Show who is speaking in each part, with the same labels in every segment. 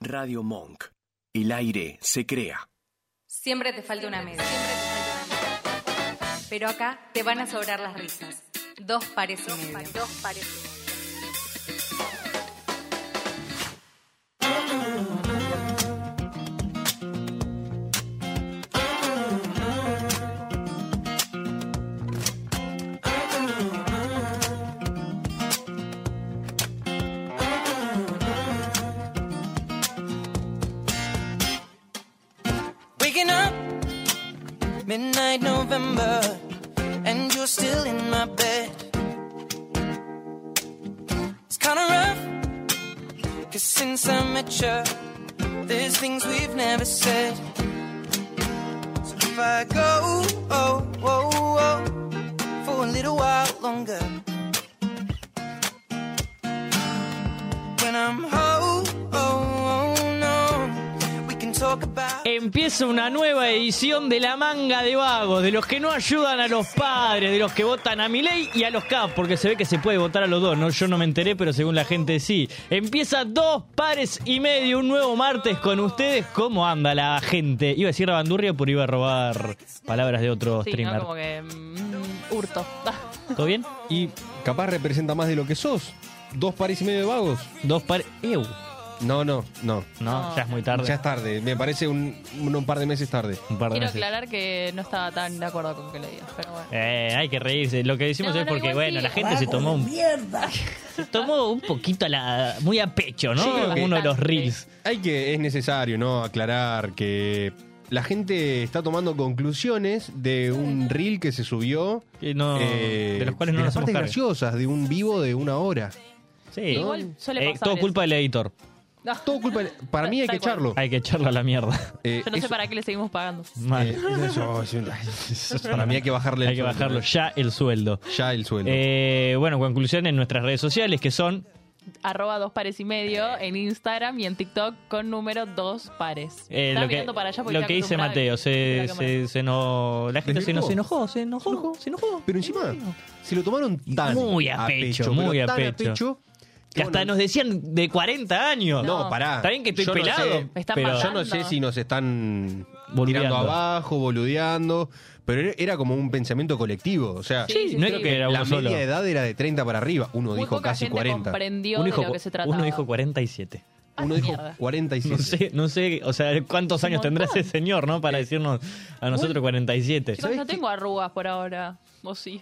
Speaker 1: Radio Monk. El aire se crea.
Speaker 2: Siempre te falta una media. Pero acá te van a sobrar las risas. Dos pares y medio. Dos pares.
Speaker 3: Waking up, midnight November, and you're still in my bed. It's kinda rough, cause since I met you, there's things we've never said. So if I go, oh, oh, oh, for a little while longer, when I'm home, oh, oh, no, we can talk about.
Speaker 4: Empieza una nueva edición de la manga de vagos, de los que no ayudan a los padres, de los que votan a Milei y a los K, porque se ve que se puede votar a los dos, ¿no? Yo no me enteré, pero según la gente sí. Empieza dos pares y medio, un nuevo martes con ustedes. ¿Cómo anda la gente? Iba a decir bandurria, pero iba a robar palabras de otro
Speaker 5: Sí,
Speaker 4: streamer.
Speaker 5: ¿no? Como que mm, hurto.
Speaker 4: ¿Todo bien?
Speaker 6: Y capaz representa más de lo que sos. Dos pares y medio de vagos.
Speaker 4: Dos pares. ¡Ew!
Speaker 6: No, no, no.
Speaker 4: No, ya es muy tarde.
Speaker 6: Ya es tarde. Me parece un, un- un par de meses tarde.
Speaker 4: Un par de
Speaker 5: Quiero
Speaker 4: meses.
Speaker 5: aclarar que no estaba tan de acuerdo con que lo digas, pero bueno.
Speaker 4: Eh, hay que reírse. Lo que decimos
Speaker 5: No,
Speaker 4: es
Speaker 5: no,
Speaker 4: porque,
Speaker 5: igual
Speaker 4: bueno,
Speaker 5: sí.
Speaker 4: la gente se tomó un. Se tomó un poquito a la. muy a pecho, ¿no?
Speaker 6: Yo creo que-
Speaker 4: Uno de los reels.
Speaker 6: Hay que, es necesario, ¿no? Aclarar que la gente está tomando conclusiones de un reel que se subió.
Speaker 4: Que no- de los cuales no nos
Speaker 6: las
Speaker 4: hacemos
Speaker 6: partes
Speaker 4: cargo.
Speaker 6: graciosas, de un vivo de una hora.
Speaker 4: Sí.
Speaker 5: Igual suele
Speaker 4: Eh,
Speaker 5: pasar
Speaker 4: todo
Speaker 5: eso.
Speaker 4: culpa del editor.
Speaker 5: No,
Speaker 6: Todo culpa. Para mí hay que
Speaker 5: Tal cual.
Speaker 6: echarlo.
Speaker 4: Hay que echarlo a la mierda.
Speaker 6: Eh,
Speaker 5: Yo no sé
Speaker 6: eso-
Speaker 5: para qué le seguimos pagando.
Speaker 4: Mal.
Speaker 6: eh, eso- eso- eso- para mí hay que bajarle el
Speaker 4: hay que
Speaker 6: sueldo.
Speaker 4: bajarlo ya el sueldo.
Speaker 6: Ya el sueldo.
Speaker 4: Eh, bueno, conclusiones en nuestras redes sociales que son.
Speaker 5: Arroba dos pares y medio
Speaker 4: Eh.
Speaker 5: en Instagram y en TikTok con número dos pares.
Speaker 4: eh,
Speaker 5: Estaba
Speaker 4: lo que,
Speaker 5: mirando para allá porque
Speaker 4: lo
Speaker 5: estaba
Speaker 4: que dice
Speaker 5: acostumbrada
Speaker 4: Mateo.
Speaker 5: a
Speaker 4: Se,
Speaker 5: la cámara.
Speaker 4: se, se no, la gente se, no- se enojó, se enojó, se enojó.
Speaker 6: Pero encima se lo tomaron tan
Speaker 4: Muy a pecho, muy
Speaker 6: pero
Speaker 4: a
Speaker 6: tan
Speaker 4: pecho. Que
Speaker 6: que
Speaker 4: hasta
Speaker 6: bueno,
Speaker 4: nos decían de 40 años.
Speaker 6: No, pará.
Speaker 4: Está bien que estoy
Speaker 6: Yo no
Speaker 4: pelado.
Speaker 6: sé.
Speaker 5: Me están
Speaker 4: pero-
Speaker 6: Yo no
Speaker 5: Ando.
Speaker 6: sé si nos están
Speaker 4: Boludeando.
Speaker 6: tirando abajo, boludeando, pero era- era como un pensamiento colectivo. O sea,
Speaker 5: Sí,
Speaker 4: no
Speaker 5: sí,
Speaker 4: es
Speaker 5: sí.
Speaker 4: que era uno
Speaker 6: la
Speaker 4: solo.
Speaker 6: media edad era de 30 para arriba. Uno
Speaker 5: Muy
Speaker 6: dijo
Speaker 5: poca
Speaker 6: casi
Speaker 5: gente
Speaker 6: 40.
Speaker 5: comprendió
Speaker 4: uno, dijo,
Speaker 5: de lo que se trataba.
Speaker 4: uno dijo 47.
Speaker 5: Ay,
Speaker 6: Uno dijo
Speaker 5: mierda.
Speaker 6: 47.
Speaker 4: No sé, no sé, o sea, cuántos años tendrá ese señor, ¿no? Para decirnos a nosotros 47.
Speaker 5: Chicos, no tengo arrugas por ahora. O sí.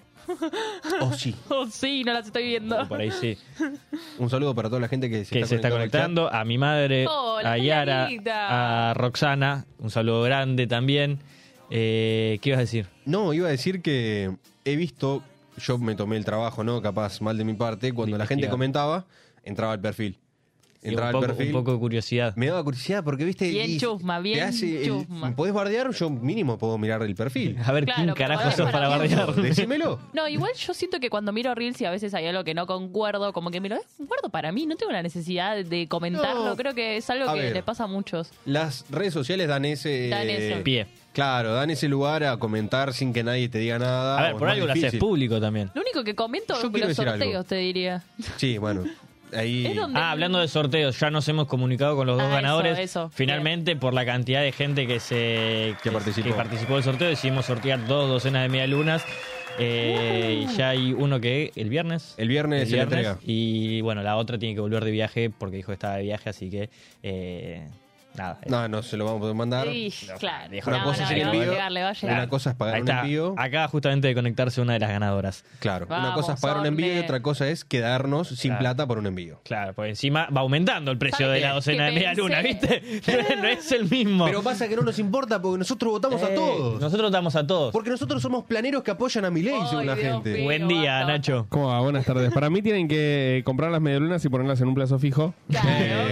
Speaker 6: Oh, sí.
Speaker 5: O sí, no las estoy viendo.
Speaker 4: Por ahí sí.
Speaker 6: Un saludo para toda la gente que se
Speaker 4: que
Speaker 6: está
Speaker 4: se está
Speaker 6: conectando.
Speaker 4: conectando, a mi madre,
Speaker 5: Hola,
Speaker 4: a Yara,
Speaker 5: Yarita.
Speaker 4: a Roxana, un saludo grande también. Eh, ¿Qué ibas a decir?
Speaker 6: al chat. No, iba a decir que he visto, yo me tomé el trabajo, ¿no? Capaz mal de mi parte, cuando la gente
Speaker 4: Investigar.
Speaker 6: comentaba, entraba al perfil. Entraba
Speaker 4: un,
Speaker 6: al
Speaker 4: poco,
Speaker 6: perfil.
Speaker 4: un poco de curiosidad.
Speaker 6: Me daba curiosidad porque, viste.
Speaker 5: Bien
Speaker 6: y
Speaker 5: chusma,
Speaker 6: te
Speaker 5: bien
Speaker 6: hace el-
Speaker 5: chusma.
Speaker 6: ¿Podés bardear? Yo mínimo puedo mirar el perfil.
Speaker 4: A ver, ¿quién
Speaker 5: Claro, pero
Speaker 4: carajo
Speaker 5: para-
Speaker 4: sos para
Speaker 5: para-
Speaker 4: bardear?
Speaker 6: Decímelo.
Speaker 5: No, igual yo siento que cuando miro Reels y a veces hay algo que no concuerdo, como que me lo guardo para mí, no tengo la necesidad de comentarlo,
Speaker 6: No.
Speaker 5: creo que es algo
Speaker 6: A
Speaker 5: que
Speaker 6: ver.
Speaker 5: le pasa a muchos.
Speaker 6: Las redes sociales dan ese. eh,
Speaker 5: Dan eso.
Speaker 4: Pie.
Speaker 6: Claro, dan ese lugar a comentar sin que nadie te diga
Speaker 4: A
Speaker 6: nada. o
Speaker 4: ver,
Speaker 6: es
Speaker 4: por
Speaker 6: más
Speaker 4: algo lo
Speaker 6: Ah, difícil.
Speaker 4: haces público también.
Speaker 5: Lo único que comento
Speaker 6: Yo
Speaker 5: es
Speaker 6: quiero
Speaker 5: los
Speaker 6: decir
Speaker 5: sorteos,
Speaker 6: algo.
Speaker 5: te diría.
Speaker 6: Sí, bueno. Ahí.
Speaker 5: Es donde-
Speaker 4: Ah, hablando de sorteos, ya nos hemos comunicado con los dos
Speaker 5: Ah, eso,
Speaker 4: ganadores.
Speaker 5: eso.
Speaker 4: Finalmente, por la cantidad de gente que se
Speaker 6: Que participó.
Speaker 4: que participó del sorteo, decidimos sortear dos docenas de medialunas. Eh,
Speaker 5: Uh.
Speaker 4: y Ya hay uno que el viernes.
Speaker 6: El viernes se le entrega.
Speaker 4: Y bueno, la otra tiene que volver de viaje porque dijo que estaba de viaje, así que eh, nada. eh,
Speaker 6: No, no se lo vamos a poder mandar.
Speaker 5: Sí, claro.
Speaker 4: viejo,
Speaker 6: Una
Speaker 5: No,
Speaker 6: cosa
Speaker 5: no,
Speaker 6: es
Speaker 5: le
Speaker 6: el
Speaker 5: va a
Speaker 6: envío.
Speaker 5: llegar, le va a llegar.
Speaker 6: Una cosa es pagar
Speaker 4: ahí
Speaker 6: un
Speaker 4: está.
Speaker 6: envío.
Speaker 4: Acaba justamente de conectarse una de las ganadoras.
Speaker 6: Claro. una
Speaker 5: Vamos,
Speaker 6: cosa es pagar un envío y
Speaker 5: Orne.
Speaker 6: otra cosa es quedarnos sin
Speaker 4: Claro.
Speaker 6: plata por un envío.
Speaker 4: Claro, por encima va aumentando el precio
Speaker 5: ¿Sabe
Speaker 4: de
Speaker 5: qué?
Speaker 4: la docena de
Speaker 5: Que
Speaker 4: medialuna,
Speaker 5: pensé-
Speaker 4: ¿viste? No, no es el mismo.
Speaker 6: Pero pasa que no nos importa porque nosotros votamos a
Speaker 4: Eh,
Speaker 6: todos.
Speaker 4: Nosotros damos a todos.
Speaker 6: Porque nosotros somos planeros que apoyan a mi ley,
Speaker 5: Ay,
Speaker 6: según la
Speaker 5: Dios
Speaker 6: gente.
Speaker 5: mío.
Speaker 4: Buen
Speaker 5: Pero
Speaker 4: día,
Speaker 5: basta.
Speaker 4: Nacho.
Speaker 7: ¿Cómo va? Buenas tardes. Para mí tienen que comprar las medialunas y ponerlas en un plazo fijo.
Speaker 5: Claro,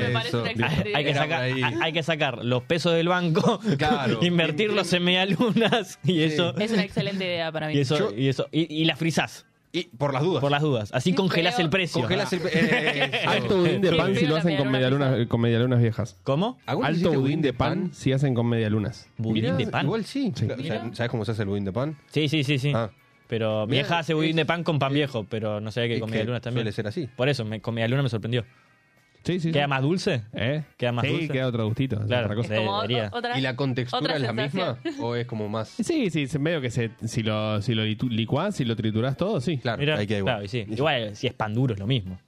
Speaker 5: me parece
Speaker 6: Eso,
Speaker 5: una
Speaker 6: bien.
Speaker 5: excelente
Speaker 4: Hay que,
Speaker 5: idea.
Speaker 6: Era
Speaker 4: sacar,
Speaker 6: por ahí.
Speaker 4: hay- hay que sacar los pesos del banco,
Speaker 6: Claro.
Speaker 4: invertirlos en medialunas y eso.
Speaker 5: Es una excelente idea para mí.
Speaker 4: Y eso,
Speaker 6: Yo-
Speaker 4: y eso, y, y la frizás,
Speaker 6: Y por las dudas.
Speaker 4: por las dudas. Así
Speaker 5: Qué
Speaker 4: congelás
Speaker 5: feo.
Speaker 4: el precio.
Speaker 6: Congelás el. eh, eso.
Speaker 7: Alto budín de
Speaker 5: Qué
Speaker 7: pan
Speaker 5: feo
Speaker 7: si lo
Speaker 5: la
Speaker 7: hacen con
Speaker 5: medialuna
Speaker 7: medialunas, con medialunas viejas.
Speaker 4: ¿Cómo?
Speaker 6: ¿Alguna vez
Speaker 7: Alto
Speaker 6: hiciste
Speaker 7: budín de pan si hacen con medialunas.
Speaker 4: ¿Budín
Speaker 6: Ah, Mirá,
Speaker 4: de pan?
Speaker 6: Igual sí.
Speaker 7: Sí.
Speaker 6: Claro, ¿Sabes cómo se hace el budín de pan?
Speaker 4: Sí, sí, sí, sí.
Speaker 6: Ah.
Speaker 4: Pero
Speaker 6: Mirá,
Speaker 4: vieja hace budín
Speaker 6: es-
Speaker 4: de pan con pan viejo, pero no sabía que
Speaker 6: es
Speaker 4: con
Speaker 6: que
Speaker 4: medialunas también.
Speaker 6: suele ser así.
Speaker 4: Por eso, me, con medialunas me sorprendió.
Speaker 7: Sí, sí. sí.
Speaker 4: ¿Queda más dulce?
Speaker 7: ¿Eh?
Speaker 4: ¿Queda más
Speaker 7: sí,
Speaker 4: dulce?
Speaker 7: queda otro gustito. es
Speaker 4: Claro.
Speaker 7: otra cosa.
Speaker 4: Sí, debería.
Speaker 5: o- otra-
Speaker 6: ¿Y la contextura
Speaker 5: otra
Speaker 6: es la misma?
Speaker 5: sensación.
Speaker 6: ¿O es como más?
Speaker 7: Sí, sí, se- medio que se, si lo, si lo litu- licuás, si lo triturás todo, sí.
Speaker 6: Claro,
Speaker 4: Mirá,
Speaker 6: ahí queda igual.
Speaker 4: claro, y sí. Igual, si es pan duro es lo mismo.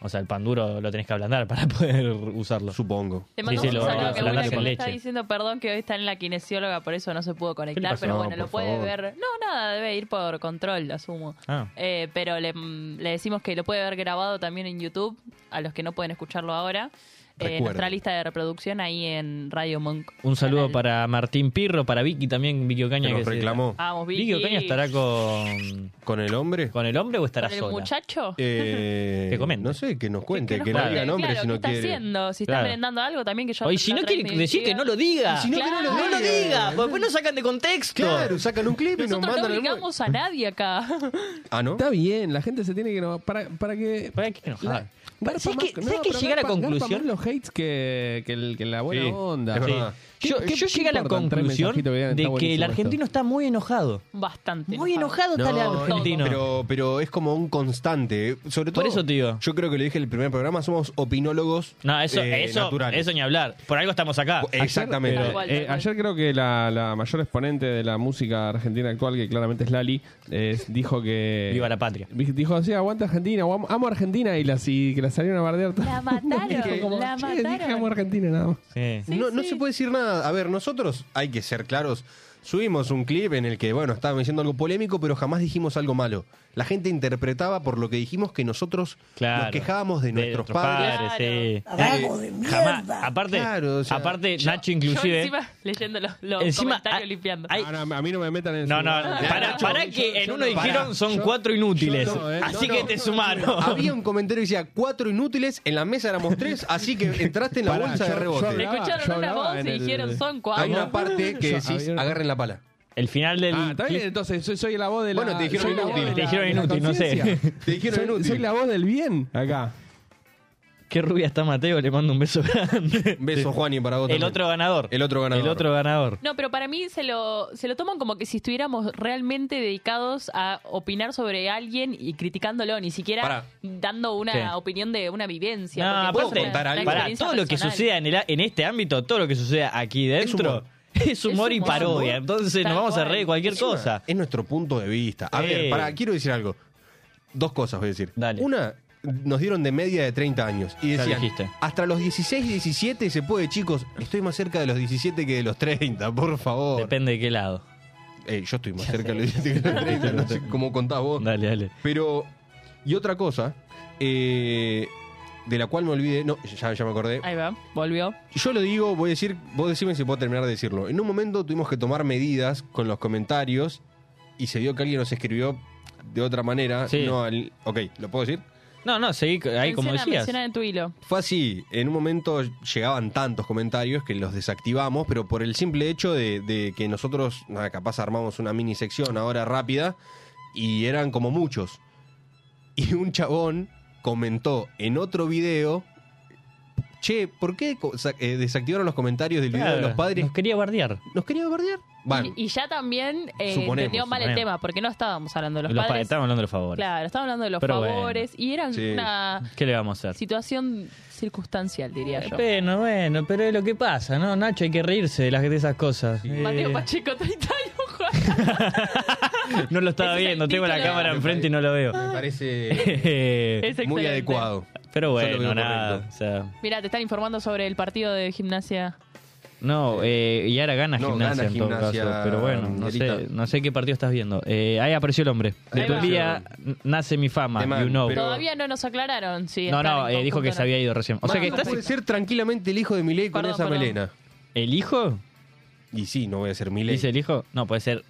Speaker 4: O sea, el pan duro lo tenés que ablandar para poder usarlo.
Speaker 6: Supongo.
Speaker 5: Te mando
Speaker 4: Sí,
Speaker 5: un
Speaker 4: sí, lo-
Speaker 5: saludo a
Speaker 4: lo
Speaker 5: mi abuela
Speaker 4: mandaste
Speaker 5: que
Speaker 4: con
Speaker 5: me está
Speaker 4: leche.
Speaker 5: diciendo perdón que hoy está en la kinesióloga, por eso no se pudo
Speaker 6: ¿Qué le
Speaker 5: conectar,
Speaker 6: pasó?
Speaker 5: pero
Speaker 6: No,
Speaker 5: bueno, lo
Speaker 6: por
Speaker 5: puede
Speaker 6: favor.
Speaker 5: ver. No, nada, debe ir por control, asumo.
Speaker 4: Ah.
Speaker 5: Eh, pero le, mm, le decimos que lo puede ver grabado también en YouTube, a los que no pueden escucharlo ahora. Eh,
Speaker 6: Recuerden.
Speaker 5: nuestra lista de reproducción ahí en Radio Monk.
Speaker 4: Un saludo
Speaker 5: Canal.
Speaker 4: para Martín Pirro, para Vicky también, Vicky Ocaña.
Speaker 6: Que nos
Speaker 4: se-
Speaker 6: reclamó.
Speaker 5: Vamos, Vicky.
Speaker 4: Vicky Ocaña estará con,
Speaker 6: ¿Con el hombre?
Speaker 4: con el hombre o estará
Speaker 5: ¿Con el
Speaker 4: sola.
Speaker 5: muchacho?
Speaker 6: Eh,
Speaker 4: Que comente.
Speaker 6: No sé, que nos cuente,
Speaker 5: nos
Speaker 6: que no
Speaker 5: cuente,
Speaker 6: diga nombre
Speaker 5: claro,
Speaker 6: si
Speaker 5: ¿qué
Speaker 6: no
Speaker 5: está
Speaker 6: quiere.
Speaker 5: haciendo? Si
Speaker 4: Claro.
Speaker 5: está merendando algo también que yo...
Speaker 4: Oye, si
Speaker 5: la
Speaker 4: no
Speaker 5: otra vez
Speaker 4: quiere
Speaker 5: me
Speaker 4: decir que
Speaker 5: decía-
Speaker 4: no lo diga.
Speaker 6: Si no, que no lo
Speaker 4: No lo
Speaker 6: diga.
Speaker 4: diga, porque después lo sacan de contexto.
Speaker 6: Claro, sacan un clip y nos
Speaker 5: Nosotros no
Speaker 6: mandan el
Speaker 5: obligamos a nadie acá.
Speaker 6: Ah, ¿no?
Speaker 7: Está bien, la gente se tiene que enojar. ¿Para, para que
Speaker 4: ¿Para qué enojar?
Speaker 7: La-
Speaker 4: Para- ¿sabes
Speaker 7: garpa
Speaker 4: qué-
Speaker 7: más-
Speaker 4: sabes
Speaker 7: no,
Speaker 4: qué
Speaker 7: pero
Speaker 4: llegué a la
Speaker 7: garpa- garpa
Speaker 4: conclusión?
Speaker 7: más los hates que, que, el- que la buena
Speaker 6: Sí,
Speaker 7: onda.
Speaker 6: es verdad.
Speaker 7: ¿Qué-
Speaker 4: Yo,
Speaker 7: qué-
Speaker 4: yo
Speaker 7: qué
Speaker 4: llegué a la
Speaker 7: importan tres
Speaker 4: conclusión
Speaker 7: mensajitos que digan,
Speaker 4: de
Speaker 7: está
Speaker 4: que el
Speaker 7: buenísimo
Speaker 4: argentino está muy enojado.
Speaker 5: Bastante.
Speaker 4: Muy enojado está el
Speaker 6: No,
Speaker 4: argentino.
Speaker 6: Pero, pero es como un constante. eh. Sobre todo.
Speaker 4: Por eso, tío.
Speaker 6: Yo creo que lo dije en el primer programa, somos opinólogos.
Speaker 4: no, eso,
Speaker 6: eh, Pues,
Speaker 4: eso,
Speaker 6: naturales.
Speaker 4: eso ni hablar. Por algo estamos acá.
Speaker 6: Exactamente.
Speaker 5: Tal cual,
Speaker 7: Eh,
Speaker 5: tal cual.
Speaker 7: ayer creo que la, la mayor exponente de la música argentina actual, que claramente es Lali, eh, dijo que...
Speaker 4: Viva la patria.
Speaker 7: Dijo así, aguanta Argentina, o amo, amo Argentina, y, las, y que la salieron a bardear. todo
Speaker 5: La
Speaker 7: el mundo.
Speaker 5: mataron,
Speaker 7: Dijo
Speaker 5: la
Speaker 7: "Che, Dije
Speaker 5: mataron".
Speaker 7: amo Argentina, nada más.
Speaker 4: Sí.
Speaker 6: no, no se puede decir nada. A ver, nosotros, hay que ser claros, subimos un clip en el que, bueno, estábamos diciendo algo polémico, pero jamás dijimos algo malo. La gente interpretaba por lo que dijimos que nosotros
Speaker 4: Claro.
Speaker 6: nos quejábamos de nuestros
Speaker 4: nuestros
Speaker 6: padres.
Speaker 4: sí. Eh,
Speaker 8: Vago de
Speaker 4: Jamás.
Speaker 8: mierda.
Speaker 4: Aparte,
Speaker 6: Claro, o sea,
Speaker 4: aparte Nacho
Speaker 5: Yo
Speaker 4: inclusive...
Speaker 5: encima leyendo los, los
Speaker 4: Encima,
Speaker 5: comentarios
Speaker 4: ah,
Speaker 5: limpiando.
Speaker 4: hay-
Speaker 7: Ah, no, a mí no me metan en
Speaker 4: No,
Speaker 7: ese
Speaker 4: no,
Speaker 7: lugar.
Speaker 4: pará,
Speaker 6: Nacho,
Speaker 4: pará que
Speaker 6: yo-
Speaker 4: en
Speaker 6: yo
Speaker 4: uno
Speaker 6: no-
Speaker 4: dijeron
Speaker 6: pará,
Speaker 4: son
Speaker 7: yo-
Speaker 4: cuatro inútiles.
Speaker 7: yo no, eh,
Speaker 4: así
Speaker 6: no,
Speaker 4: que
Speaker 6: no.
Speaker 4: te sumaron.
Speaker 6: Había un comentario que decía cuatro inútiles, en la mesa éramos tres, así que entraste en la
Speaker 7: Pará,
Speaker 6: bolsa de
Speaker 7: yo- yo
Speaker 5: Le
Speaker 6: rebote.
Speaker 7: hablaba- yo
Speaker 5: escucharon una
Speaker 7: hablaba
Speaker 5: voz
Speaker 7: en
Speaker 5: y
Speaker 7: el-
Speaker 5: dijeron son cuatro.
Speaker 6: Hay una parte que
Speaker 7: Yo-
Speaker 6: decís,
Speaker 7: había una-
Speaker 6: agarren la pala.
Speaker 4: El final del.
Speaker 7: Ah, está bien,
Speaker 4: clip-
Speaker 7: entonces soy, soy la voz de la...
Speaker 6: Bueno, te dijeron
Speaker 7: soy la voz
Speaker 6: inútil.
Speaker 7: de la-
Speaker 4: Te dijeron
Speaker 7: de la
Speaker 4: inútil, no sé.
Speaker 7: conciencia.
Speaker 6: Te dijeron
Speaker 7: Soy-
Speaker 6: inútil.
Speaker 7: Soy la voz del bien acá.
Speaker 4: Qué rubia está Mateo, le mando un beso grande.
Speaker 6: Un beso, Juani, para vos.
Speaker 4: El
Speaker 6: también.
Speaker 4: otro ganador.
Speaker 6: El otro ganador.
Speaker 4: El otro ganador.
Speaker 5: No, pero para mí se lo, se lo toman como que si estuviéramos realmente dedicados a opinar sobre alguien y criticándolo, ni siquiera
Speaker 6: Pará.
Speaker 5: dando una
Speaker 4: ¿Qué?
Speaker 5: opinión de una vivencia.
Speaker 4: No,
Speaker 5: porque
Speaker 4: aparte,
Speaker 5: fue una-
Speaker 6: contar
Speaker 5: una
Speaker 6: algo?
Speaker 4: pará,
Speaker 5: experiencia
Speaker 4: todo lo que
Speaker 5: personal.
Speaker 4: suceda en, el- en este ámbito, todo lo que suceda aquí dentro,
Speaker 6: humor.
Speaker 4: es humor,
Speaker 5: Es
Speaker 4: y
Speaker 5: humor.
Speaker 4: parodia. Entonces
Speaker 5: Tal
Speaker 4: nos vamos a
Speaker 5: cual.
Speaker 4: reír de cualquier
Speaker 6: Es una-
Speaker 4: cosa.
Speaker 6: Es nuestro punto de vista. A
Speaker 4: Sí.
Speaker 6: ver, para, quiero decir algo. Dos cosas voy a decir.
Speaker 4: Dale.
Speaker 6: Una, nos dieron de media de 30 años. Y
Speaker 4: Ya
Speaker 6: decían,
Speaker 4: dijiste.
Speaker 6: hasta los 16, 17 se puede, chicos. Estoy más cerca de los 17 que de los 30, por favor.
Speaker 4: Depende de qué lado.
Speaker 6: Eh, yo estoy más cerca de los 17 que de los 30, no sé cómo contás vos.
Speaker 4: Dale, dale.
Speaker 6: Pero, y otra cosa, eh, de la cual me olvidé, no, ya, ya me acordé.
Speaker 5: Ahí va, volvió.
Speaker 6: Yo lo digo, voy a decir, vos decime si puedo terminar de decirlo. En un momento tuvimos que tomar medidas con los comentarios y se vio que alguien nos escribió de otra manera.
Speaker 4: Sí.
Speaker 6: No al- ok, ¿lo puedo decir?
Speaker 4: No, no, seguí ahí como
Speaker 5: Menciona-
Speaker 4: decías.
Speaker 5: menciona en tu hilo.
Speaker 6: Fue así, en un momento llegaban tantos comentarios que los desactivamos, pero por el simple hecho de, de que nosotros, nada, capaz armamos una mini sección ahora rápida y eran como muchos. Y un chabón comentó en otro video, che, ¿por qué co- sa- eh, desactivaron los comentarios del video de los
Speaker 4: Claro,
Speaker 6: padres?
Speaker 4: Nos quería bardear.
Speaker 6: ¿Nos quería bardear? Bueno,
Speaker 5: Y, y ya también eh,
Speaker 6: Suponemos,
Speaker 5: entendió mal el
Speaker 4: suponemos.
Speaker 5: tema, porque no estábamos hablando de los,
Speaker 4: Los padres,
Speaker 5: padres.
Speaker 4: estamos hablando de los favores.
Speaker 5: Claro, estábamos hablando de los
Speaker 4: Pero bueno.
Speaker 5: favores y eran
Speaker 6: Sí.
Speaker 5: una
Speaker 4: ¿Qué le vamos a hacer?
Speaker 5: situación circunstancial, diría yo.
Speaker 4: Eh, Bueno, bueno, pero es lo que pasa, ¿no? Nacho, hay que reírse de, las, de esas cosas. Eh,
Speaker 5: Mateo Pacheco, 30 años.
Speaker 4: no lo estaba
Speaker 5: Ese es el
Speaker 4: viendo, tengo la
Speaker 5: título.
Speaker 4: cámara enfrente y no lo veo.
Speaker 6: me parece
Speaker 4: Eh,
Speaker 5: Es
Speaker 6: muy
Speaker 5: excelente.
Speaker 6: adecuado.
Speaker 4: pero
Speaker 6: Yo lo veo
Speaker 4: bueno, nada.
Speaker 6: correcto.
Speaker 4: o sea,
Speaker 5: Mira, te están informando sobre el partido de gimnasia.
Speaker 4: no, eh, y ahora gana
Speaker 6: No,
Speaker 4: gimnasia
Speaker 6: gana
Speaker 4: en todo
Speaker 6: Gimnasia,
Speaker 4: caso. Pero bueno, no sé,
Speaker 6: Nerita.
Speaker 4: no sé qué partido estás viendo. Eh, ahí apareció el hombre. De
Speaker 6: Ahí
Speaker 4: tu
Speaker 5: va.
Speaker 4: día nace mi fama,
Speaker 6: Tema,
Speaker 4: you know.
Speaker 6: pero-
Speaker 5: Todavía no nos aclararon si
Speaker 4: no,
Speaker 5: están
Speaker 4: no,
Speaker 5: en
Speaker 4: eh, dijo que
Speaker 5: conjunto
Speaker 4: se
Speaker 5: o no.
Speaker 4: había ido recién. O sea
Speaker 6: Mano,
Speaker 4: que estás...
Speaker 6: puede ser tranquilamente el hijo de Milei con
Speaker 5: Perdón,
Speaker 6: esa
Speaker 5: perdón.
Speaker 6: melena.
Speaker 4: ¿El hijo?
Speaker 6: Y sí, no voy a ser Milei.
Speaker 4: ¿Dice el hijo? No, puede ser...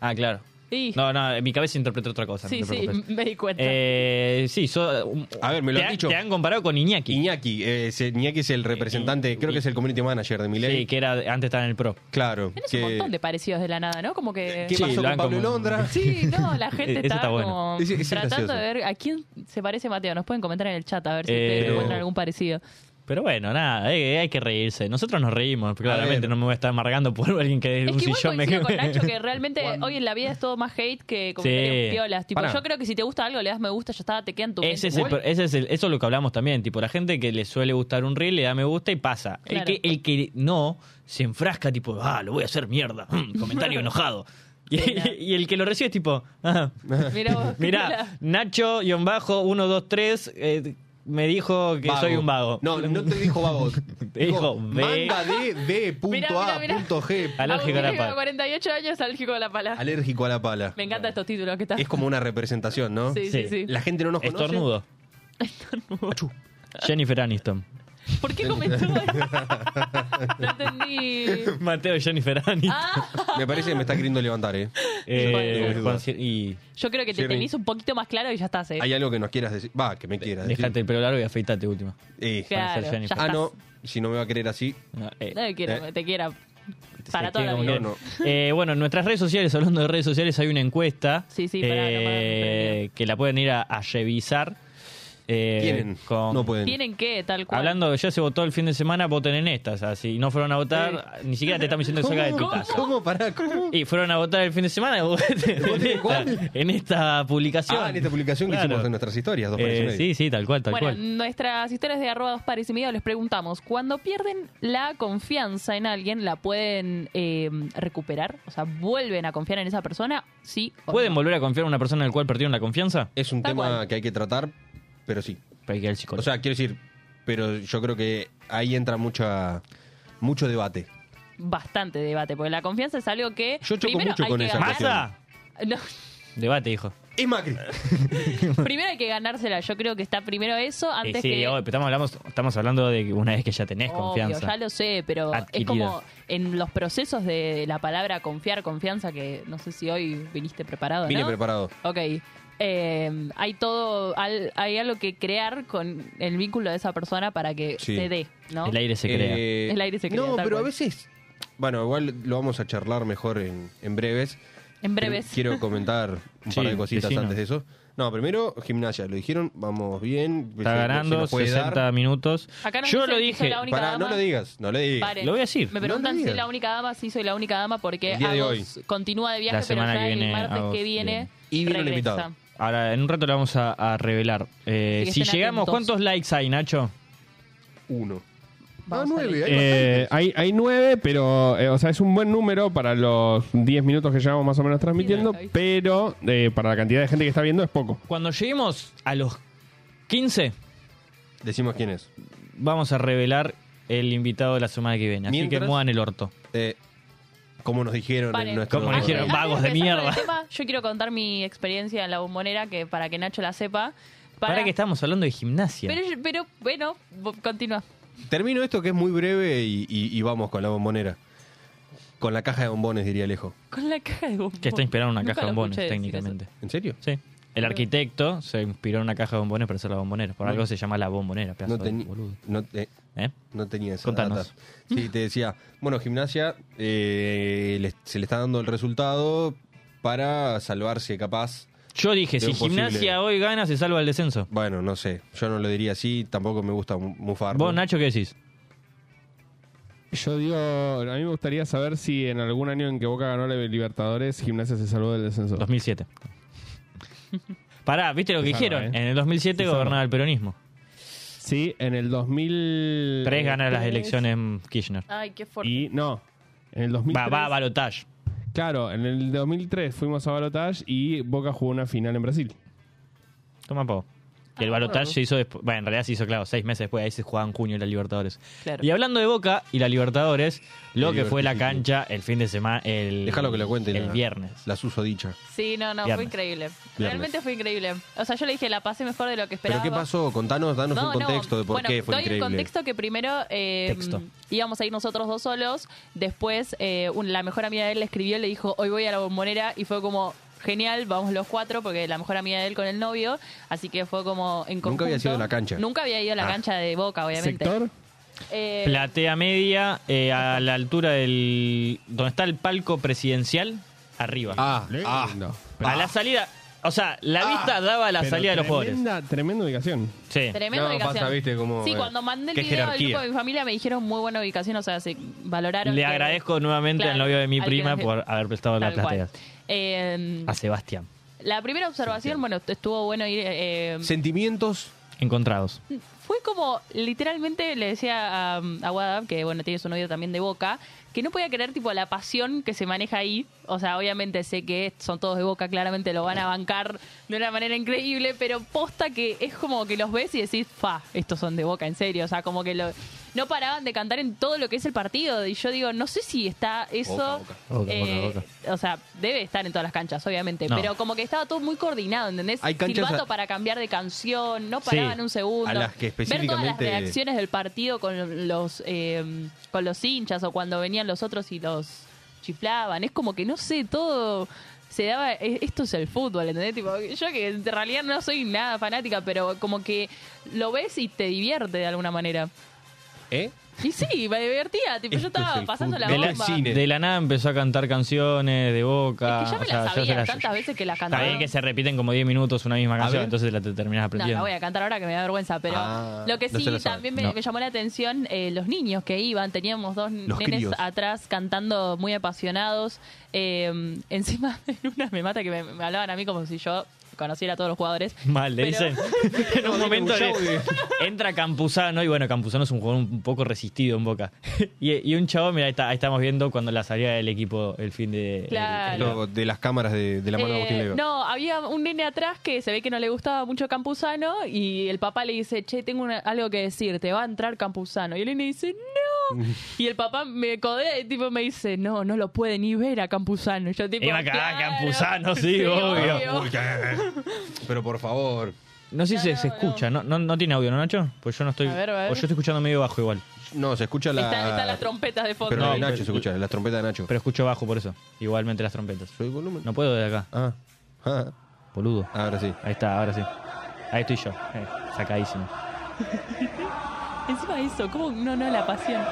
Speaker 4: Ah, claro.
Speaker 5: Sí,
Speaker 4: No, no, en mi cabeza interpretó otra cosa.
Speaker 5: sí,
Speaker 4: no te
Speaker 5: sí,
Speaker 4: preocupes.
Speaker 5: me di cuenta.
Speaker 4: Eh, sí, so- un-
Speaker 6: A ver, me lo
Speaker 4: te
Speaker 6: han dicho.
Speaker 4: Te han comparado con Iñaki. eh,
Speaker 6: Iñaki, eh, ese- Iñaki es el representante, creo que es el community manager de Milei.
Speaker 4: Sí, que era antes estaba en el pro.
Speaker 6: Claro.
Speaker 5: Tenés
Speaker 6: que-
Speaker 5: un montón de parecidos de la nada, ¿no? Como que...
Speaker 6: ¿Qué
Speaker 4: Sí,
Speaker 6: pasó
Speaker 4: lo
Speaker 6: con
Speaker 4: han
Speaker 6: Pablo
Speaker 4: como-
Speaker 6: Londra?
Speaker 5: Sí, no, la gente
Speaker 4: Eso
Speaker 5: está,
Speaker 4: está bueno.
Speaker 5: como
Speaker 6: Ese- ese es
Speaker 5: tratando
Speaker 6: gracioso.
Speaker 5: de ver a quién se parece Mateo. Nos pueden comentar en el chat a ver si
Speaker 4: Eh,
Speaker 5: ustedes encuentran algún parecido.
Speaker 4: Pero bueno, nada, eh, hay que reírse. Nosotros nos reímos, claramente
Speaker 6: ver.
Speaker 4: no me voy a estar amargando por alguien que
Speaker 5: Es
Speaker 4: un
Speaker 5: que igual
Speaker 4: sillón me
Speaker 5: coincido con Nacho que realmente hoy en la vida es todo más hate que comentarios
Speaker 4: Sí.
Speaker 5: piolas. Tipo,
Speaker 7: Pará.
Speaker 5: yo creo que si te gusta algo, le das me gusta, ya está, te quedan tu
Speaker 4: Ese
Speaker 5: mente.
Speaker 4: es el pro- ese es el- eso es lo que hablamos también, tipo la gente que le suele gustar un reel le da me gusta y pasa.
Speaker 5: Claro.
Speaker 4: El, que, el que no se enfrasca tipo, ah, lo voy a hacer mierda, Mm, comentario enojado. Y,
Speaker 5: Mira.
Speaker 4: y el que lo recibe es tipo, ah,
Speaker 5: Mirá vos.
Speaker 4: mirá, Nacho-123 eh, me dijo que
Speaker 6: Vago.
Speaker 4: soy un vago.
Speaker 6: No, no te dijo vago.
Speaker 4: Te dijo B.
Speaker 6: manga de D punto
Speaker 5: Mirá, mirá,
Speaker 6: A
Speaker 5: mirá.
Speaker 6: punto G.
Speaker 4: Al- Alérgico a la
Speaker 5: Agustín,
Speaker 4: pala.
Speaker 5: 48 años, alérgico a la pala.
Speaker 6: Alérgico a la pala.
Speaker 5: Me encantan estos títulos que están.
Speaker 6: Es como una representación, ¿no?
Speaker 5: Sí, sí, sí.
Speaker 6: La gente no nos conoce.
Speaker 4: Estornudo.
Speaker 6: Achú.
Speaker 4: Jennifer Aniston.
Speaker 5: ¿Por qué comentó? no entendí.
Speaker 4: Mateo Jennifer Aniston.
Speaker 5: Ah.
Speaker 6: Me parece que me está queriendo levantar, ¿eh?
Speaker 4: Eh,
Speaker 6: Juan-
Speaker 4: Juan Cier- y
Speaker 5: Yo creo que te
Speaker 6: Jerry.
Speaker 5: tenés un poquito más claro y ya estás, eh.
Speaker 6: Hay algo que nos quieras decir. Va, que me quieras decir.
Speaker 4: dejate el pelo largo y afeitate última.
Speaker 6: Eh.
Speaker 5: Claro,
Speaker 4: Para ser
Speaker 5: ya
Speaker 4: Jennifer.
Speaker 5: estás.
Speaker 6: Ah, no. Si no me va a querer así.
Speaker 4: No, eh,
Speaker 5: No te quiero,
Speaker 6: Eh.
Speaker 5: te quiera.
Speaker 4: Se
Speaker 5: Para toda la
Speaker 4: queda
Speaker 5: vida.
Speaker 4: un-
Speaker 6: No, no.
Speaker 4: Eh, bueno, en nuestras redes sociales, hablando de redes sociales, hay una encuesta
Speaker 5: Sí, sí, pará,
Speaker 4: eh,
Speaker 5: no me hagan premio.
Speaker 4: que la pueden ir a, a revisar. eh,
Speaker 6: Tienen.
Speaker 4: con-
Speaker 6: No pueden.
Speaker 5: ¿Tienen qué? Tal cual.
Speaker 4: Hablando de ya se votó el fin de semana, voten en estas. Ah, Si no fueron a votar, ni siquiera te están diciendo que salga de tu casa.
Speaker 6: ¿Cómo? Pará, ¿cómo?
Speaker 4: Y fueron a votar el fin de semana voten en, esta,
Speaker 6: ¿Cuál?
Speaker 4: en esta publicación.
Speaker 6: Ah, en Ah, esta publicación que
Speaker 4: Claro.
Speaker 6: hicimos en nuestras historias, dos pares y
Speaker 4: Eh,
Speaker 6: medio.
Speaker 4: sí, sí, tal cual, tal
Speaker 5: bueno,
Speaker 4: cual.
Speaker 5: nuestras historias de arroba dos pares y medio les preguntamos, cuando pierden la confianza en alguien, ¿la pueden eh, recuperar? O sea, ¿vuelven a confiar en esa persona? Sí. o
Speaker 4: ¿Pueden
Speaker 5: no?
Speaker 4: volver a confiar en una persona en la cual perdieron la confianza?
Speaker 6: Es un
Speaker 5: Tal
Speaker 6: tema
Speaker 5: cual.
Speaker 6: que hay que tratar, pero sí.
Speaker 4: Para que el psicólogo.
Speaker 6: O sea, quiero decir, pero yo creo que ahí entra mucha mucho debate.
Speaker 5: Bastante debate, porque la confianza es algo que...
Speaker 6: Yo choco
Speaker 5: primero
Speaker 6: mucho
Speaker 5: hay
Speaker 6: con
Speaker 5: que
Speaker 6: esa
Speaker 5: ganar-
Speaker 6: cuestión.
Speaker 4: ¡Masa!
Speaker 5: No.
Speaker 4: Debate, hijo.
Speaker 6: Es Macri.
Speaker 5: Primero hay que ganársela. Yo creo que está primero eso
Speaker 4: Eh,
Speaker 5: antes
Speaker 4: sí,
Speaker 5: que.
Speaker 4: obvio, pero estamos, hablamos- estamos hablando de que una vez que ya tenés
Speaker 5: Obvio,
Speaker 4: confianza.
Speaker 5: ya lo sé, pero es
Speaker 4: Adquirida.
Speaker 5: como en los procesos de la palabra confiar, confianza, que no sé si hoy viniste preparado.
Speaker 6: Vine
Speaker 5: ¿no?
Speaker 6: preparado.
Speaker 5: Ok. Eh, hay todo, al- hay algo que crear con el vínculo de esa persona para que
Speaker 6: Sí.
Speaker 5: se dé, ¿no?
Speaker 4: El aire se
Speaker 6: Eh,
Speaker 4: crea.
Speaker 5: El aire se crea,
Speaker 6: No,
Speaker 5: tal
Speaker 6: pero a
Speaker 5: cual.
Speaker 6: veces. Bueno, igual lo vamos a charlar mejor en, en breves.
Speaker 5: En
Speaker 6: Pero
Speaker 5: breves.
Speaker 6: Quiero comentar un
Speaker 4: Sí,
Speaker 6: par de cositas
Speaker 4: decino.
Speaker 6: antes de eso. No, primero, gimnasia. Lo dijeron, vamos bien.
Speaker 4: Está
Speaker 6: se- se
Speaker 4: ganando
Speaker 6: nos puede
Speaker 4: 60
Speaker 6: dar.
Speaker 4: minutos.
Speaker 5: Acá nos
Speaker 4: Yo
Speaker 5: dicen
Speaker 4: lo
Speaker 5: que soy
Speaker 4: dije.
Speaker 5: la única
Speaker 6: Pará, no
Speaker 5: dama.
Speaker 6: lo digas, no le digas.
Speaker 5: Paren.
Speaker 4: Lo voy a decir.
Speaker 5: Me
Speaker 6: No
Speaker 5: preguntan si
Speaker 6: lo digas.
Speaker 5: soy la única dama, sí soy la única dama porque
Speaker 6: El día de
Speaker 5: Agos continúa de viaje,
Speaker 4: La semana
Speaker 5: pero ya
Speaker 4: que
Speaker 5: el
Speaker 4: viene,
Speaker 5: martes
Speaker 4: Agos
Speaker 5: que viene
Speaker 4: viene.
Speaker 6: Y viene un
Speaker 5: regresa.
Speaker 6: invitado.
Speaker 4: Ahora, en un rato la vamos a, a revelar. Eh,
Speaker 5: Sí, que
Speaker 4: si
Speaker 5: estén
Speaker 4: llegamos,
Speaker 5: atentos.
Speaker 4: ¿cuántos likes hay, Nacho?
Speaker 6: Uno.
Speaker 5: Vamos a
Speaker 6: ah, nueve,
Speaker 5: ver.
Speaker 6: hay
Speaker 7: Eh,
Speaker 6: bastantes.
Speaker 7: hay, hay nueve, pero eh, o sea, es un buen número para los 10 minutos que llevamos más o menos transmitiendo,
Speaker 5: Bien.
Speaker 7: pero eh, para la cantidad de gente que está viendo es poco.
Speaker 4: Cuando lleguemos a los 15,
Speaker 6: Decimos quién es.
Speaker 4: vamos a revelar el invitado de la semana que viene. Así que
Speaker 6: Mientras-
Speaker 4: muevan el orto.
Speaker 6: Eh, como nos dijeron
Speaker 5: Vale.
Speaker 6: en nuestro.
Speaker 4: Como nos dijeron,
Speaker 5: Antes
Speaker 4: vagos de
Speaker 5: empezar con
Speaker 4: mierda.
Speaker 5: el tema, yo quiero contar mi experiencia en la bombonera que para que Nacho la sepa.
Speaker 4: Para, que estamos hablando de gimnasia.
Speaker 5: pero, yo- pero bueno, vo- continúa.
Speaker 6: Termino esto que es muy breve y, y- y vamos con la bombonera. Con la caja de bombones, diría Alejo.
Speaker 5: Con la caja de bombones.
Speaker 4: que está inspirado en una
Speaker 5: Nunca
Speaker 4: caja de
Speaker 5: lo
Speaker 4: bombones,
Speaker 5: escuché decir
Speaker 4: técnicamente.
Speaker 6: ¿En serio?
Speaker 4: Sí. El arquitecto se inspiró en una caja de bombones para hacer la bombonera. Por algo se llama la bombonera, pedazo
Speaker 6: No,
Speaker 4: de
Speaker 6: teni-
Speaker 4: boludo.
Speaker 6: no, eh,
Speaker 4: ¿Eh?
Speaker 6: no tenía esa
Speaker 4: Contanos.
Speaker 6: data. Sí, te decía, bueno, gimnasia eh, le- se le está dando el resultado para salvarse capaz.
Speaker 4: Yo dije,
Speaker 6: De
Speaker 4: si
Speaker 6: un posible-
Speaker 4: gimnasia hoy gana, se salva el descenso.
Speaker 6: Bueno, no sé, yo no lo diría así, tampoco me gusta mu- mufar.
Speaker 4: ¿Vos, Nacho, qué decís?
Speaker 7: Yo digo, a mí me gustaría saber si en algún año en que Boca ganó la Libertadores, Gimnasia se salvó del descenso.
Speaker 4: 2007. Pará, ¿viste lo que
Speaker 7: Se salva,
Speaker 4: dijeron?
Speaker 7: ¿eh?
Speaker 4: En el 2007
Speaker 7: Se salva.
Speaker 4: gobernaba el peronismo.
Speaker 7: Sí, en el 2000...
Speaker 4: Tres gana las elecciones Kirchner.
Speaker 5: Ay, qué fuerte.
Speaker 7: Y no, en el 2000...
Speaker 4: Va, va a balotaje.
Speaker 7: Claro, en el 2003 fuimos a Balotage y Boca jugó una final en Brasil.
Speaker 4: Toma po. Que el balotaje se hizo después. Bueno, en realidad se hizo, claro, seis meses después. Ahí se jugaba en junio y la Libertadores.
Speaker 5: Claro.
Speaker 4: Y hablando de Boca y la Libertadores, lo
Speaker 6: El
Speaker 4: que fue la
Speaker 6: divertificio.
Speaker 4: cancha el fin de semana. El,
Speaker 6: Déjalo que lo cuente.
Speaker 4: El
Speaker 6: la-
Speaker 4: viernes.
Speaker 6: La susodicha.
Speaker 5: Sí, no, no, fue
Speaker 4: Viernes.
Speaker 5: increíble. Realmente fue increíble. O sea, yo le dije, la pasé mejor de lo que
Speaker 6: ¿Pero
Speaker 5: esperaba.
Speaker 6: qué pasó? Contanos, danos
Speaker 5: No,
Speaker 6: un contexto
Speaker 5: no.
Speaker 6: de por
Speaker 5: bueno,
Speaker 6: qué fue
Speaker 5: doy
Speaker 6: increíble.
Speaker 5: el contexto que primero eh,
Speaker 4: Texto.
Speaker 5: íbamos a ir nosotros dos solos. Después, eh, un- la mejor amiga de él le escribió, le dijo, hoy voy a la bombonera. Y fue como, genial, vamos los cuatro, porque la mejor amiga de él con el novio. Así que fue como en conjunto.
Speaker 6: Nunca había sido a la cancha.
Speaker 5: Nunca había ido a la
Speaker 6: Ah.
Speaker 5: cancha de Boca, obviamente.
Speaker 7: ¿Sector?
Speaker 5: Eh,
Speaker 4: Platea media eh, a la altura del. donde está el palco presidencial, arriba.
Speaker 6: Ah, ah,
Speaker 7: No.
Speaker 4: a la salida. O sea, la vista daba la
Speaker 7: Pero
Speaker 4: salida de los jugadores.
Speaker 7: tremenda- Tremenda ubicación.
Speaker 4: Sí.
Speaker 5: Tremenda
Speaker 6: No,
Speaker 5: ubicación.
Speaker 6: pasa, viste, como,
Speaker 5: sí,
Speaker 6: eh,
Speaker 5: cuando mandé el
Speaker 4: qué
Speaker 5: video al
Speaker 4: jerarquía.
Speaker 5: grupo de mi familia me dijeron muy buena ubicación, o sea, se valoraron.
Speaker 4: Le
Speaker 5: que-
Speaker 4: agradezco nuevamente al
Speaker 5: Claro,
Speaker 4: novio de mi
Speaker 5: al que
Speaker 4: prima
Speaker 5: nos-
Speaker 4: por haber prestado la
Speaker 5: Tal cual.
Speaker 4: plata.
Speaker 5: Eh,
Speaker 4: A Sebastián.
Speaker 5: la primera observación, bueno, estuvo bueno ir. eh,
Speaker 6: Sentimientos.
Speaker 4: Encontrados.
Speaker 5: Fue como, literalmente, le decía a, a Wadab, que bueno, tiene su novio también de boca, que no podía creer, tipo, la pasión que se maneja ahí. O sea, obviamente sé que son todos de boca, claramente lo van a bancar de una manera increíble, pero posta que es como que los ves y decís, fa, estos son de boca, en serio. O sea, como que lo, no paraban de cantar en todo lo que es el partido. Y yo digo, no sé si está eso.
Speaker 6: Boca, Boca.
Speaker 4: Boca,
Speaker 5: eh,
Speaker 4: Boca,
Speaker 5: O sea, debe estar en todas las canchas, obviamente,
Speaker 4: No.
Speaker 5: pero como que estaba todo muy coordinado, ¿entendés?
Speaker 6: Hay canchas
Speaker 5: Silbato
Speaker 6: a-
Speaker 5: para cambiar de canción, no paraban
Speaker 4: Sí.
Speaker 5: un segundo
Speaker 6: a las que
Speaker 5: ver todas las
Speaker 6: específicamente-
Speaker 5: reacciones del partido con los eh, con los hinchas o cuando venían los otros y los chiflaban es como que no sé todo se daba e- esto es el fútbol ¿entendés? Tipo, yo que en realidad no soy nada fanática pero como que lo ves y te divierte de alguna manera
Speaker 6: ¿Eh?
Speaker 5: y sí me divertía tipo yo
Speaker 6: Esto es
Speaker 5: estaba
Speaker 6: el
Speaker 5: pasando la
Speaker 6: fútbol.
Speaker 5: bomba
Speaker 6: De la cine.
Speaker 4: De la nada empezó a cantar canciones de boca.
Speaker 5: Es que ya me
Speaker 4: o sea,
Speaker 5: las
Speaker 4: ya se
Speaker 5: sabía
Speaker 4: las-
Speaker 5: tantas veces que la
Speaker 4: Está
Speaker 5: cantaba
Speaker 4: bien que se repiten como 10 minutos una misma canción,
Speaker 6: ver.
Speaker 4: entonces la te terminás
Speaker 5: No,
Speaker 4: aprendiendo.
Speaker 5: la voy a cantar ahora que me da vergüenza, pero
Speaker 6: Ah,
Speaker 5: lo que
Speaker 6: no
Speaker 5: sí
Speaker 6: se la sabe.
Speaker 5: también me,
Speaker 4: No.
Speaker 5: me llamó la atención eh, los niños que iban, teníamos dos nenes
Speaker 6: críos.
Speaker 5: atrás cantando muy apasionados. eh, encima, en una me mata que me, me hablaban a mí como si yo conociera a todos los jugadores.
Speaker 4: Mal, le
Speaker 5: Pero-
Speaker 4: dicen. en un momento
Speaker 6: Bullao,
Speaker 4: le- entra Campuzano, y bueno, Campuzano es un jugador un poco resistido en boca. y, y un chavo, mira, ahí, está- ahí estamos viendo cuando la salida del equipo el fin de.
Speaker 5: Claro.
Speaker 6: Esto de las cámaras de, de la mano de
Speaker 5: Eh,
Speaker 6: Agustín Leiva.
Speaker 5: no, había un nene atrás que se ve que no le gustaba mucho Campuzano y el papá le dice, che, tengo una- algo que decirte, va a entrar Campuzano. Y el nene dice, no. y el papá me codea y tipo me dice, no, no lo puede ni ver a Campuzano. Y Yo tipo,
Speaker 4: Iba acá,
Speaker 5: "Claro".
Speaker 4: Campuzano, sí, obvio.
Speaker 6: Uy, qué- Pero por favor.
Speaker 4: No sé si
Speaker 5: No,
Speaker 4: se, se
Speaker 5: no,
Speaker 4: escucha, no. No, no tiene audio, ¿no, Nacho? Pues yo no estoy.
Speaker 5: A ver, a ver.
Speaker 4: O yo estoy escuchando medio bajo igual,
Speaker 6: No, se escucha la.
Speaker 5: Están, están las trompetas de fondo.
Speaker 6: Pero la
Speaker 4: No,
Speaker 6: de Nacho
Speaker 4: pero-
Speaker 6: se escucha, la trompeta de Nacho.
Speaker 4: pero escucho bajo por eso. Igualmente las trompetas.
Speaker 6: ¿Soy volumen?
Speaker 4: No puedo desde acá,
Speaker 6: Ah. ah,
Speaker 4: boludo.
Speaker 6: ahora sí.
Speaker 4: Ahí está, ahora sí. Ahí estoy yo, eh, sacadísimo.
Speaker 5: Encima de eso, ¿cómo? No, no, la pasión.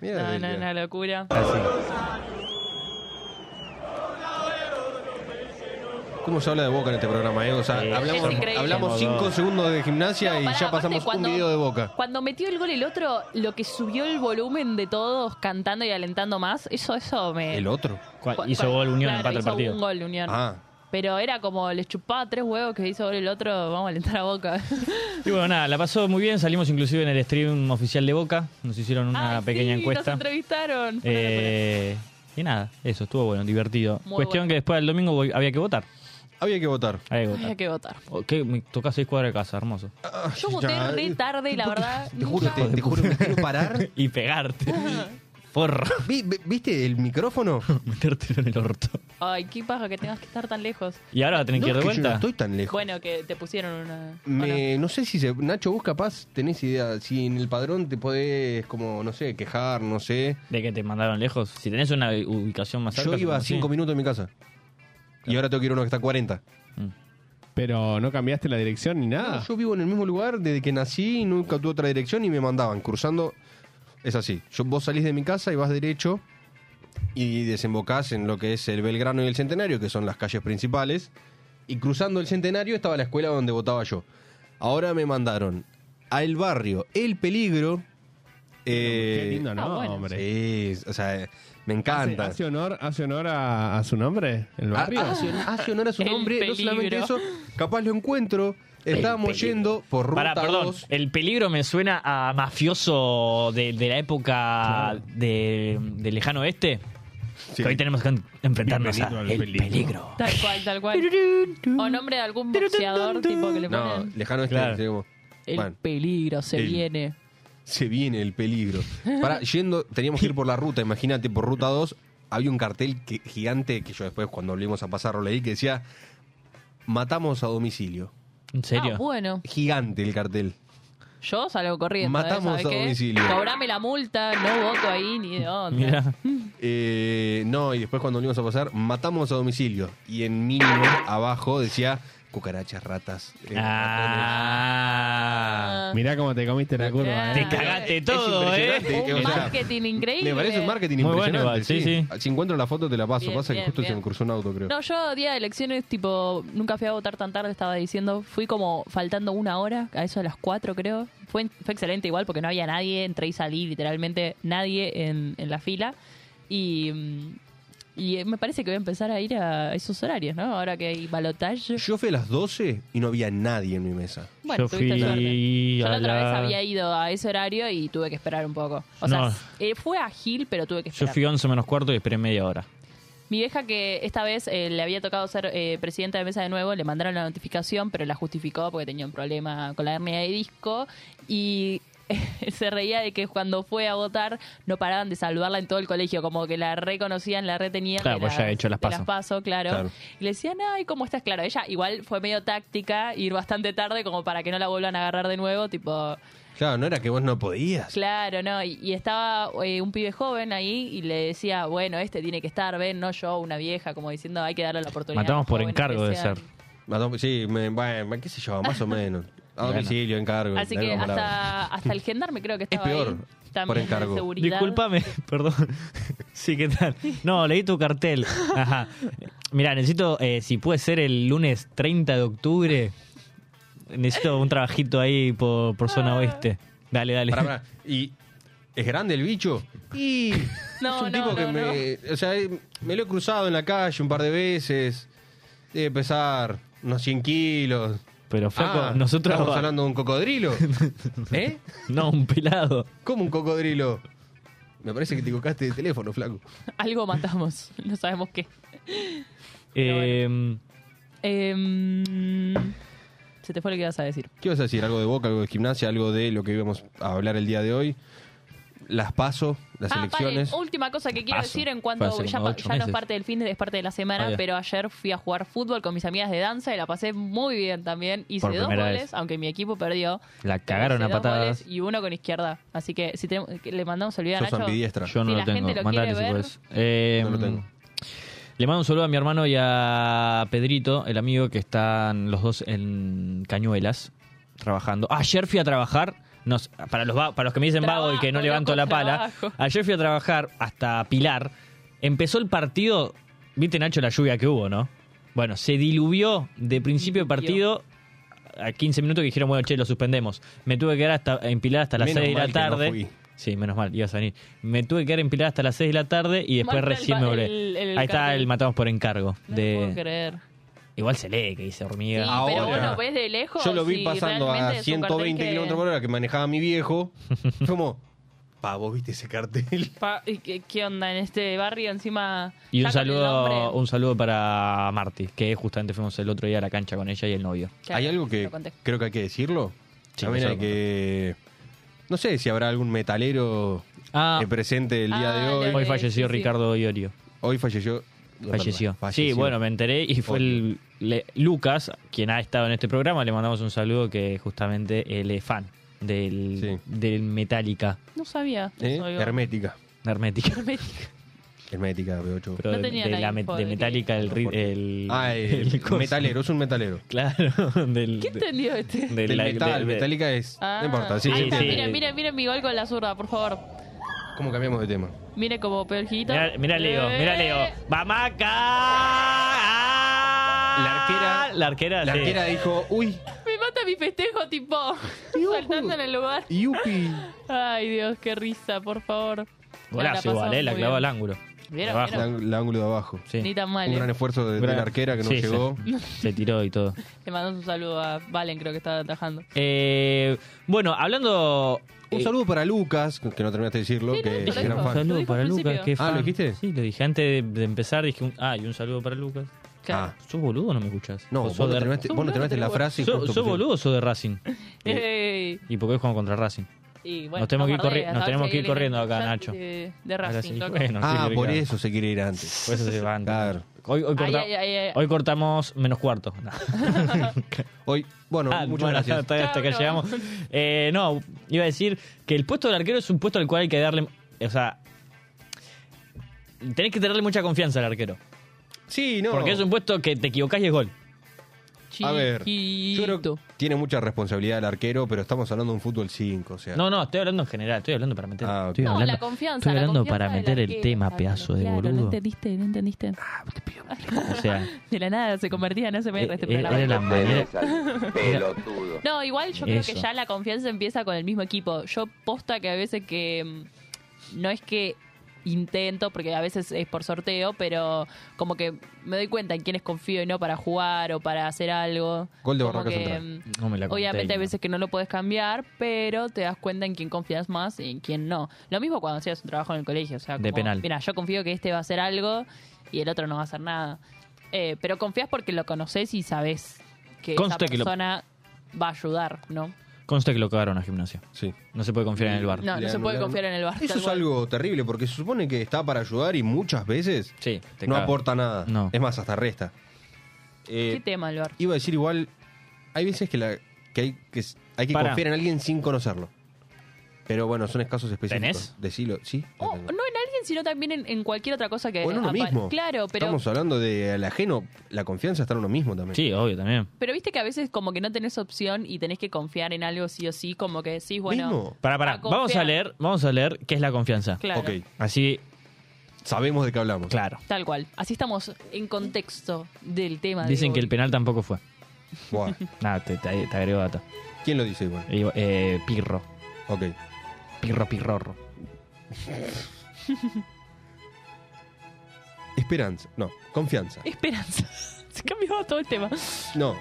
Speaker 6: Mira,
Speaker 5: No,
Speaker 6: de-
Speaker 5: no, una locura.
Speaker 6: ¿Cómo se habla de boca en este programa, eh? O sea,
Speaker 4: Sí,
Speaker 6: hablamos,
Speaker 5: es increíble.
Speaker 6: hablamos cinco segundos de gimnasia y
Speaker 5: Pará,
Speaker 6: ya
Speaker 5: aparte,
Speaker 6: pasamos
Speaker 5: cuando-
Speaker 6: un video de boca.
Speaker 5: Cuando metió el gol el otro, lo que subió el volumen de todos cantando y alentando más, eso, eso me.
Speaker 6: El otro.
Speaker 4: ¿Cuál?
Speaker 5: Cu-
Speaker 4: Hizo
Speaker 5: cual-
Speaker 4: gol Unión,
Speaker 5: claro,
Speaker 4: empata el
Speaker 5: hizo
Speaker 4: partido.
Speaker 5: un gol Unión.
Speaker 6: Ah.
Speaker 5: Pero era como, les chupaba tres huevos que hizo gol el otro, vamos a alentar a Boca.
Speaker 4: Y bueno, nada, la pasó muy bien. Salimos inclusive en el stream oficial de Boca. Nos hicieron una
Speaker 5: Ay,
Speaker 4: pequeña
Speaker 5: sí, Nos
Speaker 4: encuesta.
Speaker 5: entrevistaron. Fue una
Speaker 4: Eh, y nada, eso estuvo bueno, divertido.
Speaker 5: Muy
Speaker 4: Cuestión
Speaker 5: bueno.
Speaker 4: que después del domingo voy- había que votar.
Speaker 6: Había que votar.
Speaker 4: Había que
Speaker 5: locura. Había
Speaker 4: votar.
Speaker 5: que votar.
Speaker 4: O- ¿qué? Me toca seis cuadras de casa, hermoso.
Speaker 5: Yo voté
Speaker 6: Ah, ya. eh,
Speaker 5: re tarde, la verdad.
Speaker 6: Te juro,
Speaker 5: nunca-
Speaker 6: te, te juro, me quiero parar.
Speaker 4: Y pegarte. Porro.
Speaker 6: Vi- vi- ¿Viste el micrófono?
Speaker 4: Metértelo en el orto.
Speaker 5: Ay, qué paja que tengas que estar tan lejos.
Speaker 4: Y ahora va a tener
Speaker 6: No,
Speaker 4: que ir
Speaker 6: es
Speaker 4: de
Speaker 6: que yo no
Speaker 4: vuelta.
Speaker 6: estoy tan lejos.
Speaker 5: Bueno, que te pusieron una. ¿o
Speaker 6: Me- no sé si se, Nacho, vos capaz tenés idea, si en el padrón te podés como, no sé, quejar, no sé.
Speaker 4: De que te mandaron lejos. Si tenés una ubicación más alta.
Speaker 6: Yo iba a
Speaker 4: supongo, sí.
Speaker 6: 5 minutos de mi casa. Y ahora tengo que ir a uno que está a 40.
Speaker 7: Pero no cambiaste la dirección ni nada.
Speaker 6: No, Yo vivo en el mismo lugar desde que nací, nunca tuve otra dirección y me mandaban cruzando. Es así. Yo, vos salís de mi casa y vas derecho y desembocás en lo que es el Belgrano y el Centenario, que son las calles principales. Y cruzando el Centenario estaba la escuela donde votaba yo. Ahora me mandaron a El Barrio, El Peligro. eh,
Speaker 7: Qué lindo, ¿no?
Speaker 5: Ah, bueno.
Speaker 7: hombre.
Speaker 6: Sí, o sea, me encanta.
Speaker 7: ¿Hace honor, hace honor a, a su nombre? ¿El barrio?
Speaker 6: Ah, Hace, hace honor a su
Speaker 5: El
Speaker 6: nombre, no solamente
Speaker 5: peligro.
Speaker 6: eso, capaz lo encuentro. Estábamos yendo por ruta
Speaker 4: Pará, perdón.
Speaker 6: 2.
Speaker 4: El peligro me suena a mafioso de, de la época de, de lejano oeste.
Speaker 6: Sí.
Speaker 4: Que hoy tenemos que enfrentarnos
Speaker 7: Bienvenido
Speaker 4: a
Speaker 7: al
Speaker 4: el peligro.
Speaker 7: peligro.
Speaker 5: Tal cual, tal cual. O nombre de algún boxeador, tipo que le
Speaker 6: No,
Speaker 5: ponen.
Speaker 6: lejano este.
Speaker 4: Claro.
Speaker 6: este como,
Speaker 5: el
Speaker 6: bueno,
Speaker 5: peligro se
Speaker 6: el-
Speaker 5: viene.
Speaker 6: se viene el peligro. Para, yendo, teníamos que ir por la ruta, imagínate, por ruta 2, había un cartel que- gigante que yo después cuando volvimos a pasarlo leí que decía, matamos a domicilio.
Speaker 4: ¿En serio?
Speaker 5: Ah, bueno.
Speaker 6: Gigante el cartel.
Speaker 5: Yo salgo corriendo. ¿eh?
Speaker 6: Matamos
Speaker 5: ¿sabes
Speaker 6: a
Speaker 5: qué?
Speaker 6: domicilio.
Speaker 5: Cobrame la multa, no voto ahí ni de onda.
Speaker 4: Mira,
Speaker 6: Eh, no, y después cuando volvimos a pasar, matamos a domicilio. Y en mínimo, abajo, decía, cucarachas, ratas. eh, ratones".
Speaker 4: Ah.
Speaker 7: Mirá cómo te comiste la curva.
Speaker 5: Te
Speaker 7: ¿eh?
Speaker 5: ca-
Speaker 4: Cagaste
Speaker 6: Es
Speaker 4: todo, ¿eh?
Speaker 6: impresionante. que, o
Speaker 5: Ah. Un
Speaker 6: sea,
Speaker 5: marketing increíble.
Speaker 6: Me parece un marketing
Speaker 4: Muy bueno
Speaker 6: impresionante.
Speaker 4: igual, sí,
Speaker 6: Si encuentro la foto te la paso.
Speaker 5: Bien,
Speaker 6: Pasa
Speaker 5: bien,
Speaker 6: que justo se
Speaker 5: bien.
Speaker 6: me cruzó un auto, creo.
Speaker 5: No, yo día de elecciones, tipo, nunca fui a votar tan tarde, estaba diciendo. Fui como faltando una hora, a eso a las cuatro, creo. Fue, fue excelente igual, porque no había nadie, entré y salí, literalmente nadie en, en la fila. Y, mm, y eh, me parece que voy a empezar a ir a esos horarios, ¿no? Ahora que hay balotaje.
Speaker 6: Yo fui a las 12 y no había nadie en mi mesa.
Speaker 5: Bueno,
Speaker 4: Yo
Speaker 5: tuviste
Speaker 4: fui
Speaker 5: suerte. Yo
Speaker 4: a
Speaker 5: la otra
Speaker 4: la-
Speaker 5: vez había ido a ese horario y tuve que esperar un poco. O sea,
Speaker 4: No.
Speaker 5: s- eh, fue ágil, pero tuve que
Speaker 4: Yo
Speaker 5: esperar.
Speaker 4: fui 11 menos cuarto y esperé media hora.
Speaker 5: Mi vieja que esta vez eh, le había tocado ser eh, presidenta de mesa de nuevo, le mandaron la notificación, pero la justificó porque tenía un problema con la hernia de disco y se reía de que cuando fue a votar no paraban de saludarla en todo el colegio, como que la reconocían, la retenían.
Speaker 4: Claro,
Speaker 5: de
Speaker 4: pues ya he hecho las
Speaker 5: de
Speaker 4: paso.
Speaker 5: claro.
Speaker 6: Claro.
Speaker 5: Y le decían, ay, ¿cómo estás? Claro, ella igual fue medio táctica, ir bastante tarde como para que no la vuelvan a agarrar de nuevo, tipo,
Speaker 6: Claro, no era que vos no podías.
Speaker 5: Claro, no, y, y estaba eh, un pibe joven ahí y le decía, bueno, este tiene que estar, ven, no yo, una vieja, como diciendo, hay que darle la oportunidad.
Speaker 4: Matamos
Speaker 5: a los
Speaker 4: por
Speaker 5: jóvenes
Speaker 4: encargo
Speaker 5: que
Speaker 4: de
Speaker 5: sean".
Speaker 4: ser.
Speaker 6: Mató- Sí, me, bueno, qué sé yo, más o menos. A
Speaker 4: Bueno.
Speaker 6: domicilio, encargo.
Speaker 5: Así
Speaker 6: la
Speaker 5: que
Speaker 6: misma palabra.
Speaker 5: hasta, hasta el gendarme creo que
Speaker 6: Es
Speaker 5: estaba
Speaker 6: peor,
Speaker 5: ahí,
Speaker 6: por
Speaker 5: también de
Speaker 6: encargo.
Speaker 5: seguridad.
Speaker 4: Disculpame, perdón. Sí, ¿qué tal? No, leí tu cartel. Ajá. Mirá, necesito, eh, si puede ser el lunes 30 de octubre, necesito un trabajito ahí por, por
Speaker 5: Ah.
Speaker 4: zona oeste. Dale, dale.
Speaker 6: Pará, pará. Y es grande el bicho. Y
Speaker 5: No,
Speaker 6: es un
Speaker 5: no,
Speaker 6: tipo que
Speaker 5: no,
Speaker 6: me, o sea, eh, me lo he cruzado en la calle un par de veces. Debe pesar unos 100 kilos.
Speaker 4: Pero flaco,
Speaker 6: Ah,
Speaker 4: nosotros...
Speaker 6: estamos hablando de un cocodrilo. ¿Eh?
Speaker 4: No, un pelado.
Speaker 6: ¿Cómo un cocodrilo? Me parece que te equivocaste de teléfono, flaco.
Speaker 5: Algo matamos, no sabemos qué.
Speaker 4: Eh,
Speaker 5: Em, se te fue lo que ibas a decir.
Speaker 6: ¿Qué vas a decir? ¿Algo de Boca, algo de gimnasia, algo de lo que íbamos a hablar el día de hoy? Las paso, las
Speaker 5: Ah, paren,
Speaker 6: elecciones.
Speaker 5: última cosa que quiero
Speaker 4: Paso.
Speaker 5: decir en cuanto
Speaker 4: Fue hace
Speaker 5: ya,
Speaker 4: como
Speaker 5: pa-
Speaker 4: ocho
Speaker 5: ya no es
Speaker 4: meses.
Speaker 5: parte del fin, es parte de la semana,
Speaker 4: Ah, ya.
Speaker 5: pero ayer fui a jugar fútbol con mis amigas de danza y la pasé muy bien también. Hice
Speaker 4: Por
Speaker 5: dos
Speaker 4: primera
Speaker 5: goles,
Speaker 4: vez.
Speaker 5: aunque mi equipo perdió.
Speaker 4: la
Speaker 5: pero
Speaker 4: cagaron
Speaker 5: hice
Speaker 4: a
Speaker 5: dos
Speaker 4: patadas.
Speaker 5: goles Y uno con izquierda. Así que si tenemos- que le mandamos el video a
Speaker 6: Sos
Speaker 5: Nacho.
Speaker 6: ambidiestra.
Speaker 4: Yo no
Speaker 5: Si
Speaker 4: lo
Speaker 5: la
Speaker 4: tengo.
Speaker 5: gente lo
Speaker 4: Mandale
Speaker 5: quiere
Speaker 4: si
Speaker 5: ver.
Speaker 4: podés. Eh,
Speaker 6: No lo tengo.
Speaker 4: Le mando un saludo a mi hermano y a Pedrito, el amigo que están los dos en Cañuelas trabajando. Ayer fui a trabajar. nos- para, los, va- para los que me dicen vago y que no
Speaker 5: Trabajo,
Speaker 4: levanto
Speaker 5: loco,
Speaker 4: la pala.
Speaker 5: trabajo.
Speaker 4: Ayer fui a trabajar hasta Pilar. Empezó el partido. ¿Viste, Nacho, la lluvia que hubo, no? Bueno, se diluvió de principio de partido a 15 minutos que dijeron, bueno, che, lo suspendemos. Me tuve que quedar hasta, en Pilar hasta las
Speaker 6: Menos
Speaker 4: 6 de la
Speaker 6: mal que no
Speaker 4: tarde.
Speaker 6: fui.
Speaker 4: sí, menos mal, ibas a venir. Me tuve que quedar en Pilar hasta las 6 de la tarde y después
Speaker 5: Marca el
Speaker 4: recién
Speaker 5: ba-
Speaker 4: me volé.
Speaker 5: el- el
Speaker 4: Ahí está
Speaker 5: cartel.
Speaker 4: el Matamos por encargo.
Speaker 5: No
Speaker 4: de...
Speaker 5: puedo creer.
Speaker 4: Igual se lee que dice
Speaker 5: Sí,
Speaker 4: hormiga.
Speaker 5: pero
Speaker 6: Ahora.
Speaker 5: bueno, pues, ves de lejos.
Speaker 6: Yo lo vi
Speaker 5: y
Speaker 6: pasando
Speaker 5: realmente es
Speaker 6: a
Speaker 5: un
Speaker 6: 120
Speaker 5: cartel que-
Speaker 6: kilómetros por hora que manejaba mi viejo. Fue como, pa, vos viste ese cartel.
Speaker 5: Pa- y ¿Qué, qué onda en este barrio? Encima.
Speaker 4: Y
Speaker 5: ya
Speaker 4: un
Speaker 5: con el nombre.
Speaker 4: saludo, un saludo para Marti, que justamente fuimos el otro día a la cancha con ella y el novio.
Speaker 5: Claro,
Speaker 6: hay algo que
Speaker 5: lo conté.
Speaker 6: creo que hay que decirlo.
Speaker 4: Sí,
Speaker 6: También
Speaker 4: no
Speaker 6: hay
Speaker 4: sé.
Speaker 6: que. No sé si habrá algún metalero
Speaker 4: Ah,
Speaker 6: que presente el día
Speaker 5: Ah,
Speaker 6: de hoy.
Speaker 5: lo-
Speaker 4: hoy
Speaker 5: eh,
Speaker 4: falleció
Speaker 5: sí, sí.
Speaker 4: Ricardo Iorio.
Speaker 6: Hoy falleció.
Speaker 4: Falleció. Sí,
Speaker 6: Falleció.
Speaker 4: bueno, me enteré y fue el, le- Lucas, quien ha estado en este programa, le mandamos un saludo que justamente él es fan del,
Speaker 6: Sí.
Speaker 4: del Metallica,
Speaker 5: No sabía.
Speaker 6: ¿Eh?
Speaker 5: Oigo.
Speaker 6: Hermética.
Speaker 4: Hermética,
Speaker 6: Hermética, B8.
Speaker 4: pero
Speaker 5: No
Speaker 4: de,
Speaker 5: tenía
Speaker 4: de
Speaker 5: la
Speaker 4: la me-
Speaker 5: info
Speaker 4: de
Speaker 5: de
Speaker 4: Metallica, el, ri- el,
Speaker 6: ah, el,
Speaker 4: coso.
Speaker 6: metalero, es un metalero.
Speaker 4: Claro, del,
Speaker 5: ¿Qué entendió este?
Speaker 4: del-
Speaker 6: Del
Speaker 4: la-
Speaker 6: metal,
Speaker 4: de- de-
Speaker 6: metálica es.
Speaker 5: Ah.
Speaker 6: No importa, sí,
Speaker 5: Ahí
Speaker 6: se
Speaker 5: está,
Speaker 4: sí.
Speaker 6: entiende.
Speaker 5: Miren, miren, miren mi gol con la zurda, por favor.
Speaker 6: ¿Cómo cambiamos de tema?
Speaker 5: Mire como peor hijito. Eh,
Speaker 4: Mirá, mirá Leo, mirá Leo. ¡Vamos acá! La
Speaker 6: arquera-
Speaker 4: La arquera,
Speaker 6: La
Speaker 4: Ah, sí.
Speaker 6: arquera dijo, uy,
Speaker 5: Me mata mi festejo, tipo. saltando en el lugar.
Speaker 6: yupi.
Speaker 5: Ay, Dios, qué risa, por favor.
Speaker 4: Golazo
Speaker 5: La
Speaker 4: igual,
Speaker 5: pasamos
Speaker 4: eh, la
Speaker 5: muy
Speaker 4: clavó al
Speaker 5: bien.
Speaker 4: ángulo.
Speaker 5: ¿Vieron?
Speaker 4: Abajo.
Speaker 6: El
Speaker 5: ¿Vieron?
Speaker 6: ángulo- el ángulo de abajo.
Speaker 4: Sí.
Speaker 5: Ni tan mal.
Speaker 6: Un
Speaker 5: eh. Mm.
Speaker 6: gran esfuerzo de, de
Speaker 4: Gran-
Speaker 6: la arquera que no
Speaker 4: sí, sí.
Speaker 6: llegó.
Speaker 4: Se tiró y todo.
Speaker 5: Le mandamos un saludo a Valen, creo que estaba atajando.
Speaker 4: Eh, bueno, hablando.
Speaker 6: Un
Speaker 4: eh,
Speaker 6: saludo para Lucas, que no terminaste de decirlo,
Speaker 5: Sí, no,
Speaker 6: que
Speaker 5: te lo
Speaker 6: es gran
Speaker 5: digo.
Speaker 4: un
Speaker 6: fan.
Speaker 5: Lo
Speaker 4: saludo
Speaker 5: dijo
Speaker 4: para
Speaker 5: al
Speaker 4: Lucas,
Speaker 5: principio.
Speaker 4: que es
Speaker 6: Ah, ¿lo
Speaker 4: fan.
Speaker 6: dijiste?
Speaker 4: Sí, lo dije antes de, de empezar. Dije, un, ah, y un saludo para Lucas.
Speaker 5: Claro.
Speaker 4: ¿Sos boludo o no me escuchás?
Speaker 6: No,
Speaker 4: ¿O
Speaker 6: vos
Speaker 4: sos
Speaker 6: no
Speaker 4: de-
Speaker 6: terminaste,
Speaker 5: sos
Speaker 6: vos no
Speaker 5: boludo,
Speaker 6: terminaste la
Speaker 5: pero
Speaker 6: frase. y
Speaker 4: ¿Sos,
Speaker 6: justo
Speaker 4: sos
Speaker 6: pusieron-
Speaker 4: boludo o sos de Racing?
Speaker 5: Ey.
Speaker 4: ¿Y por qué juegan contra Racing?
Speaker 5: Y bueno,
Speaker 4: Nos tenemos que ir
Speaker 5: estamos
Speaker 4: corri-
Speaker 5: re-
Speaker 4: nos tenemos que ir
Speaker 5: seguir
Speaker 4: corriendo acá,
Speaker 5: en-
Speaker 4: Nacho.
Speaker 5: De, de
Speaker 4: Ahora
Speaker 5: Racing,
Speaker 4: sí.
Speaker 5: loco.
Speaker 4: Bueno,
Speaker 6: Ah,
Speaker 4: sí,
Speaker 6: por
Speaker 4: claro.
Speaker 6: eso se quiere ir antes.
Speaker 4: Por eso se van.
Speaker 6: Claro.
Speaker 4: Hoy, hoy, corta-
Speaker 5: Ay, ay, ay, ay.
Speaker 4: hoy cortamos menos cuarto. No.
Speaker 6: Hoy, bueno,
Speaker 4: Ah,
Speaker 6: muchas
Speaker 4: bueno,
Speaker 6: gracias.
Speaker 4: Hasta, hasta acá
Speaker 5: Chao,
Speaker 4: llegamos. Eh, no, iba a decir que el puesto del arquero es un puesto al cual hay que darle. O sea. Tenés que tenerle mucha confianza al arquero.
Speaker 6: Sí, no.
Speaker 4: Porque es un puesto que te equivocás y es gol.
Speaker 6: A ver, yo creo-
Speaker 5: Chiquito.
Speaker 6: tiene mucha responsabilidad el arquero, pero estamos hablando de un fútbol 5, o sea.
Speaker 4: No, no, estoy hablando en general, estoy hablando para meter.
Speaker 6: Ah,
Speaker 4: estoy
Speaker 5: No,
Speaker 4: hablando,
Speaker 5: la confianza.
Speaker 4: estoy
Speaker 5: la
Speaker 4: hablando
Speaker 5: confianza
Speaker 4: para
Speaker 5: del
Speaker 4: meter el
Speaker 5: arquero,
Speaker 4: tema,
Speaker 5: Pablo.
Speaker 4: pedazo de
Speaker 5: Claro, No
Speaker 4: boludo.
Speaker 5: entendiste, no entendiste.
Speaker 4: O sea,
Speaker 5: De la nada se convertía en ASMR este
Speaker 4: Eh, eh,
Speaker 5: programa.
Speaker 4: era la manera-
Speaker 8: Pelotudo.
Speaker 5: No, igual yo creo
Speaker 4: Eso.
Speaker 5: que ya la confianza empieza con el mismo equipo. Yo posta que a veces que mm, no es que intento, porque a veces es por sorteo, pero como que me doy cuenta en quiénes confío y no para jugar o para hacer algo.
Speaker 6: Gol de
Speaker 5: Como
Speaker 6: Barraca
Speaker 5: que,
Speaker 6: Central.
Speaker 5: mm,
Speaker 4: no me la conté,
Speaker 5: Obviamente hay
Speaker 4: ¿no?
Speaker 5: veces que no lo puedes cambiar, pero te das cuenta en quién confías más y en quién no. Lo mismo cuando hacías un trabajo en el colegio, o sea,
Speaker 4: De
Speaker 5: como,
Speaker 4: penal.
Speaker 5: Mira, yo confío que este va a hacer algo y el otro no va a hacer nada. Eh, pero confías porque lo conoces y sabes que
Speaker 4: Conste
Speaker 5: esa
Speaker 4: que lo-
Speaker 5: persona va a ayudar, ¿no?
Speaker 4: Consta que lo cagaron a gimnasia.
Speaker 6: sí.
Speaker 4: No se puede confiar en el bar.
Speaker 5: No,
Speaker 6: Le
Speaker 5: no se puede
Speaker 6: anularon.
Speaker 5: confiar en el bar.
Speaker 6: Eso
Speaker 5: tal
Speaker 6: es
Speaker 5: cual.
Speaker 6: algo terrible, porque se supone que está para ayudar y muchas veces
Speaker 4: Sí, te
Speaker 6: no
Speaker 4: caga.
Speaker 6: aporta nada.
Speaker 4: No.
Speaker 6: Es más, hasta resta. Eh,
Speaker 5: ¿Qué tema el bar?
Speaker 6: iba a decir igual, hay veces que, la, que hay que, s- hay que
Speaker 4: Pará.
Speaker 6: confiar en alguien sin conocerlo. Pero bueno, son escasos específicos.
Speaker 4: ¿Tenés?
Speaker 6: Decilo, sí. la
Speaker 5: Oh, no
Speaker 6: tengo.
Speaker 5: en alguien, sino también en, en cualquier otra cosa que...
Speaker 6: o en uno
Speaker 5: apa-
Speaker 6: mismo.
Speaker 5: Claro, pero...
Speaker 6: Estamos hablando de al ajeno, la confianza está en uno mismo también.
Speaker 4: Sí, obvio también.
Speaker 5: Pero viste que a veces como que no tenés opción y tenés que confiar en algo sí o sí, como que decís, bueno...
Speaker 6: Mismo.
Speaker 4: Pará, pará.
Speaker 5: A confiar.
Speaker 4: vamos a leer, vamos a leer qué es la confianza.
Speaker 5: Claro.
Speaker 6: Ok,
Speaker 4: Así,
Speaker 6: sabemos de qué hablamos.
Speaker 4: claro.
Speaker 5: Tal cual. Así estamos en contexto del tema. de
Speaker 4: Dicen que
Speaker 5: hoy.
Speaker 4: el penal tampoco fue.
Speaker 6: Buah,
Speaker 4: Nada, te, te, te agrego data.
Speaker 6: ¿Quién lo dice igual?
Speaker 4: Eh, eh, pirro.
Speaker 6: Ok.
Speaker 4: Pirro, pirrorro.
Speaker 6: Esperanza. No, confianza.
Speaker 5: Esperanza. Se cambió todo el tema.
Speaker 6: No,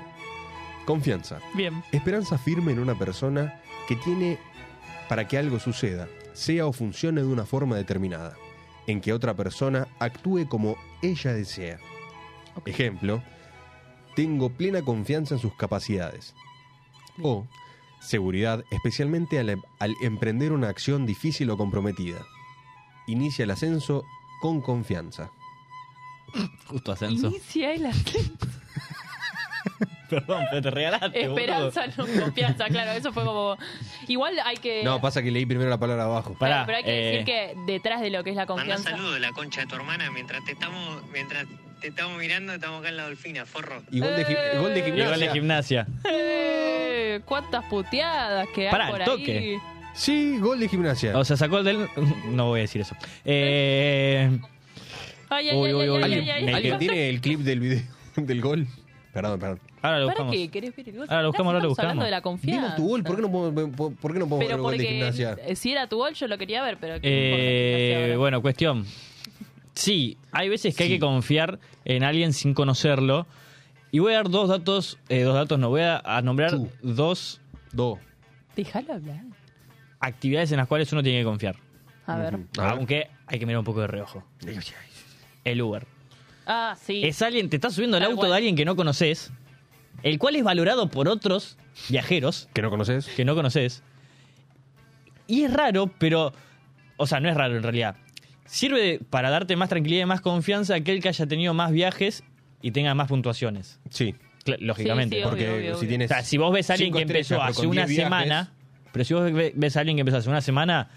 Speaker 6: confianza.
Speaker 5: Bien.
Speaker 6: Esperanza firme en una persona que tiene para que algo suceda, sea o funcione de una forma determinada, en que otra persona actúe como ella desea.
Speaker 5: Ok.
Speaker 6: Ejemplo, tengo plena confianza en sus capacidades. O seguridad, especialmente al, em- al emprender una acción difícil o comprometida. Inicia el ascenso con confianza.
Speaker 4: Justo ascenso.
Speaker 5: Inicia el
Speaker 4: Perdón, pero te regalaste. boludo.
Speaker 5: Esperanza, no confianza. Claro, eso fue como. Igual hay que.
Speaker 6: No, pasa que leí primero la palabra abajo.
Speaker 5: Claro,
Speaker 4: Pará,
Speaker 5: pero hay que
Speaker 4: eh,
Speaker 5: decir que detrás de lo que es la
Speaker 9: Manda
Speaker 5: confianza.
Speaker 9: saludo de la concha de tu hermana mientras te estamos, mientras te estamos mirando, estamos acá en la dolfina, forro.
Speaker 6: Y gol de, gi- gol de
Speaker 5: Eh.
Speaker 4: Igual de
Speaker 6: gimnasia.
Speaker 4: gimnasia.
Speaker 5: Eh, ¿Cuántas puteadas que hay
Speaker 4: Pará,
Speaker 5: por
Speaker 4: el toque.
Speaker 5: ahí?
Speaker 6: Sí, gol de gimnasia.
Speaker 4: O sea, sacó el del. No voy a decir eso. Eh,
Speaker 5: Ay, ay,
Speaker 4: Uy,
Speaker 5: ay,
Speaker 4: uy,
Speaker 5: ay,
Speaker 4: uy,
Speaker 5: ay,
Speaker 4: alguien-
Speaker 5: ay, ay, ay.
Speaker 6: ¿Alguien tiene el clip del video del gol? Perdón, perdón.
Speaker 4: ahora lo
Speaker 5: ¿Para
Speaker 4: buscamos.
Speaker 5: qué? ¿Querés ver el gol?
Speaker 4: Ahora lo buscamos, ahora lo
Speaker 5: Estamos
Speaker 4: buscamos.
Speaker 5: hablando de la confianza.
Speaker 6: Vimos tu gol, ¿por qué no podemos, por- por qué no podemos ver
Speaker 5: Pero
Speaker 6: el gol de
Speaker 5: porque
Speaker 6: gimnasia?
Speaker 5: eh, si era tu gol yo lo quería ver, pero...
Speaker 4: Eh,
Speaker 5: ¿qué importa?
Speaker 4: bueno, cuestión. Sí, hay veces que hay que confiar en alguien sin conocerlo. Y voy a dar dos datos, eh, dos datos no, voy a, a nombrar
Speaker 6: Tú.
Speaker 4: dos
Speaker 6: Do.
Speaker 5: Déjalo hablar.
Speaker 4: actividades en las cuales uno tiene que confiar.
Speaker 5: A ver.
Speaker 6: A ver.
Speaker 4: Aunque hay que mirar un poco de reojo. El Uber.
Speaker 5: Ah, sí.
Speaker 4: Es alguien, te estás subiendo al
Speaker 5: Tal
Speaker 4: auto
Speaker 5: cual.
Speaker 4: de alguien que no conoces, el cual es valorado por otros viajeros
Speaker 6: ¿Que no conoces?
Speaker 4: que no conoces. Y es raro, pero. O sea, no es raro en realidad. Sirve de- para darte más tranquilidad y más confianza a aquel que haya tenido más viajes y tenga más puntuaciones.
Speaker 6: Sí.
Speaker 4: Cla- Lógicamente.
Speaker 5: Sí, sí,
Speaker 6: Porque
Speaker 5: Obvio, obvio,
Speaker 6: si
Speaker 5: obvio.
Speaker 4: o
Speaker 6: tienes.
Speaker 4: sea, si vos ves a alguien
Speaker 6: cinco
Speaker 4: que empezó
Speaker 6: estrellas, pero
Speaker 4: hace
Speaker 6: con
Speaker 4: una
Speaker 6: 10 viajes,
Speaker 4: semana. Pero si vos ve- ves a alguien que empezó hace una semana.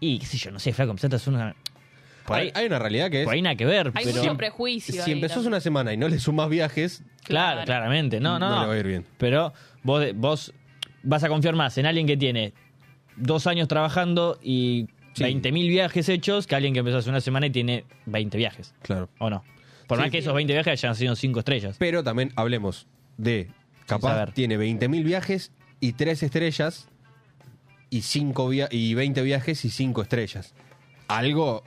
Speaker 4: Y qué sé yo, no sé, flaco, empezaste hace una. Por ahí,
Speaker 6: hay, hay una realidad que es.
Speaker 4: por ahí nada que ver,
Speaker 5: Hay
Speaker 4: pero.
Speaker 5: mucho prejuicio.
Speaker 6: si
Speaker 5: ahí
Speaker 6: empezás
Speaker 5: también.
Speaker 6: una semana y no le sumas viajes,
Speaker 4: Claro,
Speaker 5: Claro.
Speaker 4: claramente. No, no,
Speaker 6: No
Speaker 4: no.
Speaker 6: le va a ir bien.
Speaker 4: Pero vos, de- vos vas a confiar más en alguien que tiene dos años trabajando y
Speaker 6: Sí.
Speaker 4: 20.000 viajes hechos que alguien que empezó hace una semana y tiene 20 viajes.
Speaker 6: claro.
Speaker 4: ¿O no? Por
Speaker 6: Sí.
Speaker 4: más que esos 20 viajes hayan sido 5 estrellas.
Speaker 6: Pero también hablemos de.
Speaker 4: saber.
Speaker 6: Capaz tiene 20.000 viajes y 3 estrellas y, cinco via- y 20 viajes y 5 estrellas. Algo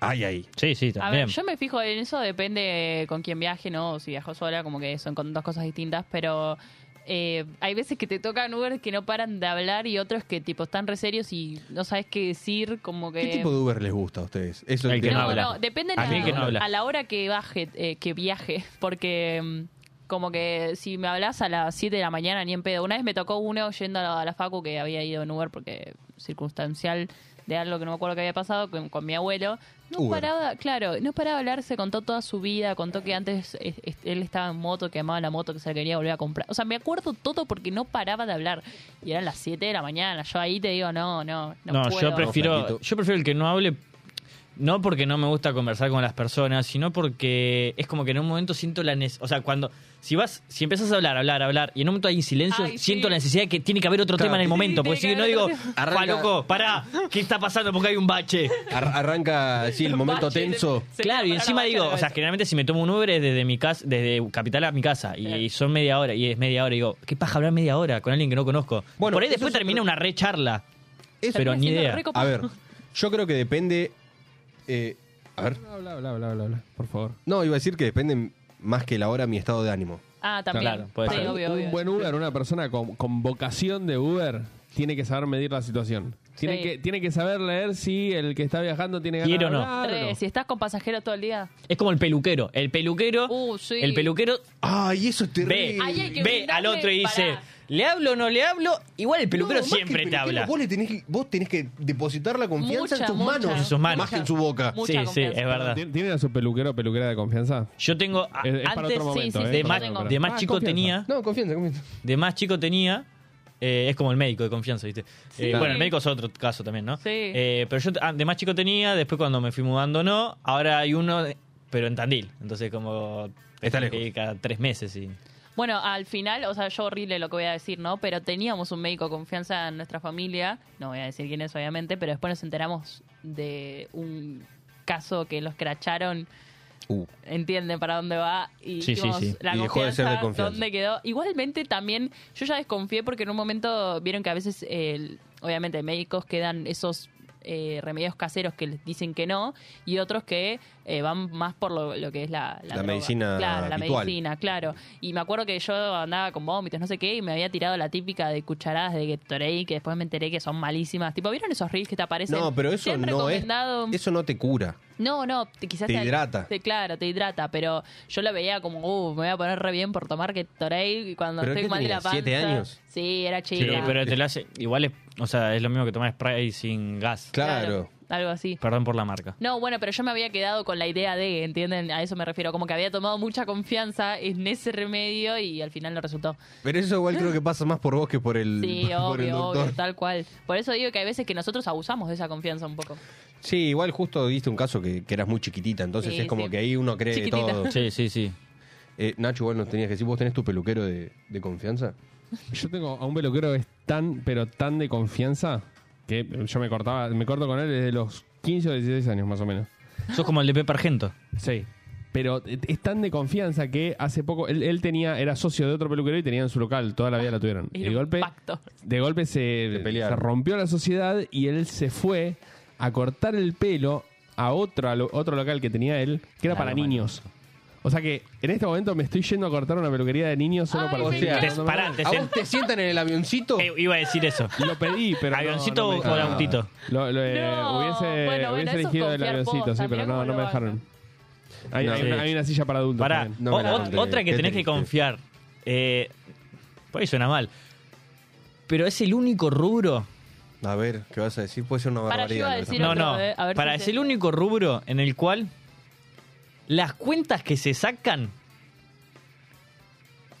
Speaker 6: hay ahí.
Speaker 4: Sí, sí,
Speaker 5: A
Speaker 4: también.
Speaker 5: ver, yo me fijo en eso, depende con quién viaje, ¿no? O si viajo sola, como que son con dos cosas distintas, pero... eh, hay veces que te tocan Uber que no paran de hablar y otros que tipo están re serios y no sabes qué decir, como que...
Speaker 6: ¿Qué tipo de Uber les gusta a ustedes? Eso
Speaker 4: El que
Speaker 6: entiendo.
Speaker 4: no habla.
Speaker 5: depende
Speaker 4: A
Speaker 5: la-
Speaker 4: mí que no habla.
Speaker 5: a la hora que baje, eh, que viaje, porque mm, como que si me hablas a las 7 de la mañana ni en pedo. Una vez me tocó uno yendo a la, a la facu que había ido en Uber porque circunstancial de algo que no me acuerdo que había pasado con, con mi abuelo. No
Speaker 6: Uber.
Speaker 5: paraba, claro, no paraba de hablar, se contó toda su vida, contó que antes eh, eh, él estaba en moto, que amaba la moto, que se la quería volver a comprar. O sea, me acuerdo todo porque no paraba de hablar. Y eran las 7 de la mañana, yo ahí te digo, no, no, no,
Speaker 4: no,
Speaker 5: puedo.
Speaker 4: yo prefiero,
Speaker 6: flaquito.
Speaker 4: yo prefiero el que no hable. No porque no me gusta conversar con las personas, sino porque es como que en un momento siento la necesidad. O sea, cuando. Si vas. Si empezás a hablar, hablar, hablar. Y en un momento hay silencio,
Speaker 5: Ay, sí.
Speaker 4: siento la necesidad de que tiene que haber otro
Speaker 6: Claro.
Speaker 4: tema en el
Speaker 6: Sí,
Speaker 4: momento.
Speaker 5: tiene
Speaker 4: porque
Speaker 5: que
Speaker 4: si no
Speaker 5: haber
Speaker 4: digo.
Speaker 5: otro
Speaker 4: Pa,
Speaker 6: Arranca-
Speaker 4: loco, pará. ¿Qué está pasando? Porque hay un bache.
Speaker 6: Ar- arranca, sí, el momento
Speaker 5: Bache,
Speaker 6: tenso.
Speaker 5: se-
Speaker 4: claro, y
Speaker 5: para la
Speaker 4: encima
Speaker 5: bacha,
Speaker 4: digo,
Speaker 5: la
Speaker 4: o
Speaker 5: bacha.
Speaker 4: sea, generalmente si me tomo un Uber es desde mi casa, desde Capital a mi casa, y, son media hora, y es media hora, y digo, ¿qué paja hablar media hora con alguien que no conozco?
Speaker 6: Bueno,
Speaker 4: Por ahí
Speaker 6: eso
Speaker 4: después
Speaker 6: es-
Speaker 4: termina una re charla.
Speaker 6: Eso-
Speaker 4: pero ni
Speaker 5: Siendo
Speaker 4: idea.
Speaker 5: re
Speaker 6: A
Speaker 5: copado.
Speaker 6: ver, yo creo que depende. eh, a ver.
Speaker 7: Habla, habla, habla, habla, habla, por favor.
Speaker 6: No, iba a decir que depende más que la hora mi estado de ánimo.
Speaker 5: Ah, también.
Speaker 4: Claro, puede
Speaker 5: sí,
Speaker 4: ser.
Speaker 5: obvio, obvio.
Speaker 7: Un buen Uber, una persona con, con vocación de Uber, tiene que saber medir la situación. Tiene,
Speaker 5: Sí.
Speaker 7: que, tiene que saber leer si el que está viajando tiene ganas
Speaker 4: Quiero o
Speaker 7: de
Speaker 4: no.
Speaker 7: hablar
Speaker 5: Re, Si estás con pasajeros todo el día.
Speaker 4: Es como el peluquero. El peluquero.
Speaker 5: Uh, sí.
Speaker 4: El peluquero
Speaker 6: ¡Ay, eso es
Speaker 4: ve,
Speaker 5: Ahí hay que
Speaker 4: ve al
Speaker 5: brindarle-
Speaker 4: otro y dice,
Speaker 5: pará.
Speaker 4: ¿le hablo o no le hablo? Igual el peluquero
Speaker 6: No, más que
Speaker 4: siempre
Speaker 6: el
Speaker 4: te
Speaker 6: peluquero,
Speaker 4: habla.
Speaker 6: Vos, le tenés, que- vos tenés que depositar la confianza
Speaker 5: Mucha,
Speaker 6: en tus
Speaker 5: mucha.
Speaker 6: manos.
Speaker 5: En
Speaker 4: sus manos.
Speaker 6: Más que en su boca.
Speaker 5: Mucha
Speaker 4: sí, sí,
Speaker 5: confianza.
Speaker 4: es verdad.
Speaker 7: ¿Tien- ¿Tienen a su peluquero o peluquera de confianza?
Speaker 4: Yo tengo, a-
Speaker 7: Es- es para
Speaker 4: antes
Speaker 7: otro
Speaker 5: sí, sí,
Speaker 7: momento, ¿eh?
Speaker 5: sí,
Speaker 4: de,
Speaker 5: yo
Speaker 7: Para
Speaker 4: más,
Speaker 7: otro
Speaker 5: tengo.
Speaker 7: momento.
Speaker 4: de más
Speaker 7: Ah,
Speaker 4: chico
Speaker 7: confianza.
Speaker 4: tenía,
Speaker 6: No, confianza, confianza.
Speaker 4: de más chico tenía, eh, es como el médico de confianza, ¿viste? Eh,
Speaker 5: Claro.
Speaker 4: Bueno, el médico es otro caso también, ¿no?
Speaker 5: Sí.
Speaker 4: Eh, pero yo ah, de más chico tenía, después cuando me fui mudando no, ahora hay uno, eh, pero en Tandil, entonces como...
Speaker 6: Está
Speaker 4: eh,
Speaker 6: lejos.
Speaker 4: Cada tres meses y...
Speaker 5: Bueno, al final, o sea, yo horrible lo que voy a decir, ¿no? Pero teníamos un médico de confianza en nuestra familia, no voy a decir quién es obviamente, pero después nos enteramos de un caso que los cracharon,
Speaker 6: Uh.
Speaker 5: entienden para dónde va
Speaker 4: Sí,
Speaker 5: y
Speaker 4: sí,
Speaker 5: dijimos,
Speaker 4: sí.
Speaker 5: la
Speaker 6: Y dejó de ser de confianza.
Speaker 5: ¿dónde quedó? Igualmente también yo ya desconfié porque en un momento vieron que a veces, eh, obviamente, médicos quedan esos... eh, remedios caseros que les dicen que no y otros que eh, van más por lo, lo que es la,
Speaker 6: La
Speaker 5: droga.
Speaker 6: medicina
Speaker 5: claro, la
Speaker 6: habitual.
Speaker 5: medicina Argentina, claro. Y me acuerdo que yo andaba con vómitos, no sé qué, y me había tirado la típica de cucharadas de Gatorade, que después me enteré que son malísimas. Tipo, ¿vieron esos reels que te aparecen?
Speaker 6: No, pero eso
Speaker 5: Te han
Speaker 6: no es.
Speaker 5: recomendado-
Speaker 6: Eso no te cura.
Speaker 5: No, no, te- quizás...
Speaker 6: Te
Speaker 5: sea-
Speaker 6: hidrata.
Speaker 5: Sí, claro, te hidrata, pero yo lo veía como, uh, me voy a poner re bien por tomar Gatorade y cuando
Speaker 6: ¿Pero
Speaker 5: estoy
Speaker 6: qué
Speaker 5: mal de la
Speaker 6: tenías,
Speaker 5: panza...
Speaker 6: siete años?
Speaker 5: Sí, era
Speaker 4: Sí,
Speaker 5: chica.
Speaker 4: pero te lo hace... Igual es, o sea, es lo mismo que tomar spray sin gas.
Speaker 6: Claro.
Speaker 5: Algo así.
Speaker 4: Perdón por la marca.
Speaker 5: No, bueno, pero yo me había quedado con la idea de, ¿entienden? A eso me refiero, como que había tomado mucha confianza en ese remedio y al final no resultó.
Speaker 6: Pero eso igual creo que pasa más por vos que por el,
Speaker 5: Sí,
Speaker 6: Mm. por el
Speaker 5: obvio,
Speaker 6: doctor.
Speaker 5: obvio, tal cual. Por eso digo que hay veces que nosotros abusamos de esa confianza un poco.
Speaker 6: sí, igual justo diste un caso que, que eras muy chiquitita, entonces
Speaker 5: Sí,
Speaker 6: es como
Speaker 5: sí.
Speaker 6: que ahí uno cree de
Speaker 5: Chiquitita.
Speaker 6: todo.
Speaker 4: Sí, sí, sí.
Speaker 6: Eh, Nacho, igual nos tenías que decir, ¿vos tenés tu peluquero de, de confianza?
Speaker 7: Yo tengo a un peluquero que es tan, pero tan de confianza que yo me cortaba, me corto con él desde los 15 o 16 años más o menos.
Speaker 4: Sos como el de Pepe Argento.
Speaker 7: Sí. Pero e, es tan de confianza que hace poco él, él tenía, era socio de otro peluquero y tenían su local, toda la vida lo tuvieron. Y
Speaker 5: Era
Speaker 7: de
Speaker 5: un
Speaker 7: golpe,
Speaker 5: pacto.
Speaker 7: de golpe se,
Speaker 6: Se pelearon.
Speaker 7: se rompió la sociedad y él se fue a cortar el pelo a otro, a lo- otro local que tenía él, que era
Speaker 4: Claro,
Speaker 7: para
Speaker 4: bueno.
Speaker 7: niños. O sea que en este momento me estoy yendo a cortar una peluquería de niños solo
Speaker 5: Ay,
Speaker 7: para
Speaker 5: me
Speaker 7: los
Speaker 6: encanta.
Speaker 7: niños. No me-
Speaker 4: Pará, te
Speaker 6: ¿A
Speaker 4: sen-
Speaker 6: vos te sientan en el avioncito?
Speaker 4: Eh, iba a decir eso.
Speaker 7: Lo pedí, pero. no-
Speaker 4: ¿Avioncito
Speaker 7: no me
Speaker 4: o
Speaker 7: dejaron.
Speaker 4: autito?
Speaker 7: Lo, lo- eh,
Speaker 5: No,
Speaker 7: hubiese
Speaker 5: bueno, bueno,
Speaker 7: hubiese
Speaker 5: eso es
Speaker 7: elegido el
Speaker 5: confiar
Speaker 7: avioncito,
Speaker 5: posta,
Speaker 7: sí, pero
Speaker 5: mirá
Speaker 7: no,
Speaker 5: cómo
Speaker 7: no
Speaker 5: lo
Speaker 7: me
Speaker 5: banca.
Speaker 7: dejaron. Hay,
Speaker 4: No.
Speaker 7: hay una, hay una silla para adultos.
Speaker 4: Pará,
Speaker 7: también.
Speaker 6: No me
Speaker 4: o-
Speaker 6: la
Speaker 4: ot-
Speaker 6: conté,
Speaker 4: otra que
Speaker 6: qué
Speaker 4: tenés que
Speaker 6: triste.
Speaker 4: confiar. Eh, por ahí suena mal. Pero es el único rubro.
Speaker 6: A ver, ¿qué vas a decir? Puede ser una
Speaker 5: Para, yo iba
Speaker 6: barbaridad.
Speaker 5: a
Speaker 6: lo que
Speaker 5: decir
Speaker 6: estamos-
Speaker 4: No,
Speaker 5: otro,
Speaker 4: no.
Speaker 5: eh, a ver
Speaker 4: Para,
Speaker 5: si
Speaker 4: es
Speaker 5: se-
Speaker 4: el único rubro en el cual las cuentas que se sacan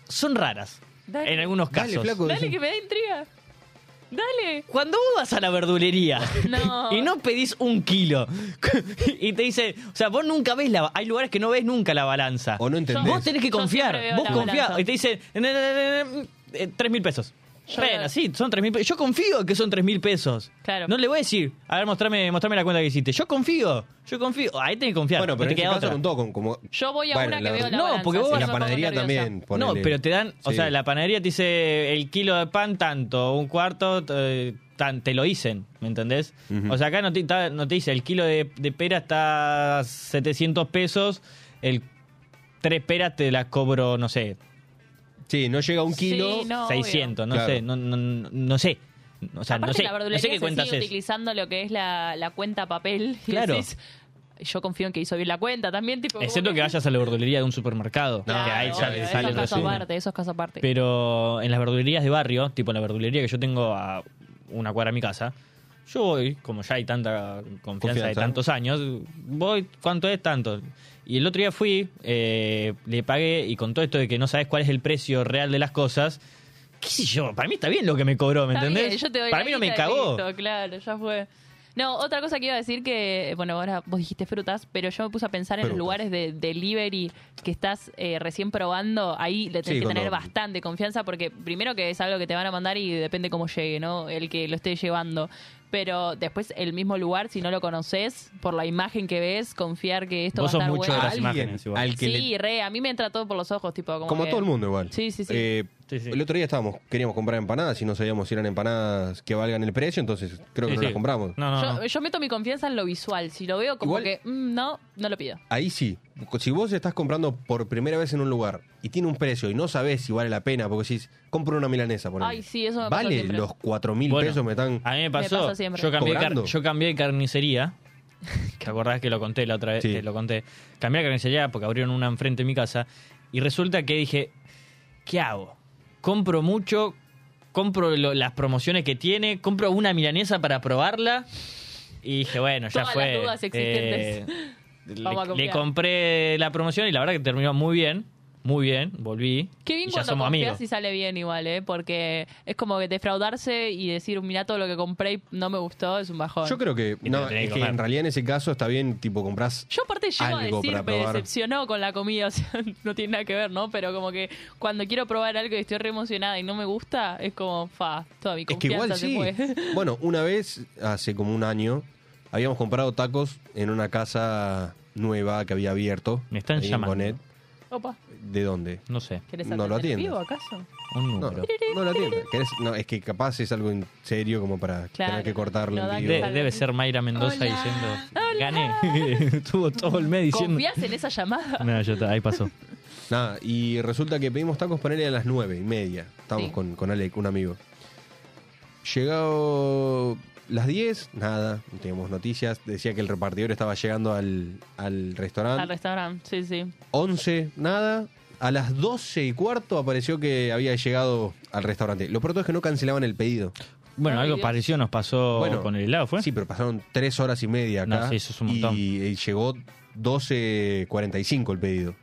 Speaker 4: son raras.
Speaker 5: Dale.
Speaker 4: En algunos casos.
Speaker 6: Dale, flaco.
Speaker 5: Dale,
Speaker 6: decí-
Speaker 5: que me da intriga. Dale.
Speaker 4: Cuando vos vas a la verdulería
Speaker 5: No.
Speaker 4: y no pedís un kilo y te dice, o sea, vos nunca ves la hay lugares que no ves nunca la balanza.
Speaker 6: O no entendés.
Speaker 4: Vos tenés que
Speaker 5: Yo
Speaker 4: confiar,
Speaker 5: siempre veo
Speaker 4: vos
Speaker 5: la
Speaker 4: confiás
Speaker 5: balanza.
Speaker 4: y te dicen, eh, tres mil pesos.
Speaker 5: Yo
Speaker 4: Bueno,
Speaker 5: veo-
Speaker 4: sí, son tres mil pesos. Yo confío que son tres mil pesos.
Speaker 5: Claro.
Speaker 4: No le voy a decir, a ver, mostrame, mostrame la cuenta que hiciste. Yo confío, yo confío. Ahí tenés que confiar.
Speaker 6: Bueno,
Speaker 4: no
Speaker 6: pero en
Speaker 4: te
Speaker 6: este
Speaker 4: queda
Speaker 6: caso
Speaker 4: otra.
Speaker 6: contó con como...
Speaker 5: Yo voy a
Speaker 6: Bueno,
Speaker 5: una que
Speaker 6: la-
Speaker 5: veo la
Speaker 4: No,
Speaker 5: balanza,
Speaker 4: porque vos
Speaker 5: si
Speaker 4: vas-
Speaker 5: no
Speaker 6: la
Speaker 5: me pongo
Speaker 6: panadería
Speaker 5: nerviosa.
Speaker 6: también.
Speaker 4: No,
Speaker 6: ponele.
Speaker 4: pero te dan, o
Speaker 6: Sí.
Speaker 4: sea, la panadería te dice el kilo de pan tanto, un cuarto eh, tan, te lo dicen, ¿me entendés? O sea, acá no te, ta- no te dice el kilo de, de pera está a 700 pesos, el tres peras te las cobro, no sé,
Speaker 6: Sí, no llega a un kilo.
Speaker 5: Sí, no, obvio.
Speaker 4: 600, no
Speaker 6: Claro.
Speaker 4: sé, no, no, no- no sé. O sea,
Speaker 5: Aparte,
Speaker 4: no sé,
Speaker 5: la verdulería
Speaker 4: no sé qué
Speaker 5: se
Speaker 4: cuentas
Speaker 5: sigue
Speaker 4: es.
Speaker 5: utilizando lo que es la, la cuenta papel. y
Speaker 4: Claro.
Speaker 5: decís, yo confío en que hizo bien la cuenta también. Tipo, como
Speaker 4: Excepto que vayas a la verdulería de un supermercado,
Speaker 5: Claro,
Speaker 4: que ahí ya
Speaker 5: obvio,
Speaker 4: te sale el
Speaker 5: eso es caso
Speaker 4: resumen.
Speaker 5: aparte, eso es caso aparte.
Speaker 4: Pero en las verdulerías de barrio, tipo en la verdulería que yo tengo a una cuadra de mi casa, yo voy, como ya hay tanta confianza, de
Speaker 6: Confianza.
Speaker 4: tantos años, voy, ¿cuánto es tanto? Y el otro día fui, eh, le pagué y con todo esto de que no sabes cuál es el precio real de las cosas, qué sé yo, para mí está bien lo que me cobró, ¿me
Speaker 5: Está bien,
Speaker 4: entendés?
Speaker 5: yo te doy
Speaker 4: para
Speaker 5: la
Speaker 4: mí no me
Speaker 5: guita y
Speaker 4: cagó.
Speaker 5: listo, claro, ya fue. No, otra cosa que iba a decir que, bueno, ahora vos dijiste frutas, pero yo me puse a pensar en los
Speaker 6: Frutas.
Speaker 5: lugares de delivery que estás eh, recién probando, ahí le tenés
Speaker 6: Sí,
Speaker 5: que
Speaker 6: cuando-
Speaker 5: tener bastante confianza porque primero que es algo que te van a mandar y depende cómo llegue, ¿no? El que lo esté llevando. Pero después el mismo lugar, si no lo conoces, por la imagen que ves, confiar que esto
Speaker 4: Vos
Speaker 5: va a
Speaker 4: sos
Speaker 5: estar
Speaker 4: mucho de
Speaker 5: bueno.
Speaker 4: las imágenes igual.
Speaker 6: al que le-
Speaker 5: Sí, re, a mí me entra todo por los ojos, tipo como
Speaker 6: Como
Speaker 5: que-
Speaker 6: todo el mundo igual.
Speaker 5: Sí, sí, sí.
Speaker 6: Eh,
Speaker 4: Sí, sí.
Speaker 6: El otro día estábamos, queríamos comprar empanadas y no sabíamos si eran empanadas que valgan el precio, entonces creo que
Speaker 4: Sí,
Speaker 6: no
Speaker 4: sí.
Speaker 6: las compramos.
Speaker 4: No, no,
Speaker 5: Yo,
Speaker 4: no.
Speaker 5: yo meto mi confianza en lo visual. Si lo veo como
Speaker 6: Igual-
Speaker 5: que, mm, no, no lo pido.
Speaker 6: Ahí sí, si vos estás comprando por primera vez en un lugar y tiene un precio y no sabés si vale la pena, porque decís, compro una milanesa, por
Speaker 5: Ay, sí, eso me pasa
Speaker 6: Vale
Speaker 5: siempre.
Speaker 6: los cuatro mil
Speaker 4: Bueno, ah,
Speaker 6: pesos, me están...
Speaker 4: A mí me
Speaker 5: Me
Speaker 4: pasó,
Speaker 5: pasa siempre.
Speaker 4: yo, cambié de car-
Speaker 6: Cobrando.
Speaker 4: yo cambié de carnicería. ¿Te acordás que lo conté la otra vez?
Speaker 6: Sí.
Speaker 4: Te lo conté. Cambié de carnicería porque abrieron una enfrente de mi casa. Y resulta que dije, ¿qué hago? Compro mucho, compro lo- las promociones que tiene, compro una milanesa para probarla. Y dije, bueno, ya
Speaker 5: Todas las
Speaker 4: fue.
Speaker 5: dudas existentes.
Speaker 4: eh, le-
Speaker 5: Vamos a
Speaker 4: le,
Speaker 5: confiar.
Speaker 4: compré la promoción y la verdad que terminó muy bien. Muy bien, volví.
Speaker 5: Qué bien
Speaker 4: y ya
Speaker 5: cuando
Speaker 4: somos
Speaker 5: confías
Speaker 4: amigos.
Speaker 5: y sale bien igual, ¿eh? Porque es como que defraudarse y decir, mira todo lo que compré y no me gustó, es un bajón.
Speaker 6: Yo creo que,
Speaker 4: te
Speaker 6: no,
Speaker 4: lo tenés que
Speaker 6: es que
Speaker 4: comer.
Speaker 6: en realidad en ese caso está bien, tipo, comprás...
Speaker 5: Yo aparte llego a
Speaker 6: Algo
Speaker 5: decir,
Speaker 6: para
Speaker 5: me
Speaker 6: probar.
Speaker 5: decepcionó con la comida, o sea, no tiene nada que ver, ¿no? Pero como que cuando quiero probar algo y estoy re emocionada y no me gusta, es como, fa, toda mi
Speaker 6: Es que
Speaker 5: confianza
Speaker 6: igual sí.
Speaker 5: se fue.
Speaker 6: Bueno, una vez, hace como un año, habíamos comprado tacos en una casa nueva que había abierto.
Speaker 4: Me están
Speaker 6: ahí en
Speaker 4: llamando.
Speaker 6: Bonet.
Speaker 5: Opa,
Speaker 6: ¿De dónde?
Speaker 4: No sé,
Speaker 5: ¿querés
Speaker 6: No lo
Speaker 5: atender en
Speaker 6: atiendes.
Speaker 5: vivo acaso?
Speaker 4: un
Speaker 6: No,
Speaker 4: número.
Speaker 6: no, no lo atiende. ¿Querés? No, es que capaz es algo en serio como para
Speaker 5: Claro.
Speaker 6: tener que cortarle
Speaker 5: No, da
Speaker 6: el
Speaker 5: que
Speaker 4: De-
Speaker 6: video.
Speaker 5: salga.
Speaker 4: debe ser Mayra Mendoza
Speaker 5: Hola.
Speaker 4: diciendo
Speaker 5: Hola.
Speaker 4: gané. Estuvo todo el mes diciendo.
Speaker 5: ¿Confías en esa llamada?
Speaker 4: No, ya está, ahí pasó.
Speaker 6: Nada, y resulta que pedimos tacos ponerle a las nueve y media. Estamos
Speaker 5: Sí.
Speaker 6: con, con Alec, un amigo. Llegado las 10, nada, no teníamos noticias. Decía que el repartidor estaba llegando al, al
Speaker 5: Al
Speaker 6: restaurante.
Speaker 5: restaurante, sí, sí.
Speaker 6: 11, nada. A las 12 y cuarto apareció que había llegado al restaurante. Lo pronto es que no cancelaban el pedido.
Speaker 4: Bueno,
Speaker 5: Ay,
Speaker 4: algo
Speaker 5: Dios.
Speaker 4: parecido nos pasó
Speaker 6: Bueno,
Speaker 4: con el helado, ¿fue?
Speaker 6: Sí, pero pasaron tres horas y media acá.
Speaker 4: No, sí, eso es un montón.
Speaker 6: Y, y llegó 12.45 el pedido.